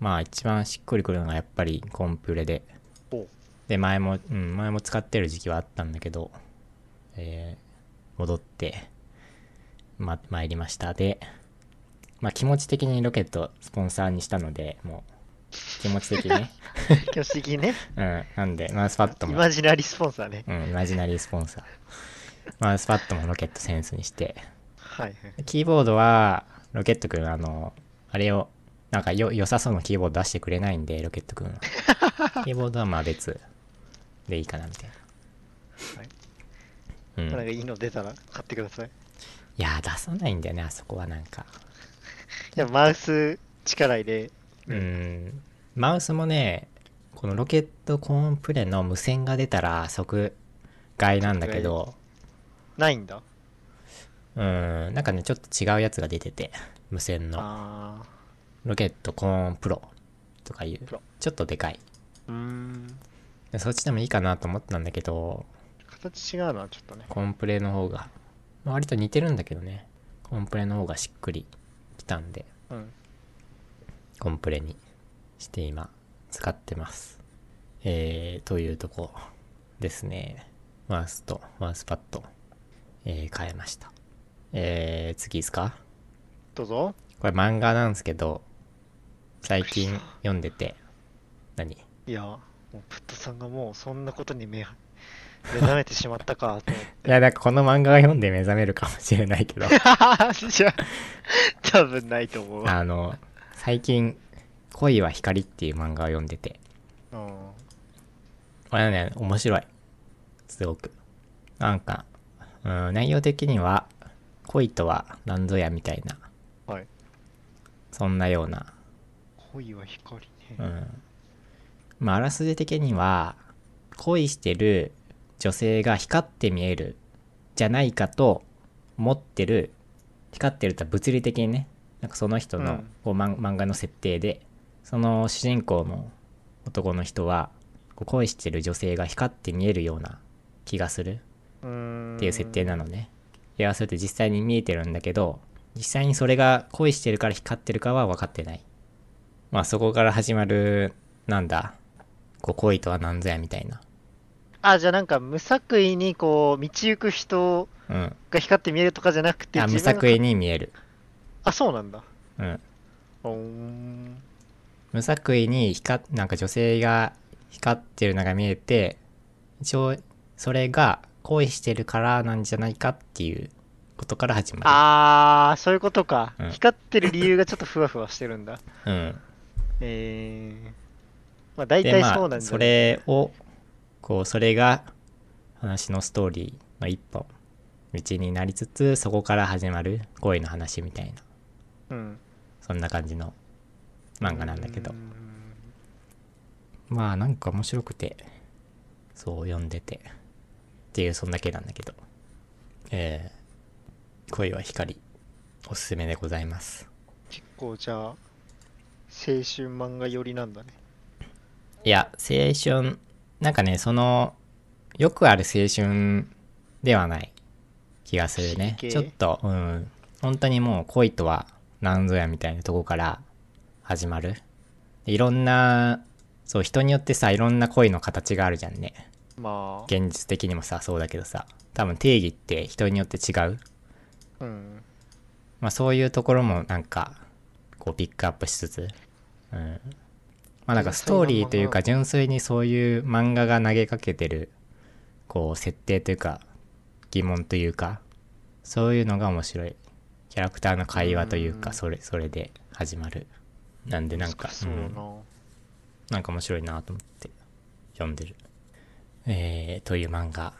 [SPEAKER 1] まあ一番しっくりくるのがやっぱりコンプレで
[SPEAKER 2] おう
[SPEAKER 1] で前も、うん、前も使ってる時期はあったんだけど、えー戻ってま参りましたでまあ気持ち的にロケットスポンサーにしたのでもう気持ち的にね、
[SPEAKER 2] 挙手的に ね。
[SPEAKER 1] うん、なんでマウスパッド
[SPEAKER 2] イ
[SPEAKER 1] も
[SPEAKER 2] マジナリースポンサーね。
[SPEAKER 1] うん、イマジナリースポンサーマウスパッドもロケットセンスにして
[SPEAKER 2] はいはい。
[SPEAKER 1] キーボードは、ロケットくん、あの、あれを、なんかよ、良さそうなキーボード出してくれないんで、ロケットく んは。キーボードはまあ別でいいかな、みたい
[SPEAKER 2] はい
[SPEAKER 1] な。うん。
[SPEAKER 2] なんか
[SPEAKER 1] い
[SPEAKER 2] いいの出たら買ってください。い
[SPEAKER 1] や、出さないんだよね、あそこはなんか。
[SPEAKER 2] や、マウス力入れ。
[SPEAKER 1] うん。マウスもね、このロケットコーンプレの無線が出たら即買いなんだけど、
[SPEAKER 2] ないんだ。
[SPEAKER 1] うん、なんかね、ちょっと違うやつが出てて、無線の。
[SPEAKER 2] あ
[SPEAKER 1] ロケットコーンプロとかいう
[SPEAKER 2] プロ、
[SPEAKER 1] ちょっとでかい。
[SPEAKER 2] ー。うーん。
[SPEAKER 1] でそっちでもいいかなと思ったんだけど
[SPEAKER 2] 形違うのはちょっとね。
[SPEAKER 1] コンプレの方がまあ割と似てるんだけどねコンプレの方がしっくりきたんで
[SPEAKER 2] うん。
[SPEAKER 1] コンプレにして今使ってますえー、というとこですねマウスとマウスパッド、えー変えましたえー、次ですか
[SPEAKER 2] どうぞ。
[SPEAKER 1] これ漫画なんですけど最近読んでて何
[SPEAKER 2] いや、もうプットさんがもうそんなことに目が目覚めてしまったかと思 って。
[SPEAKER 1] いやなんかこの漫画を読んで目覚めるかもしれないけど
[SPEAKER 2] いや、多分ないと思う。
[SPEAKER 1] あの、最近、恋は光っていう漫画を読んでて、
[SPEAKER 2] うん。
[SPEAKER 1] これはね、面白い。すごく。なんか、うん、内容的には、恋とは何ぞやみたいな、
[SPEAKER 2] はい。
[SPEAKER 1] そんなような、
[SPEAKER 2] 恋は光ね。
[SPEAKER 1] うん。まあ、あらすじ的には、恋してる女性が光って見える、じゃないかと思ってる、光ってるとは物理的にね、なんかその人
[SPEAKER 2] う
[SPEAKER 1] の
[SPEAKER 2] ん
[SPEAKER 1] こう、まん、漫画の設定で、その主人公の男の人は、こう恋してる女性が光って見えるような気がする
[SPEAKER 2] うーん。
[SPEAKER 1] っていう設定なのね。いや、それって実際に見えてるんだけど、実際にそれが恋してるから光ってるかは分かってない。まあそこから始まる、なんだ、こう恋とは何ぞやみたいな。
[SPEAKER 2] あ、じゃあなんか無作為にこう、道行く人
[SPEAKER 1] うん。
[SPEAKER 2] が光って見えるとかじゃなくて、
[SPEAKER 1] あ、無
[SPEAKER 2] 自分が
[SPEAKER 1] 作為に見える。
[SPEAKER 2] あ、そうなんだ。
[SPEAKER 1] うん。
[SPEAKER 2] うーん。
[SPEAKER 1] 無作為に光っ、なんか女性が光ってるのが見えて、一応、それが行為してるからなんじゃないかっていうことから始ま
[SPEAKER 2] あー、そういうことか、
[SPEAKER 1] うん
[SPEAKER 2] 光ってる理由がちょっとふわふわしてるんだ。
[SPEAKER 1] る。うん。
[SPEAKER 2] えー。まあ大
[SPEAKER 1] で
[SPEAKER 2] 体
[SPEAKER 1] ま
[SPEAKER 2] そうなん
[SPEAKER 1] あ
[SPEAKER 2] じ
[SPEAKER 1] そ
[SPEAKER 2] ゃない
[SPEAKER 1] れをこうそれが話のストーリーの一本道になりつつそこから始まる恋の話みたいな
[SPEAKER 2] うん。
[SPEAKER 1] そんな感じの漫画なんだけど
[SPEAKER 2] うーん
[SPEAKER 1] まあなんか面白くてそう読んでてっていうそんだけなんだけどえー恋は光おすすめでございます
[SPEAKER 2] 結構じゃあ、青春漫画寄りなんだね。
[SPEAKER 1] いや青春なんかねそのよくある青春ではない気がするね
[SPEAKER 2] 刺激
[SPEAKER 1] ちょっとうん本当にもう恋とは何ぞやみたいなとこから始まるいろんなそう人によってさいろんな恋の形があるじゃんね
[SPEAKER 2] ま
[SPEAKER 1] 現実的にもさそうだけどさ多分定義って人によって違う、
[SPEAKER 2] あ、うん。
[SPEAKER 1] まあ、そういうところもなんかこうピックアップしつつ、うん、まあなんかストーリーというか純粋にそういう漫画が投げかけてるこう設定というか疑問というかそういうのが面白いキャラクターの会話という
[SPEAKER 2] う
[SPEAKER 1] か
[SPEAKER 2] ん
[SPEAKER 1] それそれで始まるなんでなんか
[SPEAKER 2] 難しそうだ
[SPEAKER 1] うん
[SPEAKER 2] な。
[SPEAKER 1] なんか面白いなと思って読んでる、えーという漫画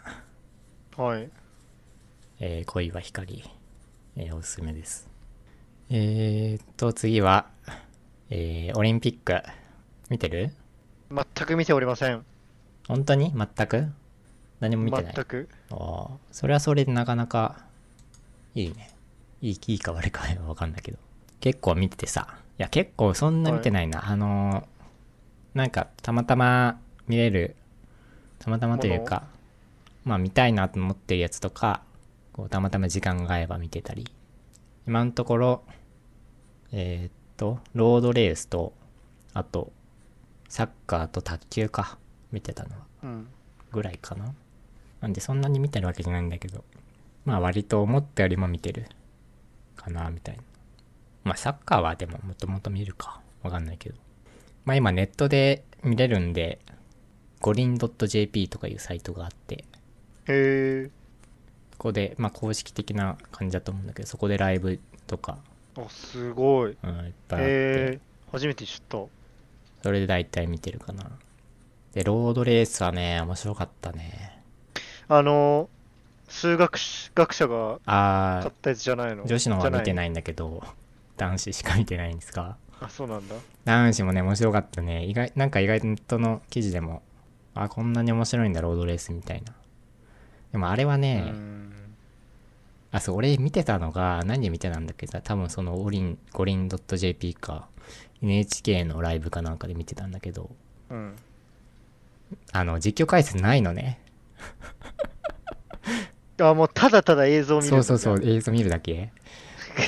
[SPEAKER 2] はい。
[SPEAKER 1] えー恋は光、えーおすすめです。えー、っと、次は、えーオリンピック、見てる
[SPEAKER 2] 全く見ておりません。
[SPEAKER 1] 本当に全く何も見てない。
[SPEAKER 2] 全く。
[SPEAKER 1] あーそれはそれでなかなか、いいね。いい、いいか悪いかはわかんないけど。結構見ててさ。いや、結構そんな見てないな。あのーなんか、たまたま見れる、たまたまというか、まあ見たいなと思ってるやつとか、こうたまたま時間が合えば見てたり。今のところ、えーっと、ロードレースと、あと、サッカーと卓球か。見てたのは。
[SPEAKER 2] うん。
[SPEAKER 1] ぐらいかななんでそんなに見てるわけじゃないんだけどまあ割と思ったよりも見てるかなみたいなまあサッカーはでももともと見るかわかんないけどまあ今ネットで見れるんで五輪 .jp とかいうサイトがあって
[SPEAKER 2] へえ。
[SPEAKER 1] ここでまあ公式的な感じだと思うんだけどそこでライブとか、
[SPEAKER 2] あ、すごい。へ
[SPEAKER 1] うん、いっぱいあって、
[SPEAKER 2] え。初めて知った。
[SPEAKER 1] それで大体見てるかなでロードレースはね面白かったね
[SPEAKER 2] あの、数学し学者が
[SPEAKER 1] ああ
[SPEAKER 2] 買ったやつじゃないの
[SPEAKER 1] 女子のは見て
[SPEAKER 2] い。
[SPEAKER 1] ないんだけど男子しか見てないんですが
[SPEAKER 2] あ、そうなんだ。
[SPEAKER 1] 男子もね面白かったね意外なんか意外とネットの記事でもあこんなに面白いんだロードレースみたいなでもあれは
[SPEAKER 2] う
[SPEAKER 1] ね、
[SPEAKER 2] ん。
[SPEAKER 1] あそう俺見てたのが何で見てたんだっけど多分そのオリン五輪 .jp か NHK のライブかなんかで見てたんだけど
[SPEAKER 2] うん。
[SPEAKER 1] あの実況解説ないのね
[SPEAKER 2] あ、もうただただ映像を見る
[SPEAKER 1] そうそうそう
[SPEAKER 2] う。
[SPEAKER 1] 映像見るだけ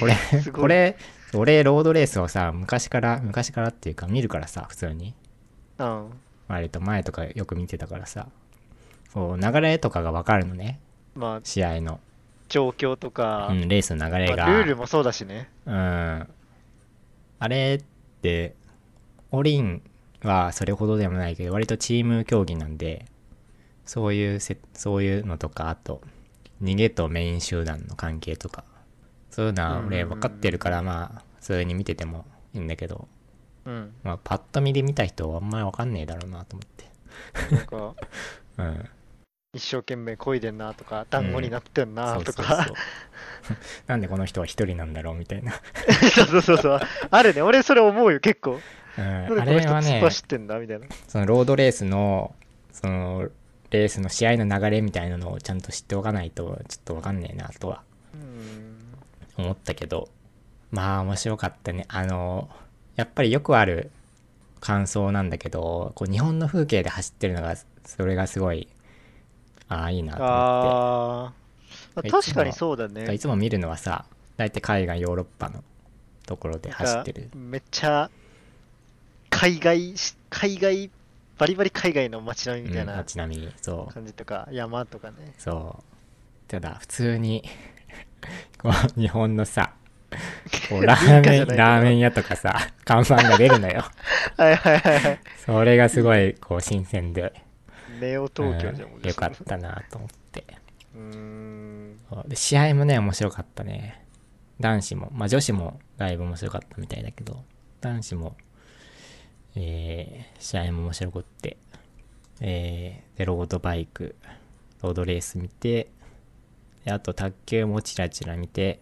[SPEAKER 1] これ
[SPEAKER 2] すごい
[SPEAKER 1] これ俺ロードレースをさ昔から昔からっていうか見るからさ普通に
[SPEAKER 2] うん。
[SPEAKER 1] 割と前とかよく見てたからさこう流れとかが分かるのね
[SPEAKER 2] まあ、
[SPEAKER 1] 試合の、
[SPEAKER 2] 状況とか、
[SPEAKER 1] うん、レースの流れ
[SPEAKER 2] ま
[SPEAKER 1] が、
[SPEAKER 2] あ、ルールもそうだしね。
[SPEAKER 1] うんあれってオリンはそれほどでもないけど割とチーム競技なんでそういうせそういうのとかあと逃げとメイン集団の関係とかそういうのは俺分かってるからまあ普通に見ててもいいんだけど、
[SPEAKER 2] うん。
[SPEAKER 1] まあ、パッと見で見た人はあんまり分かんねえだろうなと思って
[SPEAKER 2] なんか、
[SPEAKER 1] うん
[SPEAKER 2] 一生懸命漕いでんなとか、団子になってんなと
[SPEAKER 1] そうそう
[SPEAKER 2] か
[SPEAKER 1] そ。う なんでこの人は一人なんだろうみたいな、
[SPEAKER 2] そうそうそうそう。あるね。俺それ思うよ、結構。
[SPEAKER 1] うん
[SPEAKER 2] なんで
[SPEAKER 1] あ
[SPEAKER 2] この
[SPEAKER 1] れ
[SPEAKER 2] 人
[SPEAKER 1] は
[SPEAKER 2] 突っ
[SPEAKER 1] ね
[SPEAKER 2] 走ってんだみたいな。
[SPEAKER 1] そのロードレースのそのレースの試合の流れみたいなのをちゃんと知っておかないとちょっとわかんねえなとは
[SPEAKER 2] うん。
[SPEAKER 1] 思ったけどまあ面白かったねあのやっぱりよくある感想なんだけどこう日本の風景で走ってるのがそれがすごいああいいなと思って
[SPEAKER 2] あーまあ。
[SPEAKER 1] いつも
[SPEAKER 2] 確かにそうだ
[SPEAKER 1] だから
[SPEAKER 2] ね
[SPEAKER 1] い。つも見るのはさ大体海外ヨーロッパのところで走ってる
[SPEAKER 2] なんかめっちゃ、海外し、海外、バリバリ海外の街並みみたい
[SPEAKER 1] うん
[SPEAKER 2] な
[SPEAKER 1] 街並みそう
[SPEAKER 2] 感じとか、山とかね。
[SPEAKER 1] そう。ただ、普通に、 こう、日本のさ、 こう、ラーメン、ラーメン屋とかさ、看板が出るのよ。
[SPEAKER 2] はいはいはいはい。
[SPEAKER 1] それがすごい、こう、新鮮で。
[SPEAKER 2] ネオ東京じゃん、
[SPEAKER 1] う
[SPEAKER 2] も
[SPEAKER 1] ん
[SPEAKER 2] う
[SPEAKER 1] よかったなと思って。
[SPEAKER 2] うーん。
[SPEAKER 1] そうで試合もね、面白かったね。男子も、まあ女子もだいぶ面白かったみたいだけど、男子も、えー、試合も面白くって、えー、で、ロードバイク、ロードレース見て、であと卓球もちらちら見て、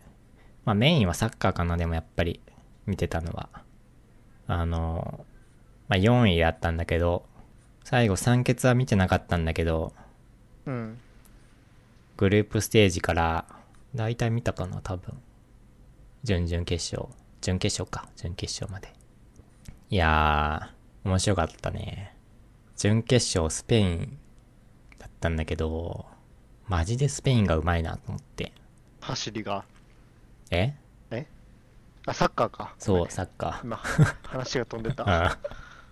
[SPEAKER 1] まあメインはサッカーかな、でもやっぱり見てたのは。あの、まあ4位だったんだけど、最後3決は見てなかったんだけど、
[SPEAKER 2] うん。
[SPEAKER 1] グループステージから、大体見たかな、多分。準々決勝。準決勝か。準決勝まで。いやー、面白かったね。準決勝スペインだったんだけど、マジでスペインがうまいなと思って。
[SPEAKER 2] 走りが。
[SPEAKER 1] え
[SPEAKER 2] えあ、サッカーか。
[SPEAKER 1] そう、サッカ
[SPEAKER 2] 今、話が飛んでた。
[SPEAKER 1] ー。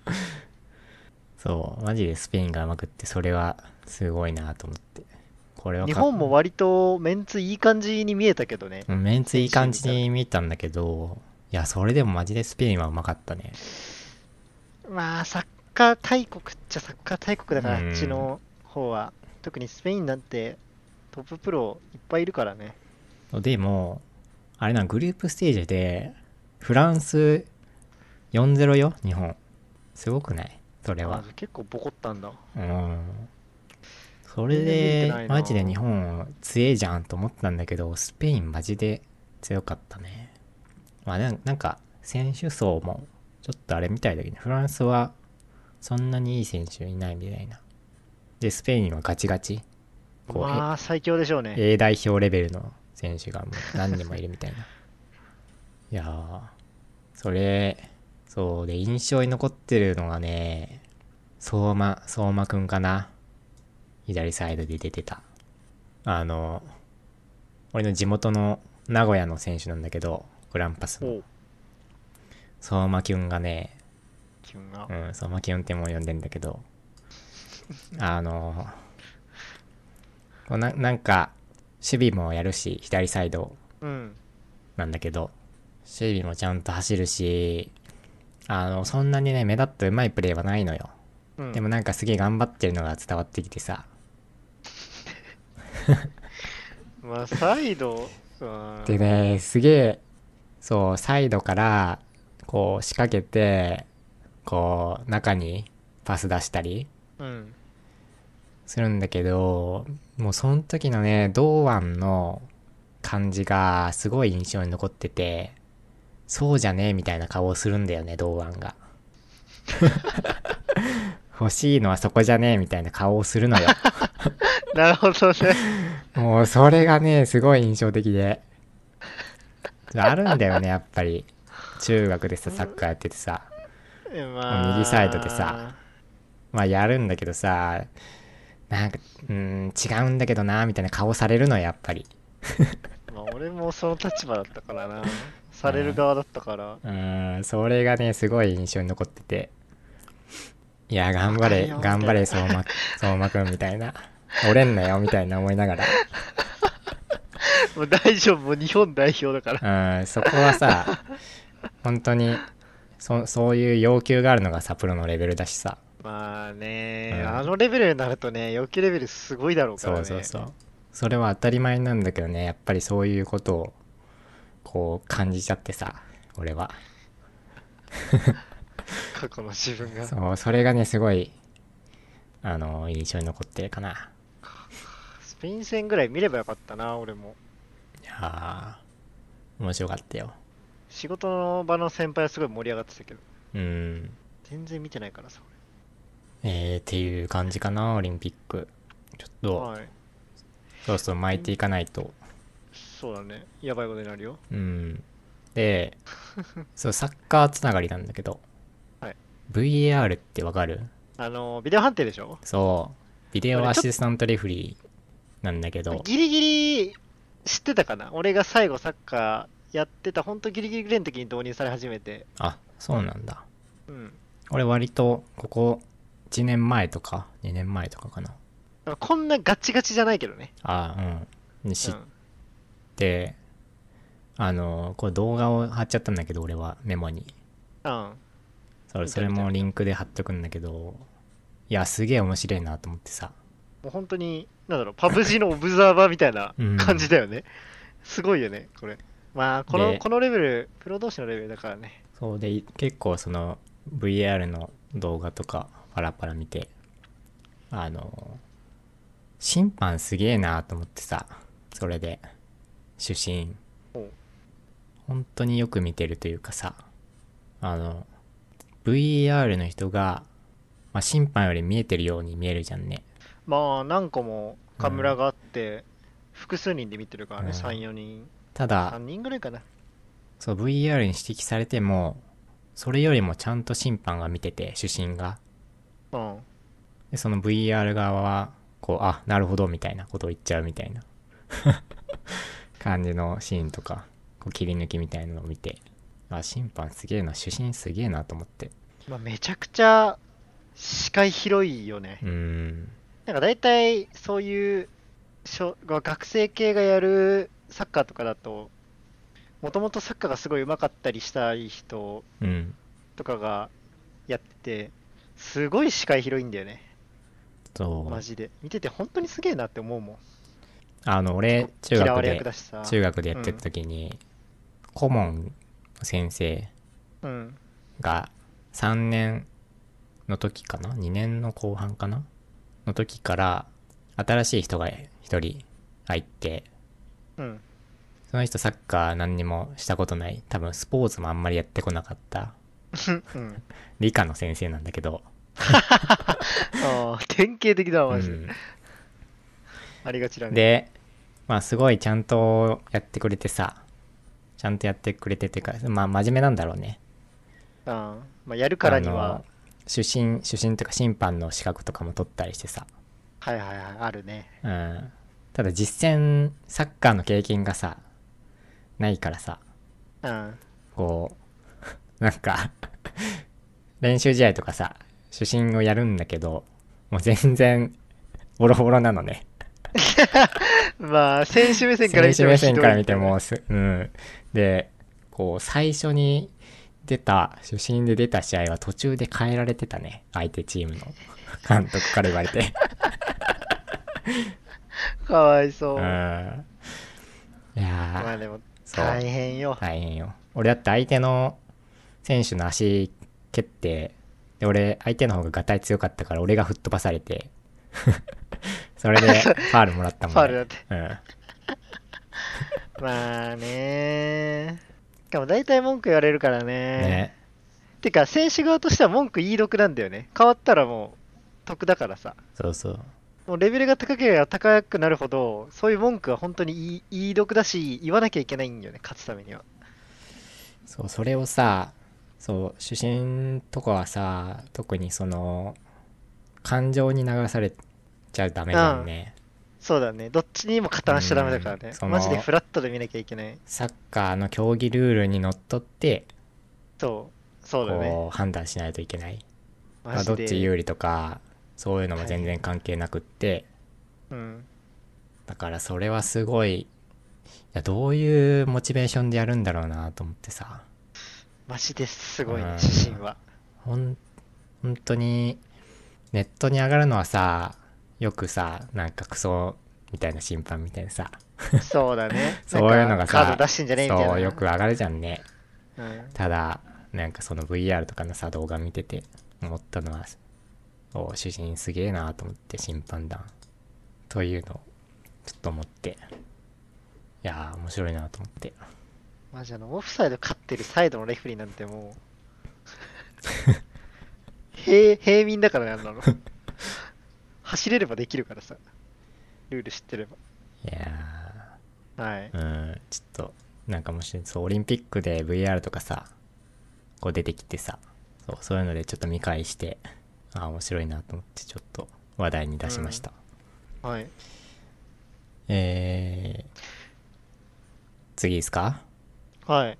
[SPEAKER 1] うんそう、マジでスペインがうまくって、それはすごいなと思って。これはか
[SPEAKER 2] 日本も割とメンツいい感じに見えたけどね。
[SPEAKER 1] うんメンツいい感じに見えたんだけど、いや、それでもマジでスペインはうまかったね。
[SPEAKER 2] まあ、サッカー大国っちゃサッカー大国だから、
[SPEAKER 1] うん
[SPEAKER 2] あっちの方は。特にスペインなんてトッププロいっぱいいるからね。
[SPEAKER 1] でも、あれな、グループステージで、フランス4-0よ、日本。すごくないそれ
[SPEAKER 2] あ
[SPEAKER 1] は。
[SPEAKER 2] 結構ボコったんだ。
[SPEAKER 1] うん。それ
[SPEAKER 2] 全然見れて
[SPEAKER 1] で
[SPEAKER 2] ない、な
[SPEAKER 1] マジで日本強えじゃんと思ったんだけど、スペインマジで強かったね。まあなんなんか、選手層も、ちょっとあれみたいだけど、フランスはそんなにいい選手いないみたいな。で、スペインはガチガチ。こうえ
[SPEAKER 2] まあ、最強でしょうね。
[SPEAKER 1] A 代表レベルの選手がもう何人もいるみたいな。 いやー、それ、そうで、印象に残ってるのがね、相馬、相馬くんかな。左サイドで出てた。あの、俺の地元の名古屋の選手なんだけど、グランパスの
[SPEAKER 2] おう、
[SPEAKER 1] 相馬くんがね、
[SPEAKER 2] キュンが
[SPEAKER 1] う。ん、そう、マキオンってもう呼んでんだけど、あの、こうななんか、守備もやるし、左サイド
[SPEAKER 2] うん。
[SPEAKER 1] なんだけど、守備もちゃんと走るし、あの、そんなにね、目立ったうまいプレーはないのよ。
[SPEAKER 2] うん、
[SPEAKER 1] でもなんかすげえ頑張ってるのが伝わってきてさ、
[SPEAKER 2] まあ、サイド、うん
[SPEAKER 1] でね、すげえ、そう、サイドから、こう、仕掛けて、こう、中にパス出したり、
[SPEAKER 2] うん。
[SPEAKER 1] するんだけどもうその時のね堂安の感じがすごい印象に残っててそうじゃねえみたいな顔をするんだよね堂安が 欲しいのはそこじゃねえみたいな顔をするのよ
[SPEAKER 2] なるほどね。
[SPEAKER 1] もうそれがねすごい印象的であるんだよねやっぱり中学でさサッカーやっててさ
[SPEAKER 2] えまあ、
[SPEAKER 1] 右サイドでさ。まあやるんだけどさなんかうーん違うんだけどなみたいな顔されるのよやっぱり
[SPEAKER 2] まあ、俺もその立場だったからな。される側だったから。
[SPEAKER 1] うーん、それがね、すごい印象に残ってて。いや、頑張れ、
[SPEAKER 2] わかるよ
[SPEAKER 1] 頑張れ、相馬、相馬くんみたいな。折れんなよ、みたいな思いなが
[SPEAKER 2] もう大丈夫、もう日本代表だから。
[SPEAKER 1] ら。うん、そこはさ、本当に、そ、そういう要求があるのがサプロのレベルだしさ。
[SPEAKER 2] まあね、
[SPEAKER 1] うん
[SPEAKER 2] あのレベルになるとね、要求レベルすごいだろうか
[SPEAKER 1] そ
[SPEAKER 2] ら
[SPEAKER 1] う
[SPEAKER 2] ね。
[SPEAKER 1] そうそう。それは当たり前なんだけどね、やっぱりそういうことを、こう、感じちゃってさ、俺は。
[SPEAKER 2] 過去の自分が。
[SPEAKER 1] そう、それがね、すごい、あの、印象に残ってるかな。
[SPEAKER 2] スペイン戦ぐらい見ればよかったな、俺も。
[SPEAKER 1] いやー、面白かったよ。
[SPEAKER 2] 仕事の場の先輩はすごい盛り上がってたけど、
[SPEAKER 1] うん。
[SPEAKER 2] 全然見てないからさ、
[SPEAKER 1] えー、っていう感じかな、オリンピック。ちょっ
[SPEAKER 2] 俺。
[SPEAKER 1] と、
[SPEAKER 2] はい。
[SPEAKER 1] そろそろ巻いていかないと。
[SPEAKER 2] そうだね。やばいことになるよ。
[SPEAKER 1] うん。 で、そう、サッカーつながりなんだけど、
[SPEAKER 2] はい、
[SPEAKER 1] VAR ってわかる
[SPEAKER 2] あの、ビデオ判定でしょ
[SPEAKER 1] そう、ビデオアシスタントレフリーなんだけど、
[SPEAKER 2] ギリギリ知ってたかな俺が最後サッカーやってた、ほんとギリギリぐらいの時に導入され始めて。
[SPEAKER 1] あ、そうなんだ。
[SPEAKER 2] うん。
[SPEAKER 1] 俺割と、ここ、1年前とか、2年前とかかな。
[SPEAKER 2] だからこんなガチガチじゃないけどね。
[SPEAKER 1] あうん。に知っ
[SPEAKER 2] うん
[SPEAKER 1] て、あの、これ動画を貼っちゃったんだけど、俺はメモに。
[SPEAKER 2] うん。
[SPEAKER 1] それ
[SPEAKER 2] 見た
[SPEAKER 1] それ
[SPEAKER 2] 見た
[SPEAKER 1] もリンクで貼っとくんだけどいやすげえ面白いなと思ってさ
[SPEAKER 2] もう本当に、なんだろう、パブ G のオブザーバーみたい な
[SPEAKER 1] うん
[SPEAKER 2] 感じだよね。すごいよね、これ。まあ、この、
[SPEAKER 1] で
[SPEAKER 2] このレベル、プロ同士のレベルだからね。
[SPEAKER 1] そうでい結構その VR の動画とかパラパラ見てあの審判すげえなと思ってさそれで主審
[SPEAKER 2] おう
[SPEAKER 1] 本当によく見てるというかさあの VR の人が、まあ、審判より見えてるように見えるじゃんね
[SPEAKER 2] まあ、何個もカムラがあって、複数人で見てるからね、
[SPEAKER 1] うん
[SPEAKER 2] 3、4人、
[SPEAKER 1] た
[SPEAKER 2] 3
[SPEAKER 1] だ
[SPEAKER 2] 人ぐらいかな。
[SPEAKER 1] そう VR に指摘されてもそれよりもちゃんと審判が見てて主審が
[SPEAKER 2] うん。
[SPEAKER 1] でその VR 側はこうあなるほどみたいなことを言っちゃうみたいな 感じのシーンとかこう切り抜きみたいなのを見てあ審判すげえな主審すげえなと思って
[SPEAKER 2] まあ、めちゃくちゃ視界広いよね
[SPEAKER 1] う。ーん
[SPEAKER 2] なんか大体そういう小学生系がやるサッカーとかだと、もともとサッカーがすごい上手かったりしたい人
[SPEAKER 1] うん
[SPEAKER 2] とかがやってて、すごい視界広いんだよね、
[SPEAKER 1] そ
[SPEAKER 2] マ
[SPEAKER 1] う
[SPEAKER 2] ジで。見てて本当にすげえなって思うもん。
[SPEAKER 1] あの俺中
[SPEAKER 2] 嫌
[SPEAKER 1] 学
[SPEAKER 2] われ役
[SPEAKER 1] で
[SPEAKER 2] だしさ。
[SPEAKER 1] 中学でやってた時に、顧問先生
[SPEAKER 2] うん。
[SPEAKER 1] が3年の時かな2年の後半かなの時から新しい人が1人入って
[SPEAKER 2] うん。
[SPEAKER 1] その人サッカー何にもしたことない多分スポーツもあんまりやってこなかった
[SPEAKER 2] うん。
[SPEAKER 1] 理科の先生なんだけど、
[SPEAKER 2] ああ、典型的だわ、マジ
[SPEAKER 1] う
[SPEAKER 2] で。
[SPEAKER 1] ん
[SPEAKER 2] ありがちだね。
[SPEAKER 1] でまあすごいちゃんとやってくれてさちゃんとやってくれてっていうかまあ真面目なんだろうね
[SPEAKER 2] ああまあ、やるからに
[SPEAKER 1] あ
[SPEAKER 2] は
[SPEAKER 1] の、主審主審とか審判の資格とかも取ったりしてさ、
[SPEAKER 2] はいはいはい、あるね。
[SPEAKER 1] うん、ただ実践サッカーの経験がさないからさ
[SPEAKER 2] うん。
[SPEAKER 1] こう、 なんか、練習試合とかさ、主審をやるんだけど、もう全然、ボロボロなのね。
[SPEAKER 2] まあ、選手目線から
[SPEAKER 1] 選
[SPEAKER 2] 見て
[SPEAKER 1] 手
[SPEAKER 2] も
[SPEAKER 1] 目
[SPEAKER 2] ひどい
[SPEAKER 1] 線から見ても、すうん。で、こう、最初に出た、主審で出た試合は途中で変えられてたね。相手チームの監督から言われ て。
[SPEAKER 2] かわいそう
[SPEAKER 1] ん。
[SPEAKER 2] う。
[SPEAKER 1] いや
[SPEAKER 2] ま
[SPEAKER 1] ー
[SPEAKER 2] あ、でも、
[SPEAKER 1] そう。
[SPEAKER 2] 大変よ。
[SPEAKER 1] 大変よ俺だって相手の選手の足蹴ってで俺相手の方がガタイ強かったから俺が吹っ飛ばされて それでファールもらったもん、
[SPEAKER 2] ファールだって。
[SPEAKER 1] うん
[SPEAKER 2] まあねしかも大体文句言われるからね。
[SPEAKER 1] ね
[SPEAKER 2] てか、選手側としては文句言い得なんだよね。変わったらもう、得だからさ。
[SPEAKER 1] そうそう
[SPEAKER 2] もうレベルが高ければ高くなるほど、そういう文句は本当に言い言い得だし、言わなきゃいけないんだよね、勝つためには。
[SPEAKER 1] そうそれをさそう主審とかはさ特にその感情に流されちゃダメだよね、
[SPEAKER 2] そうだね。どっちにも加担しちゃダメだから
[SPEAKER 1] うん
[SPEAKER 2] ね。
[SPEAKER 1] その
[SPEAKER 2] マジでフラットで見なきゃいけない。
[SPEAKER 1] サッカーの競技ルールにのっとって
[SPEAKER 2] そう。そうだね。
[SPEAKER 1] こう判断しないといけないま
[SPEAKER 2] マ
[SPEAKER 1] あ、ど
[SPEAKER 2] ジ
[SPEAKER 1] っち
[SPEAKER 2] で。
[SPEAKER 1] 有利とかそういうのも全然関係なくって、
[SPEAKER 2] うん。
[SPEAKER 1] だからそれはすごいいやどういうモチベーションでやるんだろうなと思ってさ
[SPEAKER 2] マジですごいうね、
[SPEAKER 1] ん
[SPEAKER 2] 自信は。
[SPEAKER 1] ほん本当にネットに上がるのはさよくさなんかクソみたいな審判みたいなさ
[SPEAKER 2] そうだね。
[SPEAKER 1] そういうのがさ
[SPEAKER 2] なんかカード出してんじゃねえみたいな。
[SPEAKER 1] そうよく上がるじゃんね
[SPEAKER 2] うん
[SPEAKER 1] ただなんかその VR とかのさ動画見てて思ったのはお主人すげえなと思って審判団というのをちょっと思っていやー面白いなと思って
[SPEAKER 2] マジあの、オフサイド勝ってるサイドのレフェリーなんてもう、 平、平民だからね、あんなの。走れればできるからさ。ルール知ってれ
[SPEAKER 1] いや
[SPEAKER 2] ば。はい
[SPEAKER 1] ー。うんちょっとなんかもしそうオリンピックで VR とかさこう出てきてさそうそういうのでちょっと見返してあー面白いなと思ってちょっと話題に出しました、
[SPEAKER 2] はい。
[SPEAKER 1] えー、次ですか
[SPEAKER 2] はい。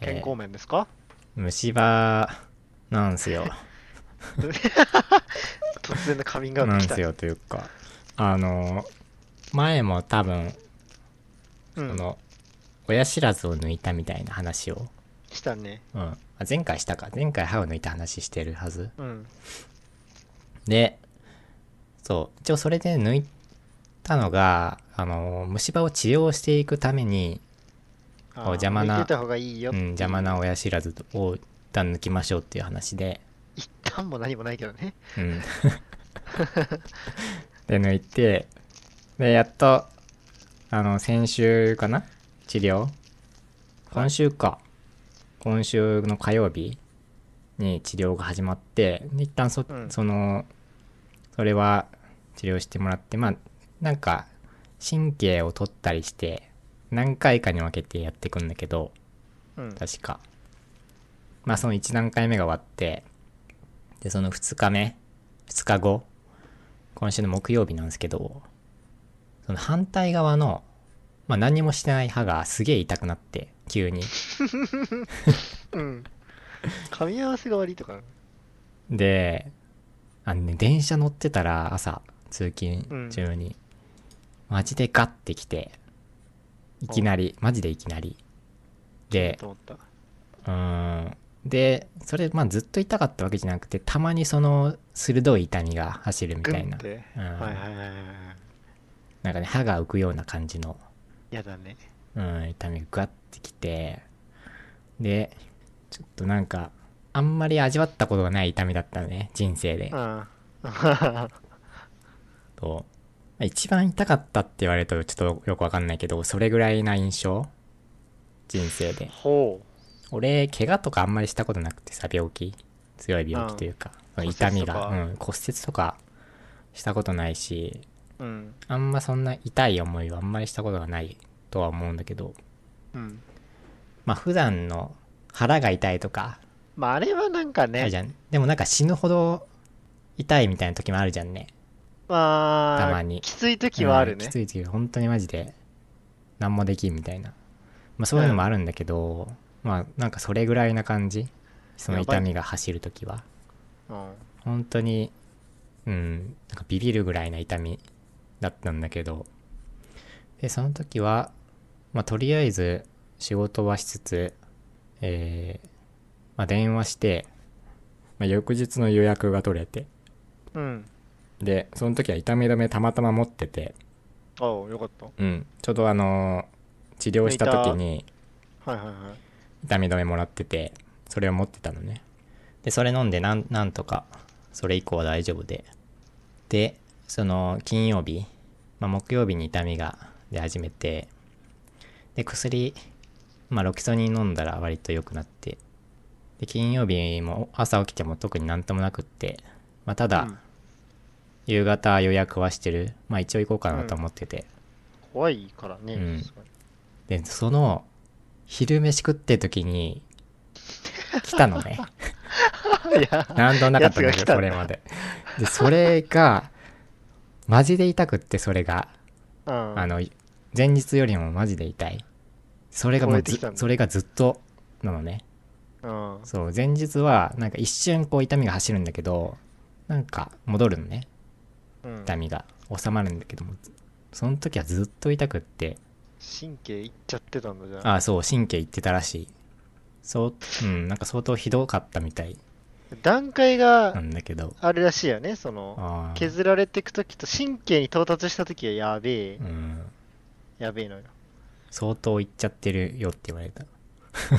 [SPEAKER 1] えー
[SPEAKER 2] 健康面ですか、
[SPEAKER 1] 虫歯なんすよ
[SPEAKER 2] 突然のカミングアウ
[SPEAKER 1] な
[SPEAKER 2] ト
[SPEAKER 1] ん
[SPEAKER 2] 来た。
[SPEAKER 1] すよというかあの前も多分
[SPEAKER 2] う
[SPEAKER 1] こ
[SPEAKER 2] ん。
[SPEAKER 1] の親知らずを抜いたみたいな話を、
[SPEAKER 2] したね。
[SPEAKER 1] うん、あ前回したか前回歯を抜いた話してるはず
[SPEAKER 2] うん。
[SPEAKER 1] でそう、一応それで抜いたのが、あの、虫歯を治療していくために、
[SPEAKER 2] あー
[SPEAKER 1] 邪魔な
[SPEAKER 2] 抜いてた方がいいよ
[SPEAKER 1] う
[SPEAKER 2] って
[SPEAKER 1] ん
[SPEAKER 2] いう、
[SPEAKER 1] 邪魔な親知らずを一旦抜きましょうっていう話で、
[SPEAKER 2] 一旦も何もないけどね
[SPEAKER 1] うん。で、抜いて、で、やっと、あの、先週かな治療今週か。今週の火曜日に治療が始まって、で一旦そ、
[SPEAKER 2] うん
[SPEAKER 1] その、それは治療してもらって、まあ、なんか、神経を取ったりして、何回かに分けてやっていくんだけど、
[SPEAKER 2] うん
[SPEAKER 1] 確か。まあその1段階目が終わって、で、その2日目、2日後、今週の木曜日なんですけど、その反対側の、まあ何にもしてない歯がすげえ痛くなって、急に。
[SPEAKER 2] うん噛み合わせが悪いとか
[SPEAKER 1] で、あのね、電車乗ってたら朝、通
[SPEAKER 2] う
[SPEAKER 1] 勤
[SPEAKER 2] ん
[SPEAKER 1] 中に、マジでガッてきて、いきなり、マジでいきなり。で、
[SPEAKER 2] と思った
[SPEAKER 1] うーんでそれまあずっと痛かったわけじゃなくてたまにその鋭い痛みが走るみ
[SPEAKER 2] グ
[SPEAKER 1] たい
[SPEAKER 2] ン
[SPEAKER 1] な
[SPEAKER 2] っ、て、
[SPEAKER 1] うん
[SPEAKER 2] はいはいはいはいはい
[SPEAKER 1] なんかね歯が浮くような感じの、
[SPEAKER 2] やだね
[SPEAKER 1] うん、痛みがグワッてきてでちょっとなんかあんまり味わったことがない痛みだったのね人生で
[SPEAKER 2] ああ
[SPEAKER 1] と一番痛かったって言われるとちょっとよくわかんないけどそれぐらいな印象人生で
[SPEAKER 2] ほ
[SPEAKER 1] 俺怪我とかあんまりしたことなくてさ病気強い病気というか、
[SPEAKER 2] うん
[SPEAKER 1] その痛み
[SPEAKER 2] 骨
[SPEAKER 1] が
[SPEAKER 2] 折とか
[SPEAKER 1] うん、骨折とかしたことないし
[SPEAKER 2] ううん
[SPEAKER 1] あんまそんな痛い思いはあんまりしたことがないとは思うんだけど
[SPEAKER 2] うん
[SPEAKER 1] まあ普段の腹が痛いとか
[SPEAKER 2] まああれはなんか
[SPEAKER 1] ある
[SPEAKER 2] ね
[SPEAKER 1] じゃんでもなんか死ぬほど痛いみたいな時もあるじゃんね
[SPEAKER 2] まあ
[SPEAKER 1] たまに
[SPEAKER 2] きつい時はあ
[SPEAKER 1] う
[SPEAKER 2] る
[SPEAKER 1] ん
[SPEAKER 2] ね
[SPEAKER 1] きつい時は本当にマジで何もできんみたいな、まあ、そういうのもあるんだけど、まあなんかそれぐらいな感じその
[SPEAKER 2] やばい
[SPEAKER 1] 痛みが走る時は
[SPEAKER 2] うん
[SPEAKER 1] 本当にうんなんかビビるぐらいな痛みだったんだけどでその時はまあとりあえず仕事はしつつえーまあ電話して、まあ、翌日の予約が取れて
[SPEAKER 2] うん
[SPEAKER 1] でその時は痛み止めたまたま持ってて
[SPEAKER 2] ああよかった
[SPEAKER 1] うんちょうどあのー治療した時に
[SPEAKER 2] はいはいはい
[SPEAKER 1] 痛み止めもらっててそれを持ってたのねでそれ飲んでなんなんとかそれ以降は大丈夫ででその金曜日、まあ、木曜日に痛みが出始めてで薬、まあ、ロキソニン飲んだら割と良くなってで金曜日も朝起きても特になんともなくって、まあ、ただ
[SPEAKER 2] うん
[SPEAKER 1] 夕方予約はしてる、まあ一応行こうかなと思ってて、
[SPEAKER 2] 怖いからね、
[SPEAKER 1] うん
[SPEAKER 2] すごい
[SPEAKER 1] でその昼飯食ってる時に来たの ね
[SPEAKER 2] いや
[SPEAKER 1] 何度もなかったんだ
[SPEAKER 2] やつが
[SPEAKER 1] け
[SPEAKER 2] 来た
[SPEAKER 1] ど
[SPEAKER 2] んだ
[SPEAKER 1] これまででそれがマジで痛くってそれが、
[SPEAKER 2] うん
[SPEAKER 1] あの前日よりもマジで痛いそれがも
[SPEAKER 2] 超
[SPEAKER 1] う
[SPEAKER 2] えてき
[SPEAKER 1] ず
[SPEAKER 2] たんだ
[SPEAKER 1] それがずっとなのね
[SPEAKER 2] うん
[SPEAKER 1] そう前日はなんか一瞬こう痛みが走るんだけどなんか戻るのね
[SPEAKER 2] うん
[SPEAKER 1] 痛みが収まるんだけどもその時はずっと痛くって
[SPEAKER 2] 神経いっちゃってたんだじゃん
[SPEAKER 1] あそう神経いってたらしいそううんなんか相当ひどかったみたい
[SPEAKER 2] 段階
[SPEAKER 1] な
[SPEAKER 2] が
[SPEAKER 1] んだけど
[SPEAKER 2] あるらしいよねその
[SPEAKER 1] あー
[SPEAKER 2] 削られていく時と神経に到達した時はやべえ、
[SPEAKER 1] うん
[SPEAKER 2] やべえのよ
[SPEAKER 1] 相当いっちゃってるよって言われた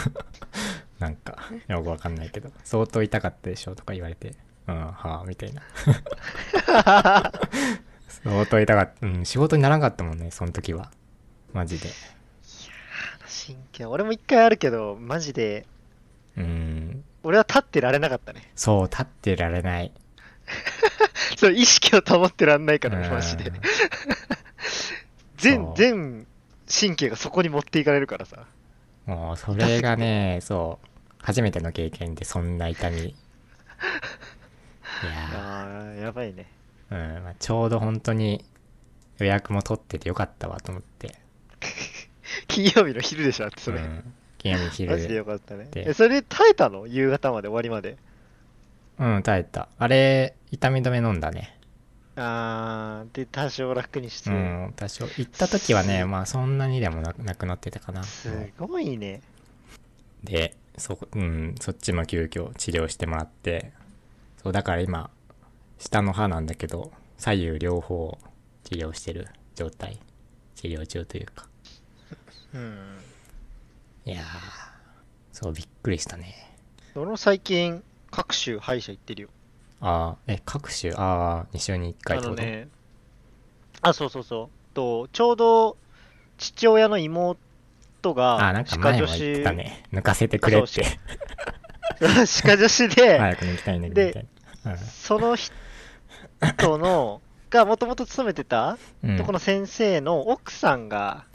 [SPEAKER 1] なんかよくわかんないけど相当痛かったでしょとか言われてうんはあみた いな相当痛かった、うん、仕事にならんかったもんねその時はマジで
[SPEAKER 2] 神経俺も一回あるけどマジで
[SPEAKER 1] うん
[SPEAKER 2] 俺は立ってられなかったね
[SPEAKER 1] そう立ってられない
[SPEAKER 2] そう意識を保ってらんないから
[SPEAKER 1] うん
[SPEAKER 2] マジで全全神経がそこに持っていかれるからさ
[SPEAKER 1] もうそれがねそう初めての経験でそんな痛みいや
[SPEAKER 2] あーやばいね
[SPEAKER 1] ー、うんまあ、ちょうど本当に予約も取っててよかったわと思って
[SPEAKER 2] 金曜日の昼でしょだってそれ、
[SPEAKER 1] うん、金曜日
[SPEAKER 2] マジでよ
[SPEAKER 1] 昼
[SPEAKER 2] かったね
[SPEAKER 1] で
[SPEAKER 2] えそれ耐えたの夕方まで終わりまで
[SPEAKER 1] うん耐えたあれ痛み止め飲んだね
[SPEAKER 2] あーで多少楽にして、
[SPEAKER 1] うん多少行った時はねまあそんなにでもなくなくなってたかな
[SPEAKER 2] すごいね
[SPEAKER 1] でそ,、うん、そっちも急遽治療してもらってそうだから今下の歯なんだけど左右両方治療してる状態治療中というか
[SPEAKER 2] うん。
[SPEAKER 1] いやーそうびっくりしたね
[SPEAKER 2] 俺も最近、各種歯医者行ってるよ。
[SPEAKER 1] ああえ各種ああ2週に1回
[SPEAKER 2] あ
[SPEAKER 1] って
[SPEAKER 2] の
[SPEAKER 1] こと、
[SPEAKER 2] ね、あ、そうそうそう。と、ちょうど、父親の妹
[SPEAKER 1] ああ
[SPEAKER 2] が
[SPEAKER 1] なん、か
[SPEAKER 2] 歯科
[SPEAKER 1] 前
[SPEAKER 2] 助
[SPEAKER 1] も言って
[SPEAKER 2] 手、
[SPEAKER 1] たね抜かせてくれ
[SPEAKER 2] あ
[SPEAKER 1] っ
[SPEAKER 2] そう
[SPEAKER 1] て
[SPEAKER 2] 歯科助手で、
[SPEAKER 1] 早く抜きたいんだけどみたいな
[SPEAKER 2] その人の、がもともと勤めてた、
[SPEAKER 1] うん、うん
[SPEAKER 2] とこの先生の奥さんが、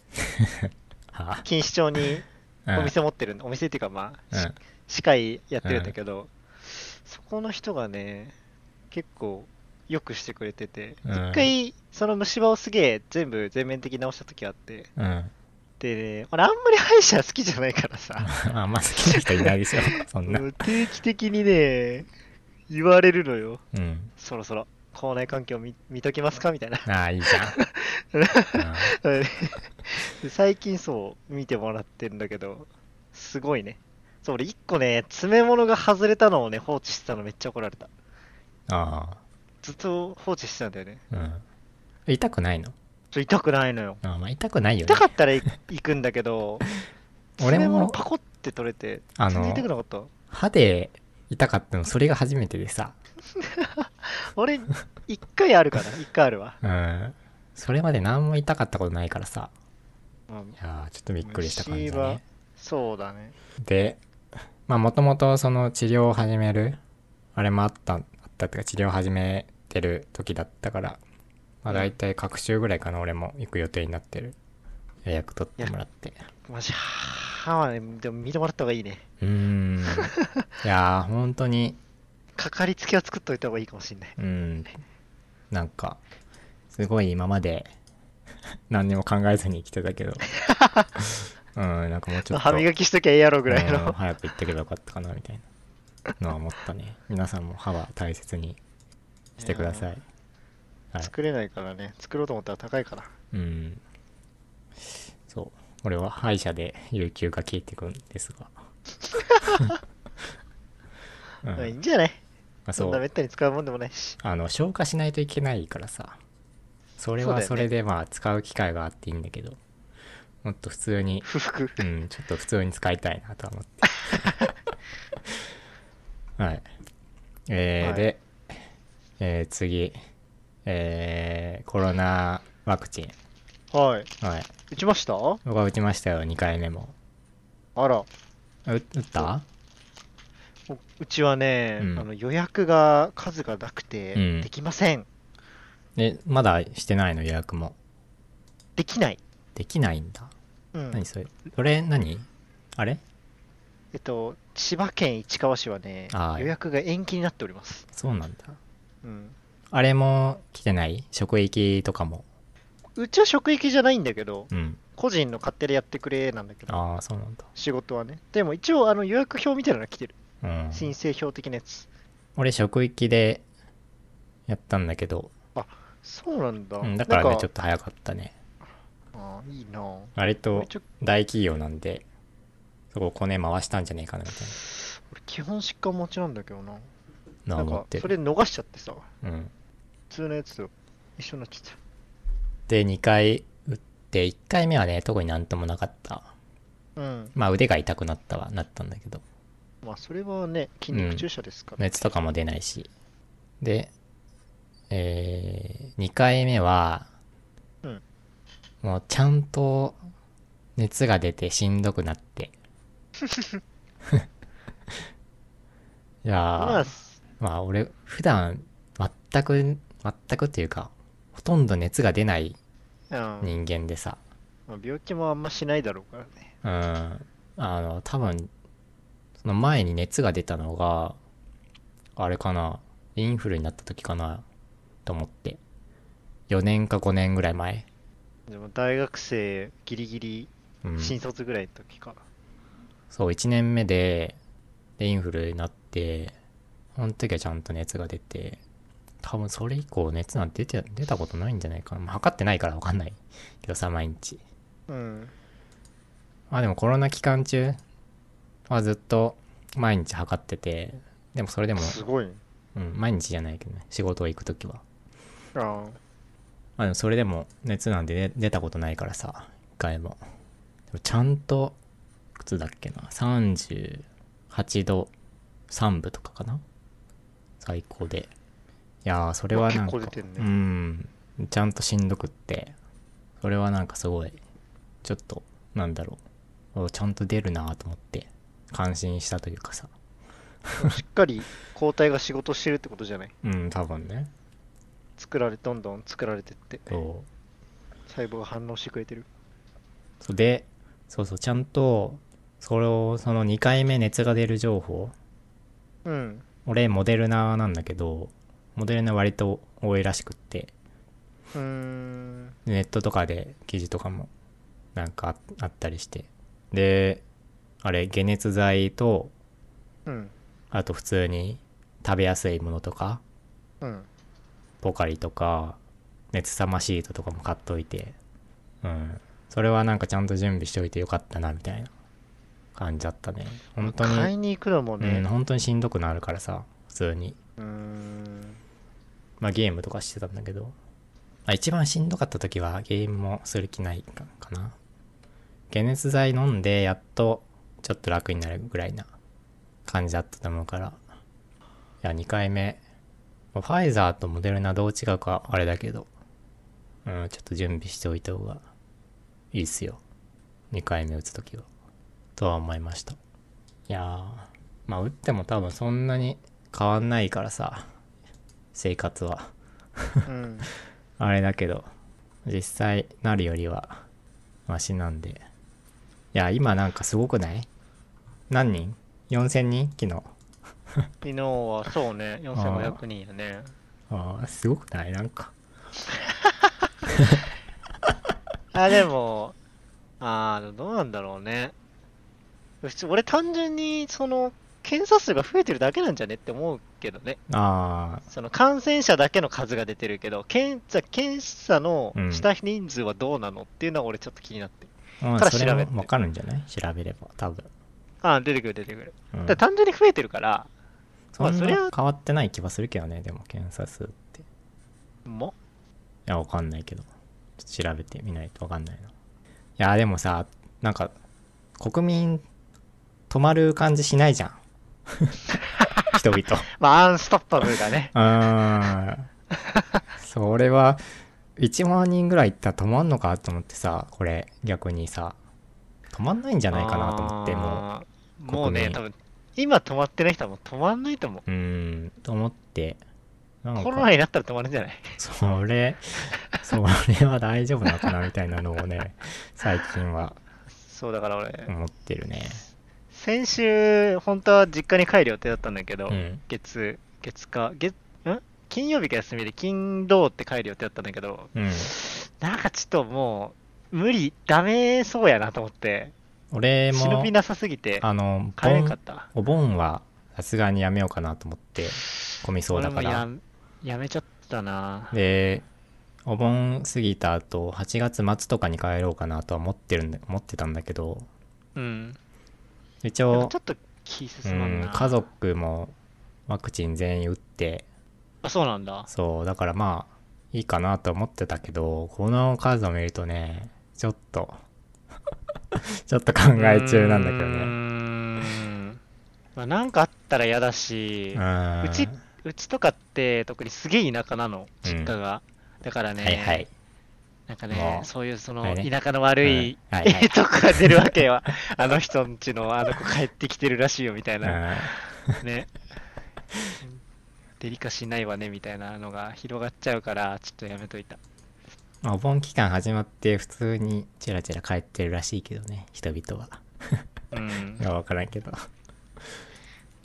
[SPEAKER 1] あ
[SPEAKER 2] 錦糸町に
[SPEAKER 1] あ
[SPEAKER 2] お店持ってるんだお店っていうか、ま
[SPEAKER 1] う
[SPEAKER 2] あ、
[SPEAKER 1] ん
[SPEAKER 2] し歯科医やってるんだけど、そこの人がね、結構よくしてくれてて、
[SPEAKER 1] うん
[SPEAKER 2] 一回、その虫歯をすげえ全部全面的に直した時あって、
[SPEAKER 1] うん、うん
[SPEAKER 2] で、ね、俺あんまり歯医者好きじゃないからさ、
[SPEAKER 1] ああんま好きな人いないでしょそんな
[SPEAKER 2] うん定期的にね、言われるのよ。
[SPEAKER 1] うん
[SPEAKER 2] そろそろ、校内環境見見ときますかみたいな。
[SPEAKER 1] ああいいじゃんあ
[SPEAKER 2] で最近そう、見てもらってるんだけど、すごいね。そう、俺一個ね、詰め物が外れたのをね、放置してたのめっちゃ怒られた。
[SPEAKER 1] あ
[SPEAKER 2] ずっと放置してたんだよね。
[SPEAKER 1] あうん痛くないの
[SPEAKER 2] ちょ痛くないのよ。
[SPEAKER 1] ああまあ痛くないよね
[SPEAKER 2] 痛かったらい行くんだけど、
[SPEAKER 1] 俺も
[SPEAKER 2] 詰め物パコって取れて、
[SPEAKER 1] あ
[SPEAKER 2] 全然
[SPEAKER 1] の
[SPEAKER 2] 痛くなかった。
[SPEAKER 1] 歯で痛かったのそれが初めてでさ
[SPEAKER 2] 俺、一回あるかな一回あるわ。
[SPEAKER 1] うんそれまで何も痛かったことないからさいやーちょっとびっくりした感じだ
[SPEAKER 2] 虫
[SPEAKER 1] ね
[SPEAKER 2] そうだね。
[SPEAKER 1] でまあもともとその治療を始めるあれもあったあったっていうか治療を始めてる時だったからまあ大体各週ぐらいかな俺も行く予定になってる予約取ってもらって
[SPEAKER 2] マジ、歯はね、でも見てもらった方がいいね。
[SPEAKER 1] うーんいやー本当に
[SPEAKER 2] かかりつけは作っといた方がいいかもしんない。
[SPEAKER 1] うんなんかすごい今まで 何にも考えずに生きてたけど うんなんかもうちょっと
[SPEAKER 2] 歯磨きしときゃええやろぐらい
[SPEAKER 1] うん
[SPEAKER 2] の。
[SPEAKER 1] 早く行ってけばよかったかなみたいなのは思ったね皆さんも歯は大切にしてくださいはい
[SPEAKER 2] 作れないからね。作ろうと思ったら高いから。
[SPEAKER 1] うんそう俺は歯医者で有給が消えてくんです がう
[SPEAKER 2] まあいい
[SPEAKER 1] ん
[SPEAKER 2] んじゃない
[SPEAKER 1] まあ
[SPEAKER 2] そ
[SPEAKER 1] そ
[SPEAKER 2] んな
[SPEAKER 1] う
[SPEAKER 2] めったに使うもんでもないし。
[SPEAKER 1] あの消化しないといけないからさそれ
[SPEAKER 2] そうだよ
[SPEAKER 1] は
[SPEAKER 2] ね
[SPEAKER 1] それでまあ使う機会があっていいんだけどもっと普通に
[SPEAKER 2] 不服。
[SPEAKER 1] うんちょっと普通に使いたいなとは 思ってはいえー
[SPEAKER 2] はい
[SPEAKER 1] で、えー次えーコロナワクチン
[SPEAKER 2] はい。
[SPEAKER 1] はい
[SPEAKER 2] 打ちましたあ
[SPEAKER 1] 僕は打ちましたよ2回目も
[SPEAKER 2] ら。
[SPEAKER 1] あ打打った
[SPEAKER 2] ううちはね、
[SPEAKER 1] うん
[SPEAKER 2] あの予約が数がなくて、
[SPEAKER 1] うん
[SPEAKER 2] できません。
[SPEAKER 1] えまだしてないの予約も
[SPEAKER 2] できない。
[SPEAKER 1] できないんだ、
[SPEAKER 2] うん、
[SPEAKER 1] 何それそれ何あれ
[SPEAKER 2] えっと、千葉県市川市はね
[SPEAKER 1] あ、ー
[SPEAKER 2] 予約が延期になっております。
[SPEAKER 1] そうなんだ
[SPEAKER 2] うん、
[SPEAKER 1] あれも来てない職域とかも。
[SPEAKER 2] うちは職域じゃないんだけど、
[SPEAKER 1] うん。
[SPEAKER 2] 個人の勝手でやってくれなんだけど、
[SPEAKER 1] ああ、そうなんだ。
[SPEAKER 2] 仕事はね。でも一応あの予約表みたいなのが来てる。
[SPEAKER 1] うん。
[SPEAKER 2] 申請表的なやつ。
[SPEAKER 1] 俺、職域でやったんだけど、
[SPEAKER 2] そうなんだ。
[SPEAKER 1] うん、だから
[SPEAKER 2] な
[SPEAKER 1] ね、
[SPEAKER 2] ん
[SPEAKER 1] ちょっと早かったね。
[SPEAKER 2] あーいいなぁ
[SPEAKER 1] 割
[SPEAKER 2] 俺
[SPEAKER 1] と
[SPEAKER 2] ちょ
[SPEAKER 1] 大企業なんで、そこをコネ回したんじゃねえかなみたい
[SPEAKER 2] 俺基本疾患持ちなんだけどな。
[SPEAKER 1] なの
[SPEAKER 2] なん
[SPEAKER 1] は思
[SPEAKER 2] か
[SPEAKER 1] って、
[SPEAKER 2] それ
[SPEAKER 1] る。
[SPEAKER 2] 逃しちゃってさ、普
[SPEAKER 1] うん。
[SPEAKER 2] 通のやつと一緒になっちゃっ
[SPEAKER 1] で、2回打って、1回目はね、特になんともなかった。
[SPEAKER 2] た。うん。
[SPEAKER 1] まあ、腕が痛くなったはなったんだけど、
[SPEAKER 2] まあ、それはね、筋肉注射ですから。
[SPEAKER 1] 熱とかも出ないし。で、えー、2回目は、
[SPEAKER 2] うん
[SPEAKER 1] もうちゃんと熱が出てしんどくな って。い
[SPEAKER 2] ま
[SPEAKER 1] や
[SPEAKER 2] あ
[SPEAKER 1] ー、、まあ俺、普段全く、全くっていうか、ほとんど熱が出ない
[SPEAKER 2] うん
[SPEAKER 1] 人間でさ、
[SPEAKER 2] まあ、病気もあんましないだろうからね。
[SPEAKER 1] うん、あの、多分、その前に熱が出たのが、あれかな、インフルになった時かな、と思って。4年か5年ぐらい前。
[SPEAKER 2] でも大学生ギリギリ
[SPEAKER 1] うん。
[SPEAKER 2] 新卒ぐらいの時か。
[SPEAKER 1] そう、1年目で、で、インフルになって、その時はちゃんと熱が出て、多分それ以降熱なんて出て、出たことないんじゃないかな。まあ、測ってないからわかんないけどさ、毎日。
[SPEAKER 2] うん。
[SPEAKER 1] まあでもコロナ期間中はずっと毎日測ってて、でもそれでも
[SPEAKER 2] すごいね。
[SPEAKER 1] うん、毎日じゃないけどね仕事行く時は
[SPEAKER 2] ああ。
[SPEAKER 1] まあでもそれでも熱なんで出出たことないからさ、一回も。でもちゃんと、いくつだっけな、38度3分とかかな最高で。いやー、それはなんか、
[SPEAKER 2] まあ結構出てんね
[SPEAKER 1] うん、ちゃんとしんどくって、それはなんかすごい、ちょっと、なんだろう、おちゃんと出るなーと思って、感心したというかさ、
[SPEAKER 2] しっかり抗体が仕事してるってことじゃない
[SPEAKER 1] うん、多分ね、
[SPEAKER 2] 作られ、どんどん作られてって、
[SPEAKER 1] そう。
[SPEAKER 2] 細胞が反応してくれてる。
[SPEAKER 1] そうでそうそうちゃんとそれをその2回目熱が出る情報
[SPEAKER 2] うん。
[SPEAKER 1] 俺モデルナなんだけどモデルナ割と多いらしくって
[SPEAKER 2] うーん。
[SPEAKER 1] ネットとかで記事とかもなんかああったりしてであれ解熱剤と
[SPEAKER 2] うん。
[SPEAKER 1] あと普通に食べやすいものとか
[SPEAKER 2] うん。
[SPEAKER 1] ポカリとか熱さまシートとかも買っといてうんそれはなんかちゃんと準備しておいてよかったなみたいな感じだったね本当に
[SPEAKER 2] 買いに行くのも
[SPEAKER 1] うん、
[SPEAKER 2] ね。
[SPEAKER 1] 本当にしんどくなるからさ普通に
[SPEAKER 2] うーん。
[SPEAKER 1] まあゲームとかしてたんだけど、まあ、一番しんどかった時はゲームもする気ないかかな解熱剤飲んでやっとちょっと楽になるぐらいな感じだったと思うからいや2回目まあファイザーとモデルナどう違うかあれだけどうんちょっと準備しておいた方がいいっすよ2回目打つ時はとは思いましたいやーまあ打っても多分そんなに変わんないからさ生活は
[SPEAKER 2] うん。
[SPEAKER 1] あれだけど実際なるよりはマシなんでいや今なんかすごくない何人 ?4000 人昨日
[SPEAKER 2] 昨日はそうね、4500人やね。
[SPEAKER 1] ああすごくないなんか
[SPEAKER 2] あ、でも、あーどうなんだろうね。普通、俺単純に、その、検査数が増えてるだけなんじゃねって思うけどね。
[SPEAKER 1] あ
[SPEAKER 2] その感染者だけの数が出てるけど、検査、検査の
[SPEAKER 1] うん
[SPEAKER 2] した人数はどうなのっていうのは俺ちょっと気になってる。
[SPEAKER 1] あま
[SPEAKER 2] か
[SPEAKER 1] あ
[SPEAKER 2] ら
[SPEAKER 1] それ
[SPEAKER 2] 調べ
[SPEAKER 1] は
[SPEAKER 2] て
[SPEAKER 1] 分かるんじゃない調べれば多分、
[SPEAKER 2] あー出てくる出てくる。
[SPEAKER 1] うん
[SPEAKER 2] だから単純に増えてるから、ま
[SPEAKER 1] そ
[SPEAKER 2] あ
[SPEAKER 1] ん
[SPEAKER 2] そ
[SPEAKER 1] な
[SPEAKER 2] れは
[SPEAKER 1] 変わってない気はするけどねでも検査数ってい
[SPEAKER 2] も
[SPEAKER 1] や分かんないけどちょっと調べてみないと分かんないないやでもさなんか国民止まる感じしないじ ゃん人々。
[SPEAKER 2] まあ、アンストッパブルがね
[SPEAKER 1] うーんそれは1万人ぐらいいったら止まんのかと思ってさこれ逆にさ止まんないんじゃないかなと思っても
[SPEAKER 2] あーもうね、
[SPEAKER 1] 国民
[SPEAKER 2] 多分、今止まってない人はもう止まんないと思
[SPEAKER 1] う
[SPEAKER 2] う。
[SPEAKER 1] うーんと思ってなん
[SPEAKER 2] コロ
[SPEAKER 1] か
[SPEAKER 2] ナになったら止まるんじゃない
[SPEAKER 1] それそれは大丈夫なのかなみたいなのをね最近は
[SPEAKER 2] そうだから俺、
[SPEAKER 1] 思ってるね
[SPEAKER 2] 先週、本当は実家に帰る予定だったんだけど、
[SPEAKER 1] うん
[SPEAKER 2] 月、月か、月、ん金曜日が休みで、金土って帰る予定だったんだけど、
[SPEAKER 1] うん
[SPEAKER 2] なんかちょっともう、無理、ダメそうやなと思って、
[SPEAKER 1] 俺
[SPEAKER 2] 忍
[SPEAKER 1] も
[SPEAKER 2] びなさすぎて、
[SPEAKER 1] あの
[SPEAKER 2] 帰れん
[SPEAKER 1] 盆
[SPEAKER 2] かった。
[SPEAKER 1] お盆はさすがにやめようかなと思って混みそうだ
[SPEAKER 2] 俺も
[SPEAKER 1] から
[SPEAKER 2] ややめちゃったな。
[SPEAKER 1] でお盆過ぎた後8月末とかに帰ろうかなとは思ってるんだ思ってたんだけど
[SPEAKER 2] うん。
[SPEAKER 1] 一
[SPEAKER 2] でも
[SPEAKER 1] 応
[SPEAKER 2] ちょっと気
[SPEAKER 1] う
[SPEAKER 2] 進まん
[SPEAKER 1] ん
[SPEAKER 2] な。
[SPEAKER 1] 家族もワクチン全員打って
[SPEAKER 2] あ、そうなんだ。
[SPEAKER 1] そうだからまあいいかなと思ってたけどこの数を見るとねちょっと ちょっと考え中なんだけど
[SPEAKER 2] うー
[SPEAKER 1] ね
[SPEAKER 2] んまあ、なんかあったら嫌だし
[SPEAKER 1] う、ん
[SPEAKER 2] うちうちとかって特にすげえ田舎なの、実家が。だからね、
[SPEAKER 1] はいはい
[SPEAKER 2] なんか
[SPEAKER 1] も
[SPEAKER 2] ね、
[SPEAKER 1] う
[SPEAKER 2] そういうその
[SPEAKER 1] はいね
[SPEAKER 2] 田舎の悪い
[SPEAKER 1] うんはいはい
[SPEAKER 2] 絵とかが出るわけよ。あの人んちのあの子帰ってきてるらしいよみたいうな。
[SPEAKER 1] ん
[SPEAKER 2] ね。デリカシーないわねみたいなのが広がっちゃうから、ちょっとやめといた。
[SPEAKER 1] まあお盆期間始まって普通にチラチラ帰ってるらしいけどね人々は
[SPEAKER 2] うん
[SPEAKER 1] い。や分からんけど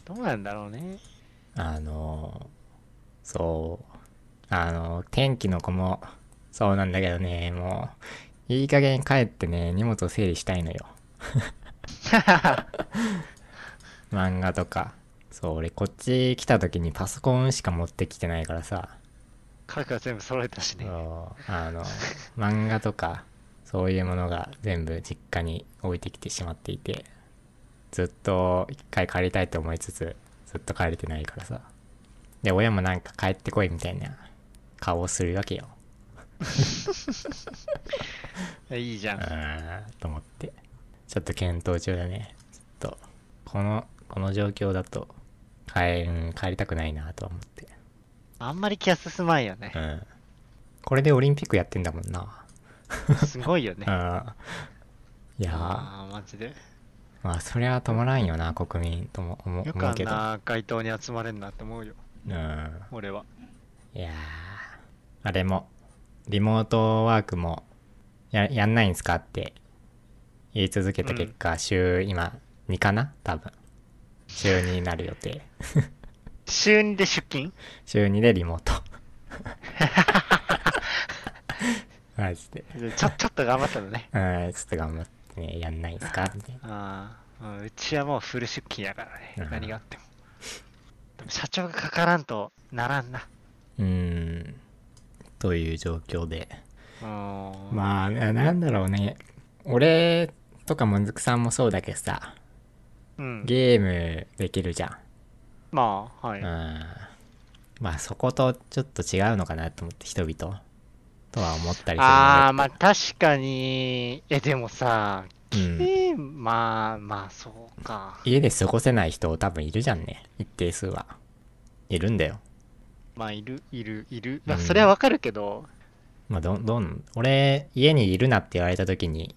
[SPEAKER 2] どうなんだろうね。
[SPEAKER 1] あのそう、あの天気の子もそうなんだけどね、もう、いい加減帰ってね、荷物を整理したいのよ。漫画とか。そう、俺こっち来た時にパソコンしか持ってきてないからさ、
[SPEAKER 2] 家具は全部揃えたしね。
[SPEAKER 1] そうあの、漫画とか、そういうものが全部実家に置いてきてしまっていて、ずっと一回帰りたいと思いつつ、ずっと帰れてないからさ。で、親もなんか帰ってこいみたいな顔をするわけよ。
[SPEAKER 2] いいじゃん。
[SPEAKER 1] あーと思ってちょっと検討中だねちょっとこのこの状況だと帰うん帰りたくないなとは思って、
[SPEAKER 2] あんまり気が進まんよね
[SPEAKER 1] う。ん、これでオリンピックやってんだもんな、
[SPEAKER 2] すごいよ
[SPEAKER 1] う
[SPEAKER 2] ね
[SPEAKER 1] ん。いやー
[SPEAKER 2] ああ、マジで。
[SPEAKER 1] まあそりゃ止まらんよな国民とも思う
[SPEAKER 2] よく
[SPEAKER 1] 思
[SPEAKER 2] あ
[SPEAKER 1] うんけど
[SPEAKER 2] な街頭に集まれんなって思うよ、
[SPEAKER 1] うんいや
[SPEAKER 2] 俺は。
[SPEAKER 1] ーあれもリモートワークもややんないんすかって言い続けた結果、週今2かな多分週2になる予定
[SPEAKER 2] 週2で出勤
[SPEAKER 1] 週2でリモー トマジで
[SPEAKER 2] ちょ、ちょっと頑張ったのね。
[SPEAKER 1] うんちょっと頑張ってねやんないんすかみたいな
[SPEAKER 2] ああ、うんうちはもうフル出勤やからね
[SPEAKER 1] う。ん
[SPEAKER 2] 何があっても。でも社長がかからんとならんな。
[SPEAKER 1] うーんという状況で
[SPEAKER 2] うーん。
[SPEAKER 1] まあななんだろうね俺とかもずくさんもそうだけどさ
[SPEAKER 2] うん、
[SPEAKER 1] ゲームできるじゃん
[SPEAKER 2] まあ、は
[SPEAKER 1] う
[SPEAKER 2] い。
[SPEAKER 1] んまあそことちょっと違うのかなと思って人々とは思ったりするん
[SPEAKER 2] ああ、
[SPEAKER 1] だ
[SPEAKER 2] まあ確かに、え、でもさ、
[SPEAKER 1] けどうん
[SPEAKER 2] えーまあまあそうか。
[SPEAKER 1] 家で過ごせない人多分いるじゃんね一定数はいるんだよ
[SPEAKER 2] まあいる、いる、いる。まあ
[SPEAKER 1] うん
[SPEAKER 2] それはわかるけど、
[SPEAKER 1] まあ、どん、どん、俺、家にいるなって言われた時に、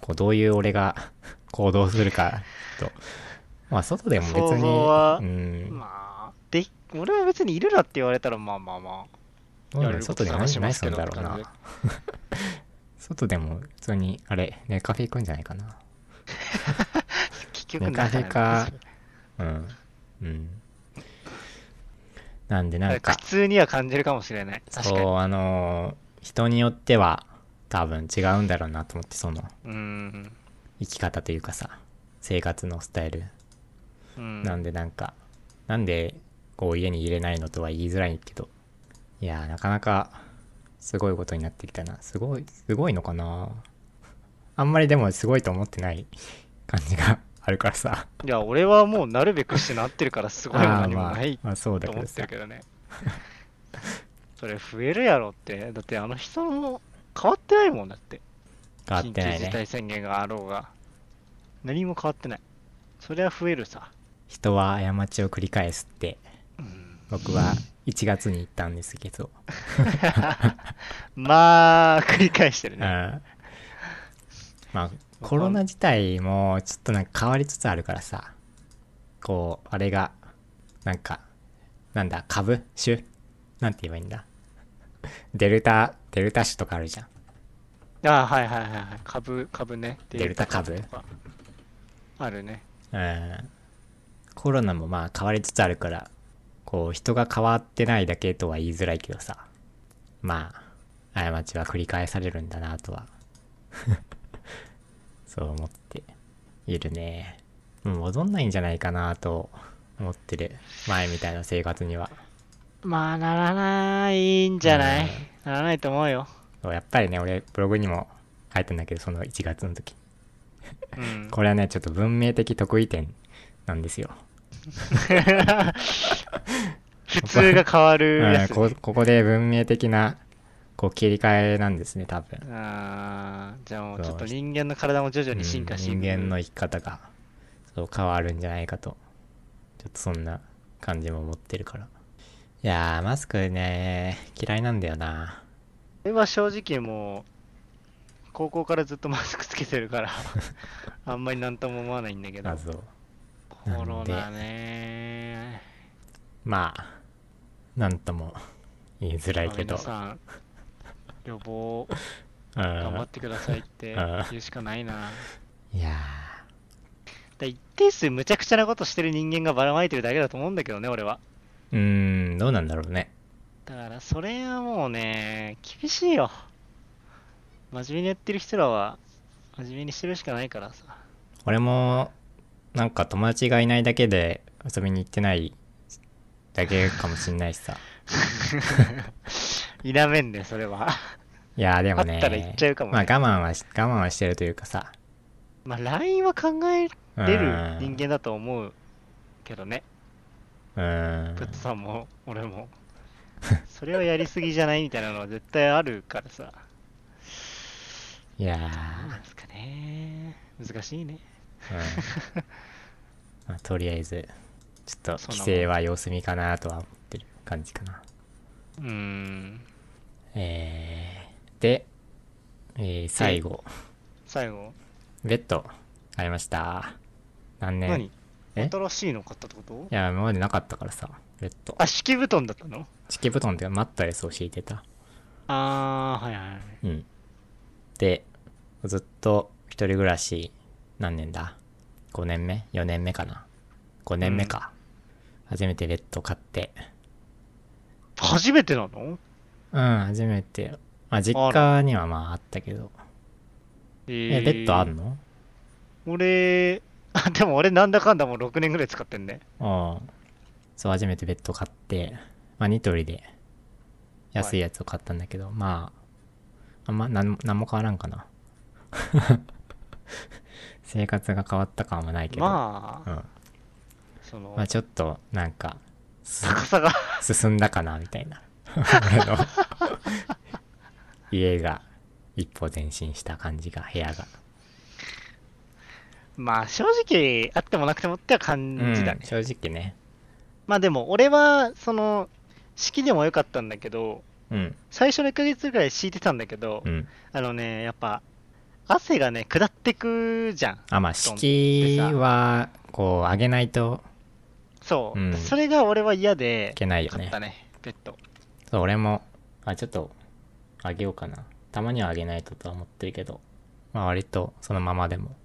[SPEAKER 1] こう、どういう俺が 行動するか、と。まあ、外でも別
[SPEAKER 2] 想
[SPEAKER 1] に、
[SPEAKER 2] 像は
[SPEAKER 1] うん、
[SPEAKER 2] まあ、で、俺は別にいるなって言われたらまあまあま
[SPEAKER 1] どん
[SPEAKER 2] や
[SPEAKER 1] ど
[SPEAKER 2] れ
[SPEAKER 1] ん
[SPEAKER 2] るこ
[SPEAKER 1] 外
[SPEAKER 2] と
[SPEAKER 1] で
[SPEAKER 2] 探
[SPEAKER 1] 何
[SPEAKER 2] しま
[SPEAKER 1] 何
[SPEAKER 2] す
[SPEAKER 1] す
[SPEAKER 2] け
[SPEAKER 1] るん
[SPEAKER 2] ど
[SPEAKER 1] だろう
[SPEAKER 2] って
[SPEAKER 1] な。外でも普通に、あれ、ネカフェ行くんじゃないかな。
[SPEAKER 2] あ、結局
[SPEAKER 1] なかなか
[SPEAKER 2] なんだよね
[SPEAKER 1] うん。うん。なんで、なんか
[SPEAKER 2] 苦、痛には感じるかもしれない。確かに。
[SPEAKER 1] そう、あのー人によっては、多分違うんだろうなと思って、その、
[SPEAKER 2] うん。
[SPEAKER 1] 生き方というかさ、生活のスタイル。
[SPEAKER 2] うん。
[SPEAKER 1] なんでなんか、なんでこう家に入れないのとは言いづらいけど、いやーなかなかすごいことになってきたな。すごい、すごいのかなあんまりでもすごいと思ってない感じが あるからさ。
[SPEAKER 2] いや、俺はもうなるべくしてなってるからすごいも
[SPEAKER 1] あー
[SPEAKER 2] 何も
[SPEAKER 1] まあ
[SPEAKER 2] ない
[SPEAKER 1] まあそうだ
[SPEAKER 2] と
[SPEAKER 1] け
[SPEAKER 2] 思
[SPEAKER 1] ど
[SPEAKER 2] って
[SPEAKER 1] さ
[SPEAKER 2] る。けどね。それ増えるやろって。だってあの人も変わってないもんだって。
[SPEAKER 1] 変わってな
[SPEAKER 2] 緊
[SPEAKER 1] い
[SPEAKER 2] 急事
[SPEAKER 1] ね。
[SPEAKER 2] 態宣言があろうが何も変わってないそれは増えるさ、
[SPEAKER 1] 人は過ちを繰り返すって、僕は1月に言ったんですけど、
[SPEAKER 2] まあ繰り返してる
[SPEAKER 1] う
[SPEAKER 2] ね
[SPEAKER 1] んまあコロナ自体もちょっとなんか変わりつつあるからさこうあれがなんかなんだ株種なんて言えばいいんだデルタデルタ種とかあるじゃん
[SPEAKER 2] ああはいはいはいはい株株ね
[SPEAKER 1] デルタ株
[SPEAKER 2] とかあるね
[SPEAKER 1] うんコロナもまあ変わりつつあるからこう人が変わってないだけとは言いづらいけどさまあ過ちは繰り返されるんだなとは そう思っているねもう戻んないんじゃないかなと思ってる前みたいな生活には
[SPEAKER 2] まあならないんじゃない、
[SPEAKER 1] うん
[SPEAKER 2] ならないと思うよ、
[SPEAKER 1] そうやっぱりね俺ブログにも書いたんだけどその1月の時
[SPEAKER 2] うん、
[SPEAKER 1] これはねちょっと文明的得意点なんですよ
[SPEAKER 2] 普通が変わる
[SPEAKER 1] う
[SPEAKER 2] や
[SPEAKER 1] ん、
[SPEAKER 2] つ、
[SPEAKER 1] こここで文明的なこう切り替えなんですね多分
[SPEAKER 2] ああじゃあもうちょっ
[SPEAKER 1] そ
[SPEAKER 2] と
[SPEAKER 1] う
[SPEAKER 2] 人間の体も徐々に進化してい
[SPEAKER 1] うん
[SPEAKER 2] く
[SPEAKER 1] 人間の生き方がそう変わるんじゃないかとちょっとそんな感じも持ってるからいやーマスクね嫌いなんだよな
[SPEAKER 2] 俺は正直もう高校からずっとマスクつけて るからあんまりなんとも思わないんだけど
[SPEAKER 1] あそう
[SPEAKER 2] コロナね
[SPEAKER 1] まあなんとも言いづらい
[SPEAKER 2] まあ
[SPEAKER 1] けど
[SPEAKER 2] 皆さ ん予防
[SPEAKER 1] うん
[SPEAKER 2] 頑張ってくださいって
[SPEAKER 1] うん
[SPEAKER 2] 言うしかないなだか
[SPEAKER 1] いや
[SPEAKER 2] ら一定数むちゃくちゃなことしてる人間がばらまいてるだけだと思うんだけどね俺は
[SPEAKER 1] ーうーんどうなんだろうね
[SPEAKER 2] だからそれはもうね厳しいよ真面目にやってる人らは真面目にしてるしかないからさ
[SPEAKER 1] 俺もなんか友達がいないだけで遊びに行ってないだけかもしんないしさ
[SPEAKER 2] 否めんねそれはい
[SPEAKER 1] やーでもね
[SPEAKER 2] あったら行っちゃうかもね
[SPEAKER 1] まあ我慢はし我慢はしてるというかさ
[SPEAKER 2] まあ LINE は考え
[SPEAKER 1] うん
[SPEAKER 2] 出る人間だと思うけどね、
[SPEAKER 1] うーん
[SPEAKER 2] プッツさんも俺も。それはやりすぎじゃないみたいなのは絶対あるからさ。
[SPEAKER 1] い や
[SPEAKER 2] どうなんですかね。難しいね。
[SPEAKER 1] ー、うんまあ、とりあえずちょっと
[SPEAKER 2] そんなもん
[SPEAKER 1] 規制は様子見かなとは思ってる感じかな
[SPEAKER 2] うーん。
[SPEAKER 1] えー、で、えー最後
[SPEAKER 2] 最後、
[SPEAKER 1] ベッド買いました何年
[SPEAKER 2] 何
[SPEAKER 1] えい
[SPEAKER 2] 新しいの買ったってこと
[SPEAKER 1] や今までなかったからさベッド
[SPEAKER 2] あ、敷布団だったの
[SPEAKER 1] 敷布団ってマットレスを敷いてた
[SPEAKER 2] あー、はいはいはい。
[SPEAKER 1] うんでずっと一人暮らし何年だ5年目4年目かな5年目か、初めてベッド買って
[SPEAKER 2] 初めてなの
[SPEAKER 1] うん初めてまあ実家にはまああったけど
[SPEAKER 2] え
[SPEAKER 1] えベッドあんの
[SPEAKER 2] 俺、あ、でも俺なんだかんだもう6年ぐらい使ってんね。
[SPEAKER 1] ああそう初めてベッド買ってまあニトリで安いやつを買ったんだけど、まああんまなん何も変わらんかな 生活が変わった感はないけど、
[SPEAKER 2] まあ、
[SPEAKER 1] うん
[SPEAKER 2] その、
[SPEAKER 1] まあちょっとなんかす
[SPEAKER 2] 高さが、
[SPEAKER 1] 進んだかなみたいな 俺の家が一歩前進した感じが部屋が、
[SPEAKER 2] まあ正直、あってもなくてもっては感
[SPEAKER 1] うん、
[SPEAKER 2] じだ
[SPEAKER 1] 正
[SPEAKER 2] ね。
[SPEAKER 1] 直ね
[SPEAKER 2] まあでも俺は、その、式でも良かったんだけど、
[SPEAKER 1] うん
[SPEAKER 2] 最初の1ヶ月ぐらい敷いてたんだけど、
[SPEAKER 1] うん
[SPEAKER 2] あのね、やっぱ、汗がね、下ってくじゃん。
[SPEAKER 1] あまあ敷居はこう上げないと
[SPEAKER 2] そう。
[SPEAKER 1] うん
[SPEAKER 2] それが俺は嫌で
[SPEAKER 1] い、けないよ
[SPEAKER 2] 買っ
[SPEAKER 1] ね
[SPEAKER 2] たね、ベッド。
[SPEAKER 1] そう、俺も、あ、ちょっと、あげようかな。たまにはあげないととは思ってるけど、まあ割とそのままでも、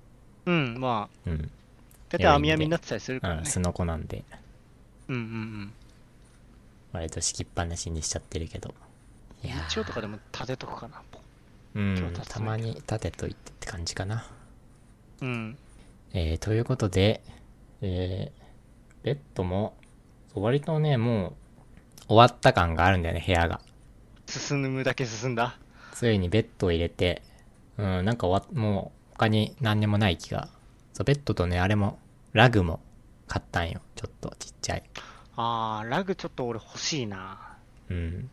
[SPEAKER 2] うん、まあ、
[SPEAKER 1] うん、
[SPEAKER 2] だって網やみになってたりする
[SPEAKER 1] う
[SPEAKER 2] からね
[SPEAKER 1] ん、。すのこなんで、
[SPEAKER 2] うんうんうん。
[SPEAKER 1] 割と敷きっぱなしにしちゃってるけど。いやー
[SPEAKER 2] 日曜とかでも立てとくかな。
[SPEAKER 1] う
[SPEAKER 2] 今
[SPEAKER 1] ん
[SPEAKER 2] 日、立つ
[SPEAKER 1] たまに立てといてって感じかな。
[SPEAKER 2] うん。
[SPEAKER 1] えー、ということで、えー、ベッドも、そう割とね、もう、終わった感があるんだよね、部屋が。
[SPEAKER 2] 進むだけ進んだ。
[SPEAKER 1] ついにベッドを入れて、うん、なんかわ、もう他に何にもない気が。そう、ベッドとね、あれも、ラグも買ったんよ。ちょっとちっちゃい。
[SPEAKER 2] あー、ラグちょっと俺欲しいな。
[SPEAKER 1] うん。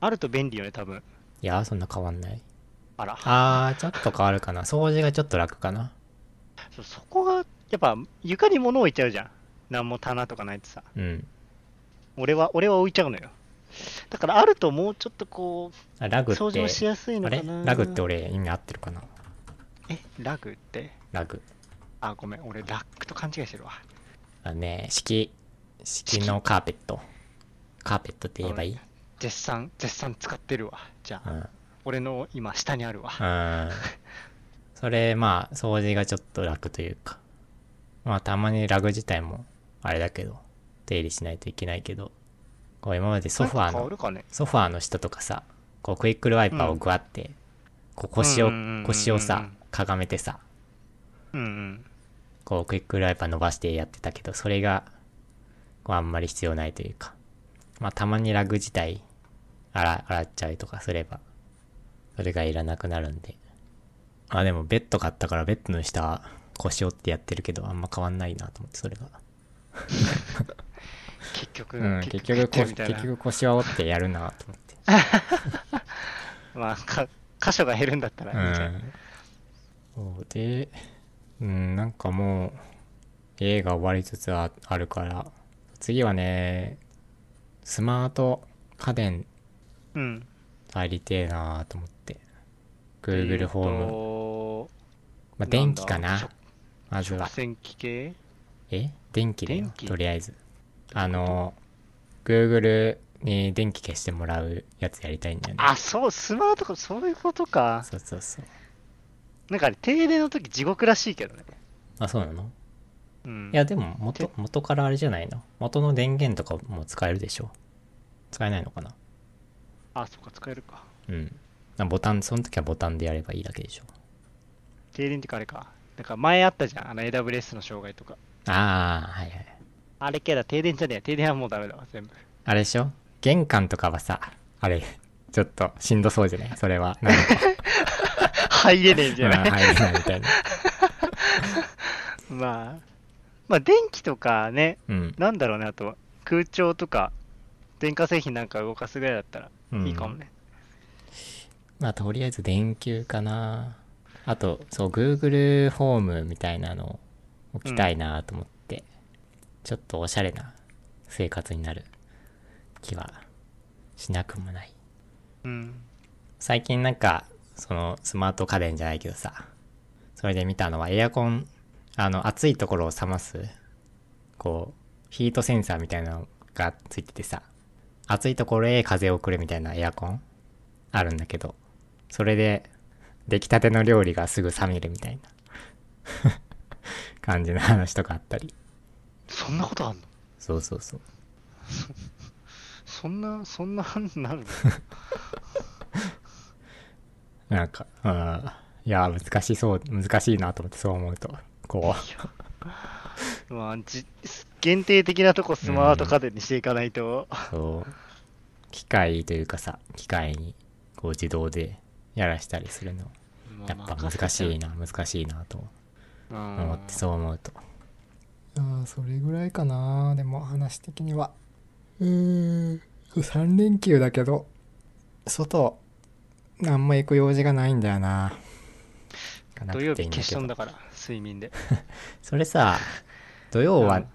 [SPEAKER 2] あると便利よね、多分。
[SPEAKER 1] いやー、そんな変わんない。
[SPEAKER 2] あら。
[SPEAKER 1] あー、ちょっと変わるかな。掃除がちょっと楽かな。
[SPEAKER 2] そそこが、やっぱ床に物置いちゃうじゃん。なんも棚とかないってさ。
[SPEAKER 1] うん。
[SPEAKER 2] 俺は、俺は置いちゃうのよ。だからあるともうちょっとこ
[SPEAKER 1] あラ
[SPEAKER 2] う、
[SPEAKER 1] グって、
[SPEAKER 2] 掃除もしやすい
[SPEAKER 1] あ
[SPEAKER 2] のか
[SPEAKER 1] れ
[SPEAKER 2] な。
[SPEAKER 1] ラグって俺意味合ってるかな。
[SPEAKER 2] え、ラグって
[SPEAKER 1] ラグ。
[SPEAKER 2] あ、ごめん。俺、ラックと勘違いしてるわ。
[SPEAKER 1] あね、敷、敷のカーペット。カーペットって言えばいい
[SPEAKER 2] 絶賛、絶賛使ってるわ。じゃ
[SPEAKER 1] う
[SPEAKER 2] あ、
[SPEAKER 1] ん。
[SPEAKER 2] 俺の今、下にあるわ。
[SPEAKER 1] うん。それ、まあ、掃除がちょっと楽というか。まあ、たまにラグ自体も、あれだけど、手入れしないといけないけど、こう今までソファー
[SPEAKER 2] なんか変わ
[SPEAKER 1] の、
[SPEAKER 2] るかね
[SPEAKER 1] ソファーの下とかさ、こうクイックルワイパーをグワって、こう腰を
[SPEAKER 2] うんうんうんうんう、ん
[SPEAKER 1] 腰をさ、かがめてさ、
[SPEAKER 2] うんうん。
[SPEAKER 1] こうクイックルワイパー伸ばしてやってたけど、それが、こうあんまり必要ないというか。まあ、たまにラグ自体、洗、洗っちゃうとかすれば、それがいらなくなるんで。あ、でもベッド買ったからベッドの下、腰折ってやってるけど、あんま変わんないなと思って、それが。
[SPEAKER 2] 結局、
[SPEAKER 1] うん、結局、
[SPEAKER 2] やってる
[SPEAKER 1] 結
[SPEAKER 2] みたいな
[SPEAKER 1] 局腰は折ってやるなと思って。
[SPEAKER 2] まあ、か、箇所が減るんだったらいいじゃん。
[SPEAKER 1] うん。そうで、うん、なんかもう、映画終わりつつああるから、次はね、スマート家電
[SPEAKER 2] うん。
[SPEAKER 1] 入りてえなと思って。
[SPEAKER 2] え
[SPEAKER 1] Google
[SPEAKER 2] ー
[SPEAKER 1] ホーム。
[SPEAKER 2] と
[SPEAKER 1] まあ、
[SPEAKER 2] なんだ
[SPEAKER 1] 電気かな
[SPEAKER 2] 食。
[SPEAKER 1] まずは
[SPEAKER 2] 食。洗機系
[SPEAKER 1] え電気だよ
[SPEAKER 2] 電。気
[SPEAKER 1] とりあえず。あの、Google に電気消してもらうやつやりたいんだよね。
[SPEAKER 2] あ、そう、スマートか、そういうことか。
[SPEAKER 1] そうそうそう。
[SPEAKER 2] なんかあれ、停電の時地獄らしいけどね。
[SPEAKER 1] あ、そうなの
[SPEAKER 2] うん。
[SPEAKER 1] いや、でも元、元からあれじゃないの元の電源とかも使えるでしょ使えないのかな
[SPEAKER 2] あ、そっか、使えるか。
[SPEAKER 1] うん。あボタン、その時はボタンでやればいいだけでしょ
[SPEAKER 2] 停電ってかあれか。なんか前あったじゃん。あの AWS の障害とか。
[SPEAKER 1] ああ、はいはい。
[SPEAKER 2] あれけだ、停電じゃねえ。停電はもうダメだわ、全部。
[SPEAKER 1] あれでしょ玄関とかはさ、あれ、ちょっとしんどそうじゃないそれは。なんか、
[SPEAKER 2] 入れねえんじ
[SPEAKER 1] うん
[SPEAKER 2] ゃない。
[SPEAKER 1] 入れないみたいな。
[SPEAKER 2] まあ、まあ電気とかね、
[SPEAKER 1] うん。
[SPEAKER 2] なんだろうね、あとは空調とか、電化製品なんか動かすぐらいだったら
[SPEAKER 1] うん
[SPEAKER 2] いいかもね。
[SPEAKER 1] まあとりあえず電球かなあとそう Google ホームみたいなのを置きたいなと思って、ちょっとおしゃれな生活になる気はしなくもない
[SPEAKER 2] うん。
[SPEAKER 1] 最近なんかそのスマート家電じゃないけどさそれで見たのはエアコンあの暑いところを冷ますこうヒートセンサーみたいなのがついててさ暑いところへ風を送るみたいなエアコンあるんだけどそれで出来たての料理がすぐ冷めるみたいな感じの話とかあったり
[SPEAKER 2] そんなことあんの
[SPEAKER 1] そうそうそう
[SPEAKER 2] そんな、そんな、なるの
[SPEAKER 1] なんかうんいや難しそう難しいなと思ってそう思うとこう
[SPEAKER 2] まあ、じ限定的なとこスマート家電にしていかないと、
[SPEAKER 1] そう機械というかさ機械にこう自動でやらしたりするの
[SPEAKER 2] まあ
[SPEAKER 1] やっぱ難しい。な難しいなと思ってそう思うとああそれぐらいかなでも話的にはうーん3連休だけど外あんま行く用事がないんだよな行かな
[SPEAKER 2] 土
[SPEAKER 1] く
[SPEAKER 2] 曜
[SPEAKER 1] てい
[SPEAKER 2] 日
[SPEAKER 1] いんだけ
[SPEAKER 2] 消し
[SPEAKER 1] ど
[SPEAKER 2] とんだから、睡眠で。
[SPEAKER 1] それさ土曜
[SPEAKER 2] う
[SPEAKER 1] は
[SPEAKER 2] ん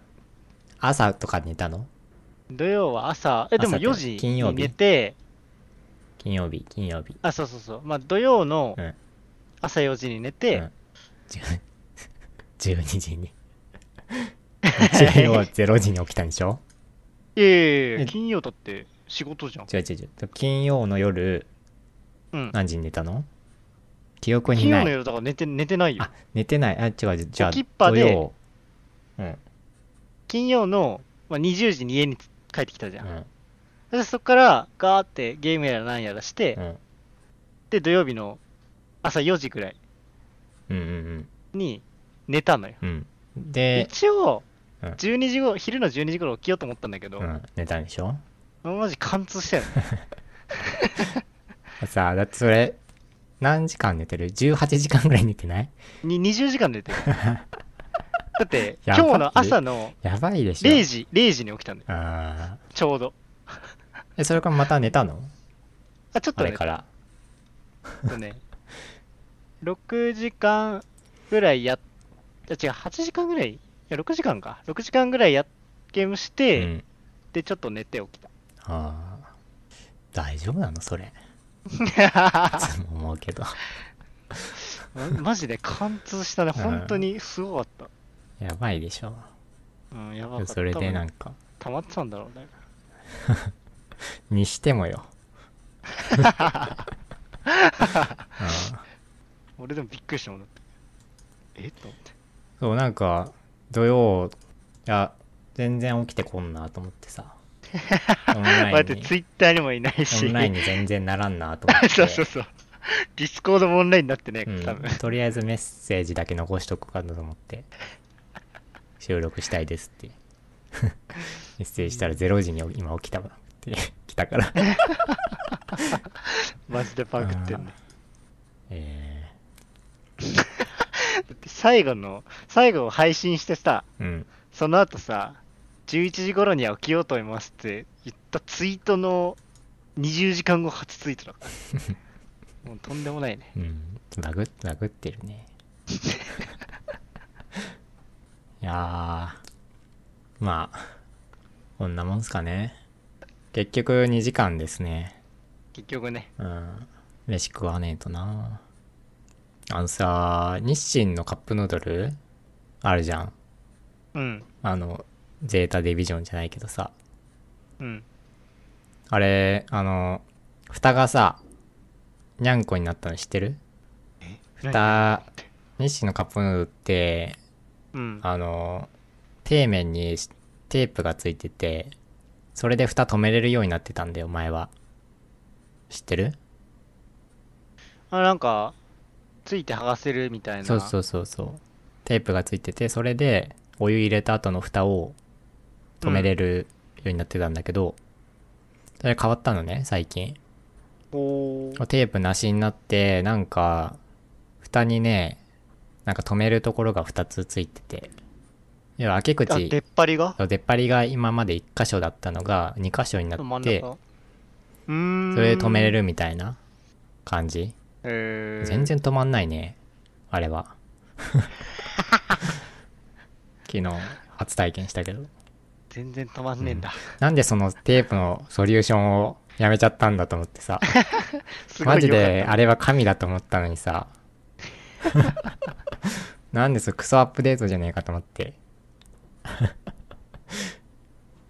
[SPEAKER 1] 朝とか寝たの
[SPEAKER 2] 土曜は朝、え、でも
[SPEAKER 1] 朝って
[SPEAKER 2] 4時
[SPEAKER 1] 金曜
[SPEAKER 2] に
[SPEAKER 1] 日
[SPEAKER 2] 寝て、
[SPEAKER 1] 金曜日金曜日
[SPEAKER 2] あ、そうそうそう。まあ、土曜の
[SPEAKER 1] うん
[SPEAKER 2] 朝4時に寝て、
[SPEAKER 1] うん10 12時 に日曜0時に起きたんでしょ
[SPEAKER 2] いやいやい
[SPEAKER 1] え
[SPEAKER 2] や、金曜だって仕事じゃん。
[SPEAKER 1] 違う違う違う金曜の夜
[SPEAKER 2] うん。
[SPEAKER 1] 何時に寝たの記憶に
[SPEAKER 2] 金
[SPEAKER 1] な
[SPEAKER 2] 曜の
[SPEAKER 1] い
[SPEAKER 2] 夜だから寝て寝てないよ
[SPEAKER 1] あ。寝てないあ違うじゃあ
[SPEAKER 2] 起きっぱで
[SPEAKER 1] 土曜うん
[SPEAKER 2] 金曜の、まあ、20時に家に帰ってきたじゃ。
[SPEAKER 1] うんん
[SPEAKER 2] でそこからガーってゲームやらなんやらして、
[SPEAKER 1] うん
[SPEAKER 2] で、土曜日の朝4時ぐらい
[SPEAKER 1] うんうん
[SPEAKER 2] に寝たのよ。
[SPEAKER 1] うんうんで
[SPEAKER 2] 一応、
[SPEAKER 1] うん
[SPEAKER 2] 12時ご昼の12時頃起きようと思ったんだけど、
[SPEAKER 1] うん寝たんでしょ
[SPEAKER 2] マジ貫通したよ ね。
[SPEAKER 1] さあだってそれ何時間寝てる ?18 時間ぐらい寝てない
[SPEAKER 2] に20時間寝て る。だって、
[SPEAKER 1] や
[SPEAKER 2] 今
[SPEAKER 1] ばい
[SPEAKER 2] 日の朝の
[SPEAKER 1] やばいでしょ
[SPEAKER 2] 0時、0時に起きたんだよ。
[SPEAKER 1] あ
[SPEAKER 2] ちょうど。
[SPEAKER 1] ーえそれからまた寝たの
[SPEAKER 2] あ、ちょっ
[SPEAKER 1] あ
[SPEAKER 2] と
[SPEAKER 1] れ
[SPEAKER 2] ね、
[SPEAKER 1] から
[SPEAKER 2] えっとね、6時間ぐらいやっ、あ違う、8時間ぐらい、いや、6時間か。6時間ぐらいやっ、ゲームし
[SPEAKER 1] う
[SPEAKER 2] て、
[SPEAKER 1] ん
[SPEAKER 2] で、ちょっと寝て起 きた。
[SPEAKER 1] ああ大丈夫なのそれいつも思う けど。
[SPEAKER 2] まマジで貫通したね、
[SPEAKER 1] うん
[SPEAKER 2] 本当にすごかっ
[SPEAKER 1] やばいでしょ。
[SPEAKER 2] た。うん、やばかった。
[SPEAKER 1] それでな
[SPEAKER 2] 多
[SPEAKER 1] ん
[SPEAKER 2] 分
[SPEAKER 1] か、
[SPEAKER 2] 溜まってたんだろうね。
[SPEAKER 1] にしても よ。うん
[SPEAKER 2] 俺でもびっくりしたもんだって。えと思って。
[SPEAKER 1] そう、なんか、土曜、いや、全然起きてこんなと思って さ。オン
[SPEAKER 2] だ
[SPEAKER 1] ラ
[SPEAKER 2] っ
[SPEAKER 1] イン
[SPEAKER 2] て
[SPEAKER 1] に、
[SPEAKER 2] ツイッターにもいない
[SPEAKER 1] オ
[SPEAKER 2] し
[SPEAKER 1] ン。ラインに全然ならんなと思って。
[SPEAKER 2] そうそうそう。ディスコードもオンラインになってね、
[SPEAKER 1] うん
[SPEAKER 2] 多分。
[SPEAKER 1] とりあえずメッセージだけ残しとくかなと思 って、収録したいですって。メッセージしたら0時に今起きたわって来た から。
[SPEAKER 2] マジでパクってんね。
[SPEAKER 1] え
[SPEAKER 2] だって最後の、最後を配信してさ、
[SPEAKER 1] ー、うん。
[SPEAKER 2] その後さ、11時頃には起きようと思いますって言ったツイートの20時間後初ツイートだから。 もうとんでもないね。
[SPEAKER 1] うん、バグバグってる ね。いやー、まあ、こんなもんすかね。結局2時間ですね。
[SPEAKER 2] 結局ね。
[SPEAKER 1] うん。飯食わねえとな。あのさ、日清のカップヌードルあるじゃん。
[SPEAKER 2] うん。
[SPEAKER 1] あの、ゼータディビジョンじゃないけどさ。
[SPEAKER 2] うん。
[SPEAKER 1] あれ、あの、蓋がさ、にゃんこになったの知ってる蓋、日清のカップヌードルって、
[SPEAKER 2] うん。
[SPEAKER 1] あの、底面にしテープがついてて、それで蓋止めれるようになってたんだよ、前は。知ってる
[SPEAKER 2] あ、なんか、ついて剥がせるみたいな。
[SPEAKER 1] そうそうそうそう。テープがついてて、それでお湯入れた後の蓋を止めれるようになってたんだけど、それ変わったのね、最近。
[SPEAKER 2] おー
[SPEAKER 1] テープなしになって、なんか、蓋にね、なんか止めるところが2つついてて、要は開け
[SPEAKER 2] あ、
[SPEAKER 1] 口
[SPEAKER 2] 出っ張りが
[SPEAKER 1] そう出っ張りが今まで1箇所だったのが2箇所にな
[SPEAKER 2] 真
[SPEAKER 1] っ
[SPEAKER 2] ん
[SPEAKER 1] て
[SPEAKER 2] 中。うーん。
[SPEAKER 1] それで止めれ
[SPEAKER 2] る。
[SPEAKER 1] るみたいな感じ
[SPEAKER 2] えー、
[SPEAKER 1] 全然止まんないねあれは 昨日初体験したけど
[SPEAKER 2] 全然止まんねえんだ。
[SPEAKER 1] なんでそのテープのソリューションをやめちゃったんだと思ってさ
[SPEAKER 2] すごい
[SPEAKER 1] マジ
[SPEAKER 2] よかった
[SPEAKER 1] であれは神だと思ったのにさ なんでそれクソアップデートじゃねえかと思って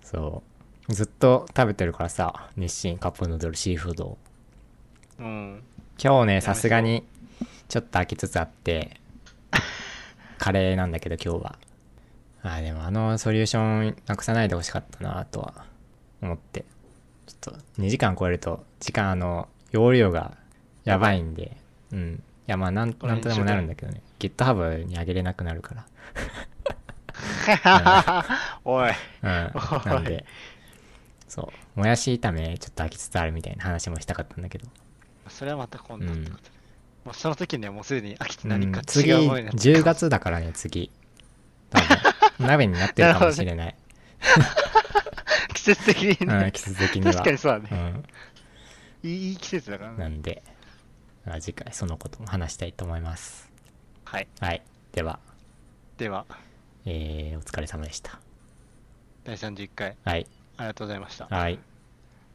[SPEAKER 1] そうずっと食べてるからさ日清カップヌードルシーフードを
[SPEAKER 2] うん。
[SPEAKER 1] 今日ねさすがにちょっと飽きつつあってカレーなんだけど今日はあーでもあのソリューションなくさないでほしかったなとは思ってちょっと2時間超えると時間あの容量がやばいんでうんいやまあなん
[SPEAKER 2] これ
[SPEAKER 1] なんとでもなるんだけどね GitHub に上げれなくなるか
[SPEAKER 2] おい。
[SPEAKER 1] ら う
[SPEAKER 2] お
[SPEAKER 1] ん
[SPEAKER 2] い
[SPEAKER 1] なんでそうもやし炒めちょっと飽きつつあるみたいな話もしたかったんだけど
[SPEAKER 2] それはまた今度
[SPEAKER 1] う
[SPEAKER 2] っ
[SPEAKER 1] ん
[SPEAKER 2] てことで。もうその時にはもうすでに飽き
[SPEAKER 1] う
[SPEAKER 2] て何
[SPEAKER 1] ん
[SPEAKER 2] か
[SPEAKER 1] 次
[SPEAKER 2] 違うものになって
[SPEAKER 1] 10月だからね次多分鍋になってるかもしれない、
[SPEAKER 2] 季節的に
[SPEAKER 1] うん、
[SPEAKER 2] ね。
[SPEAKER 1] 季節的には
[SPEAKER 2] 確かにそうだね。
[SPEAKER 1] う
[SPEAKER 2] いいいい季節だから
[SPEAKER 1] ん、な
[SPEAKER 2] ね。
[SPEAKER 1] んであ次回そのことも話したいと思います
[SPEAKER 2] はい。
[SPEAKER 1] はいでは、
[SPEAKER 2] では、
[SPEAKER 1] えーお疲れ様でした
[SPEAKER 2] 第31回、
[SPEAKER 1] はい
[SPEAKER 2] ありがとうございました。
[SPEAKER 1] はい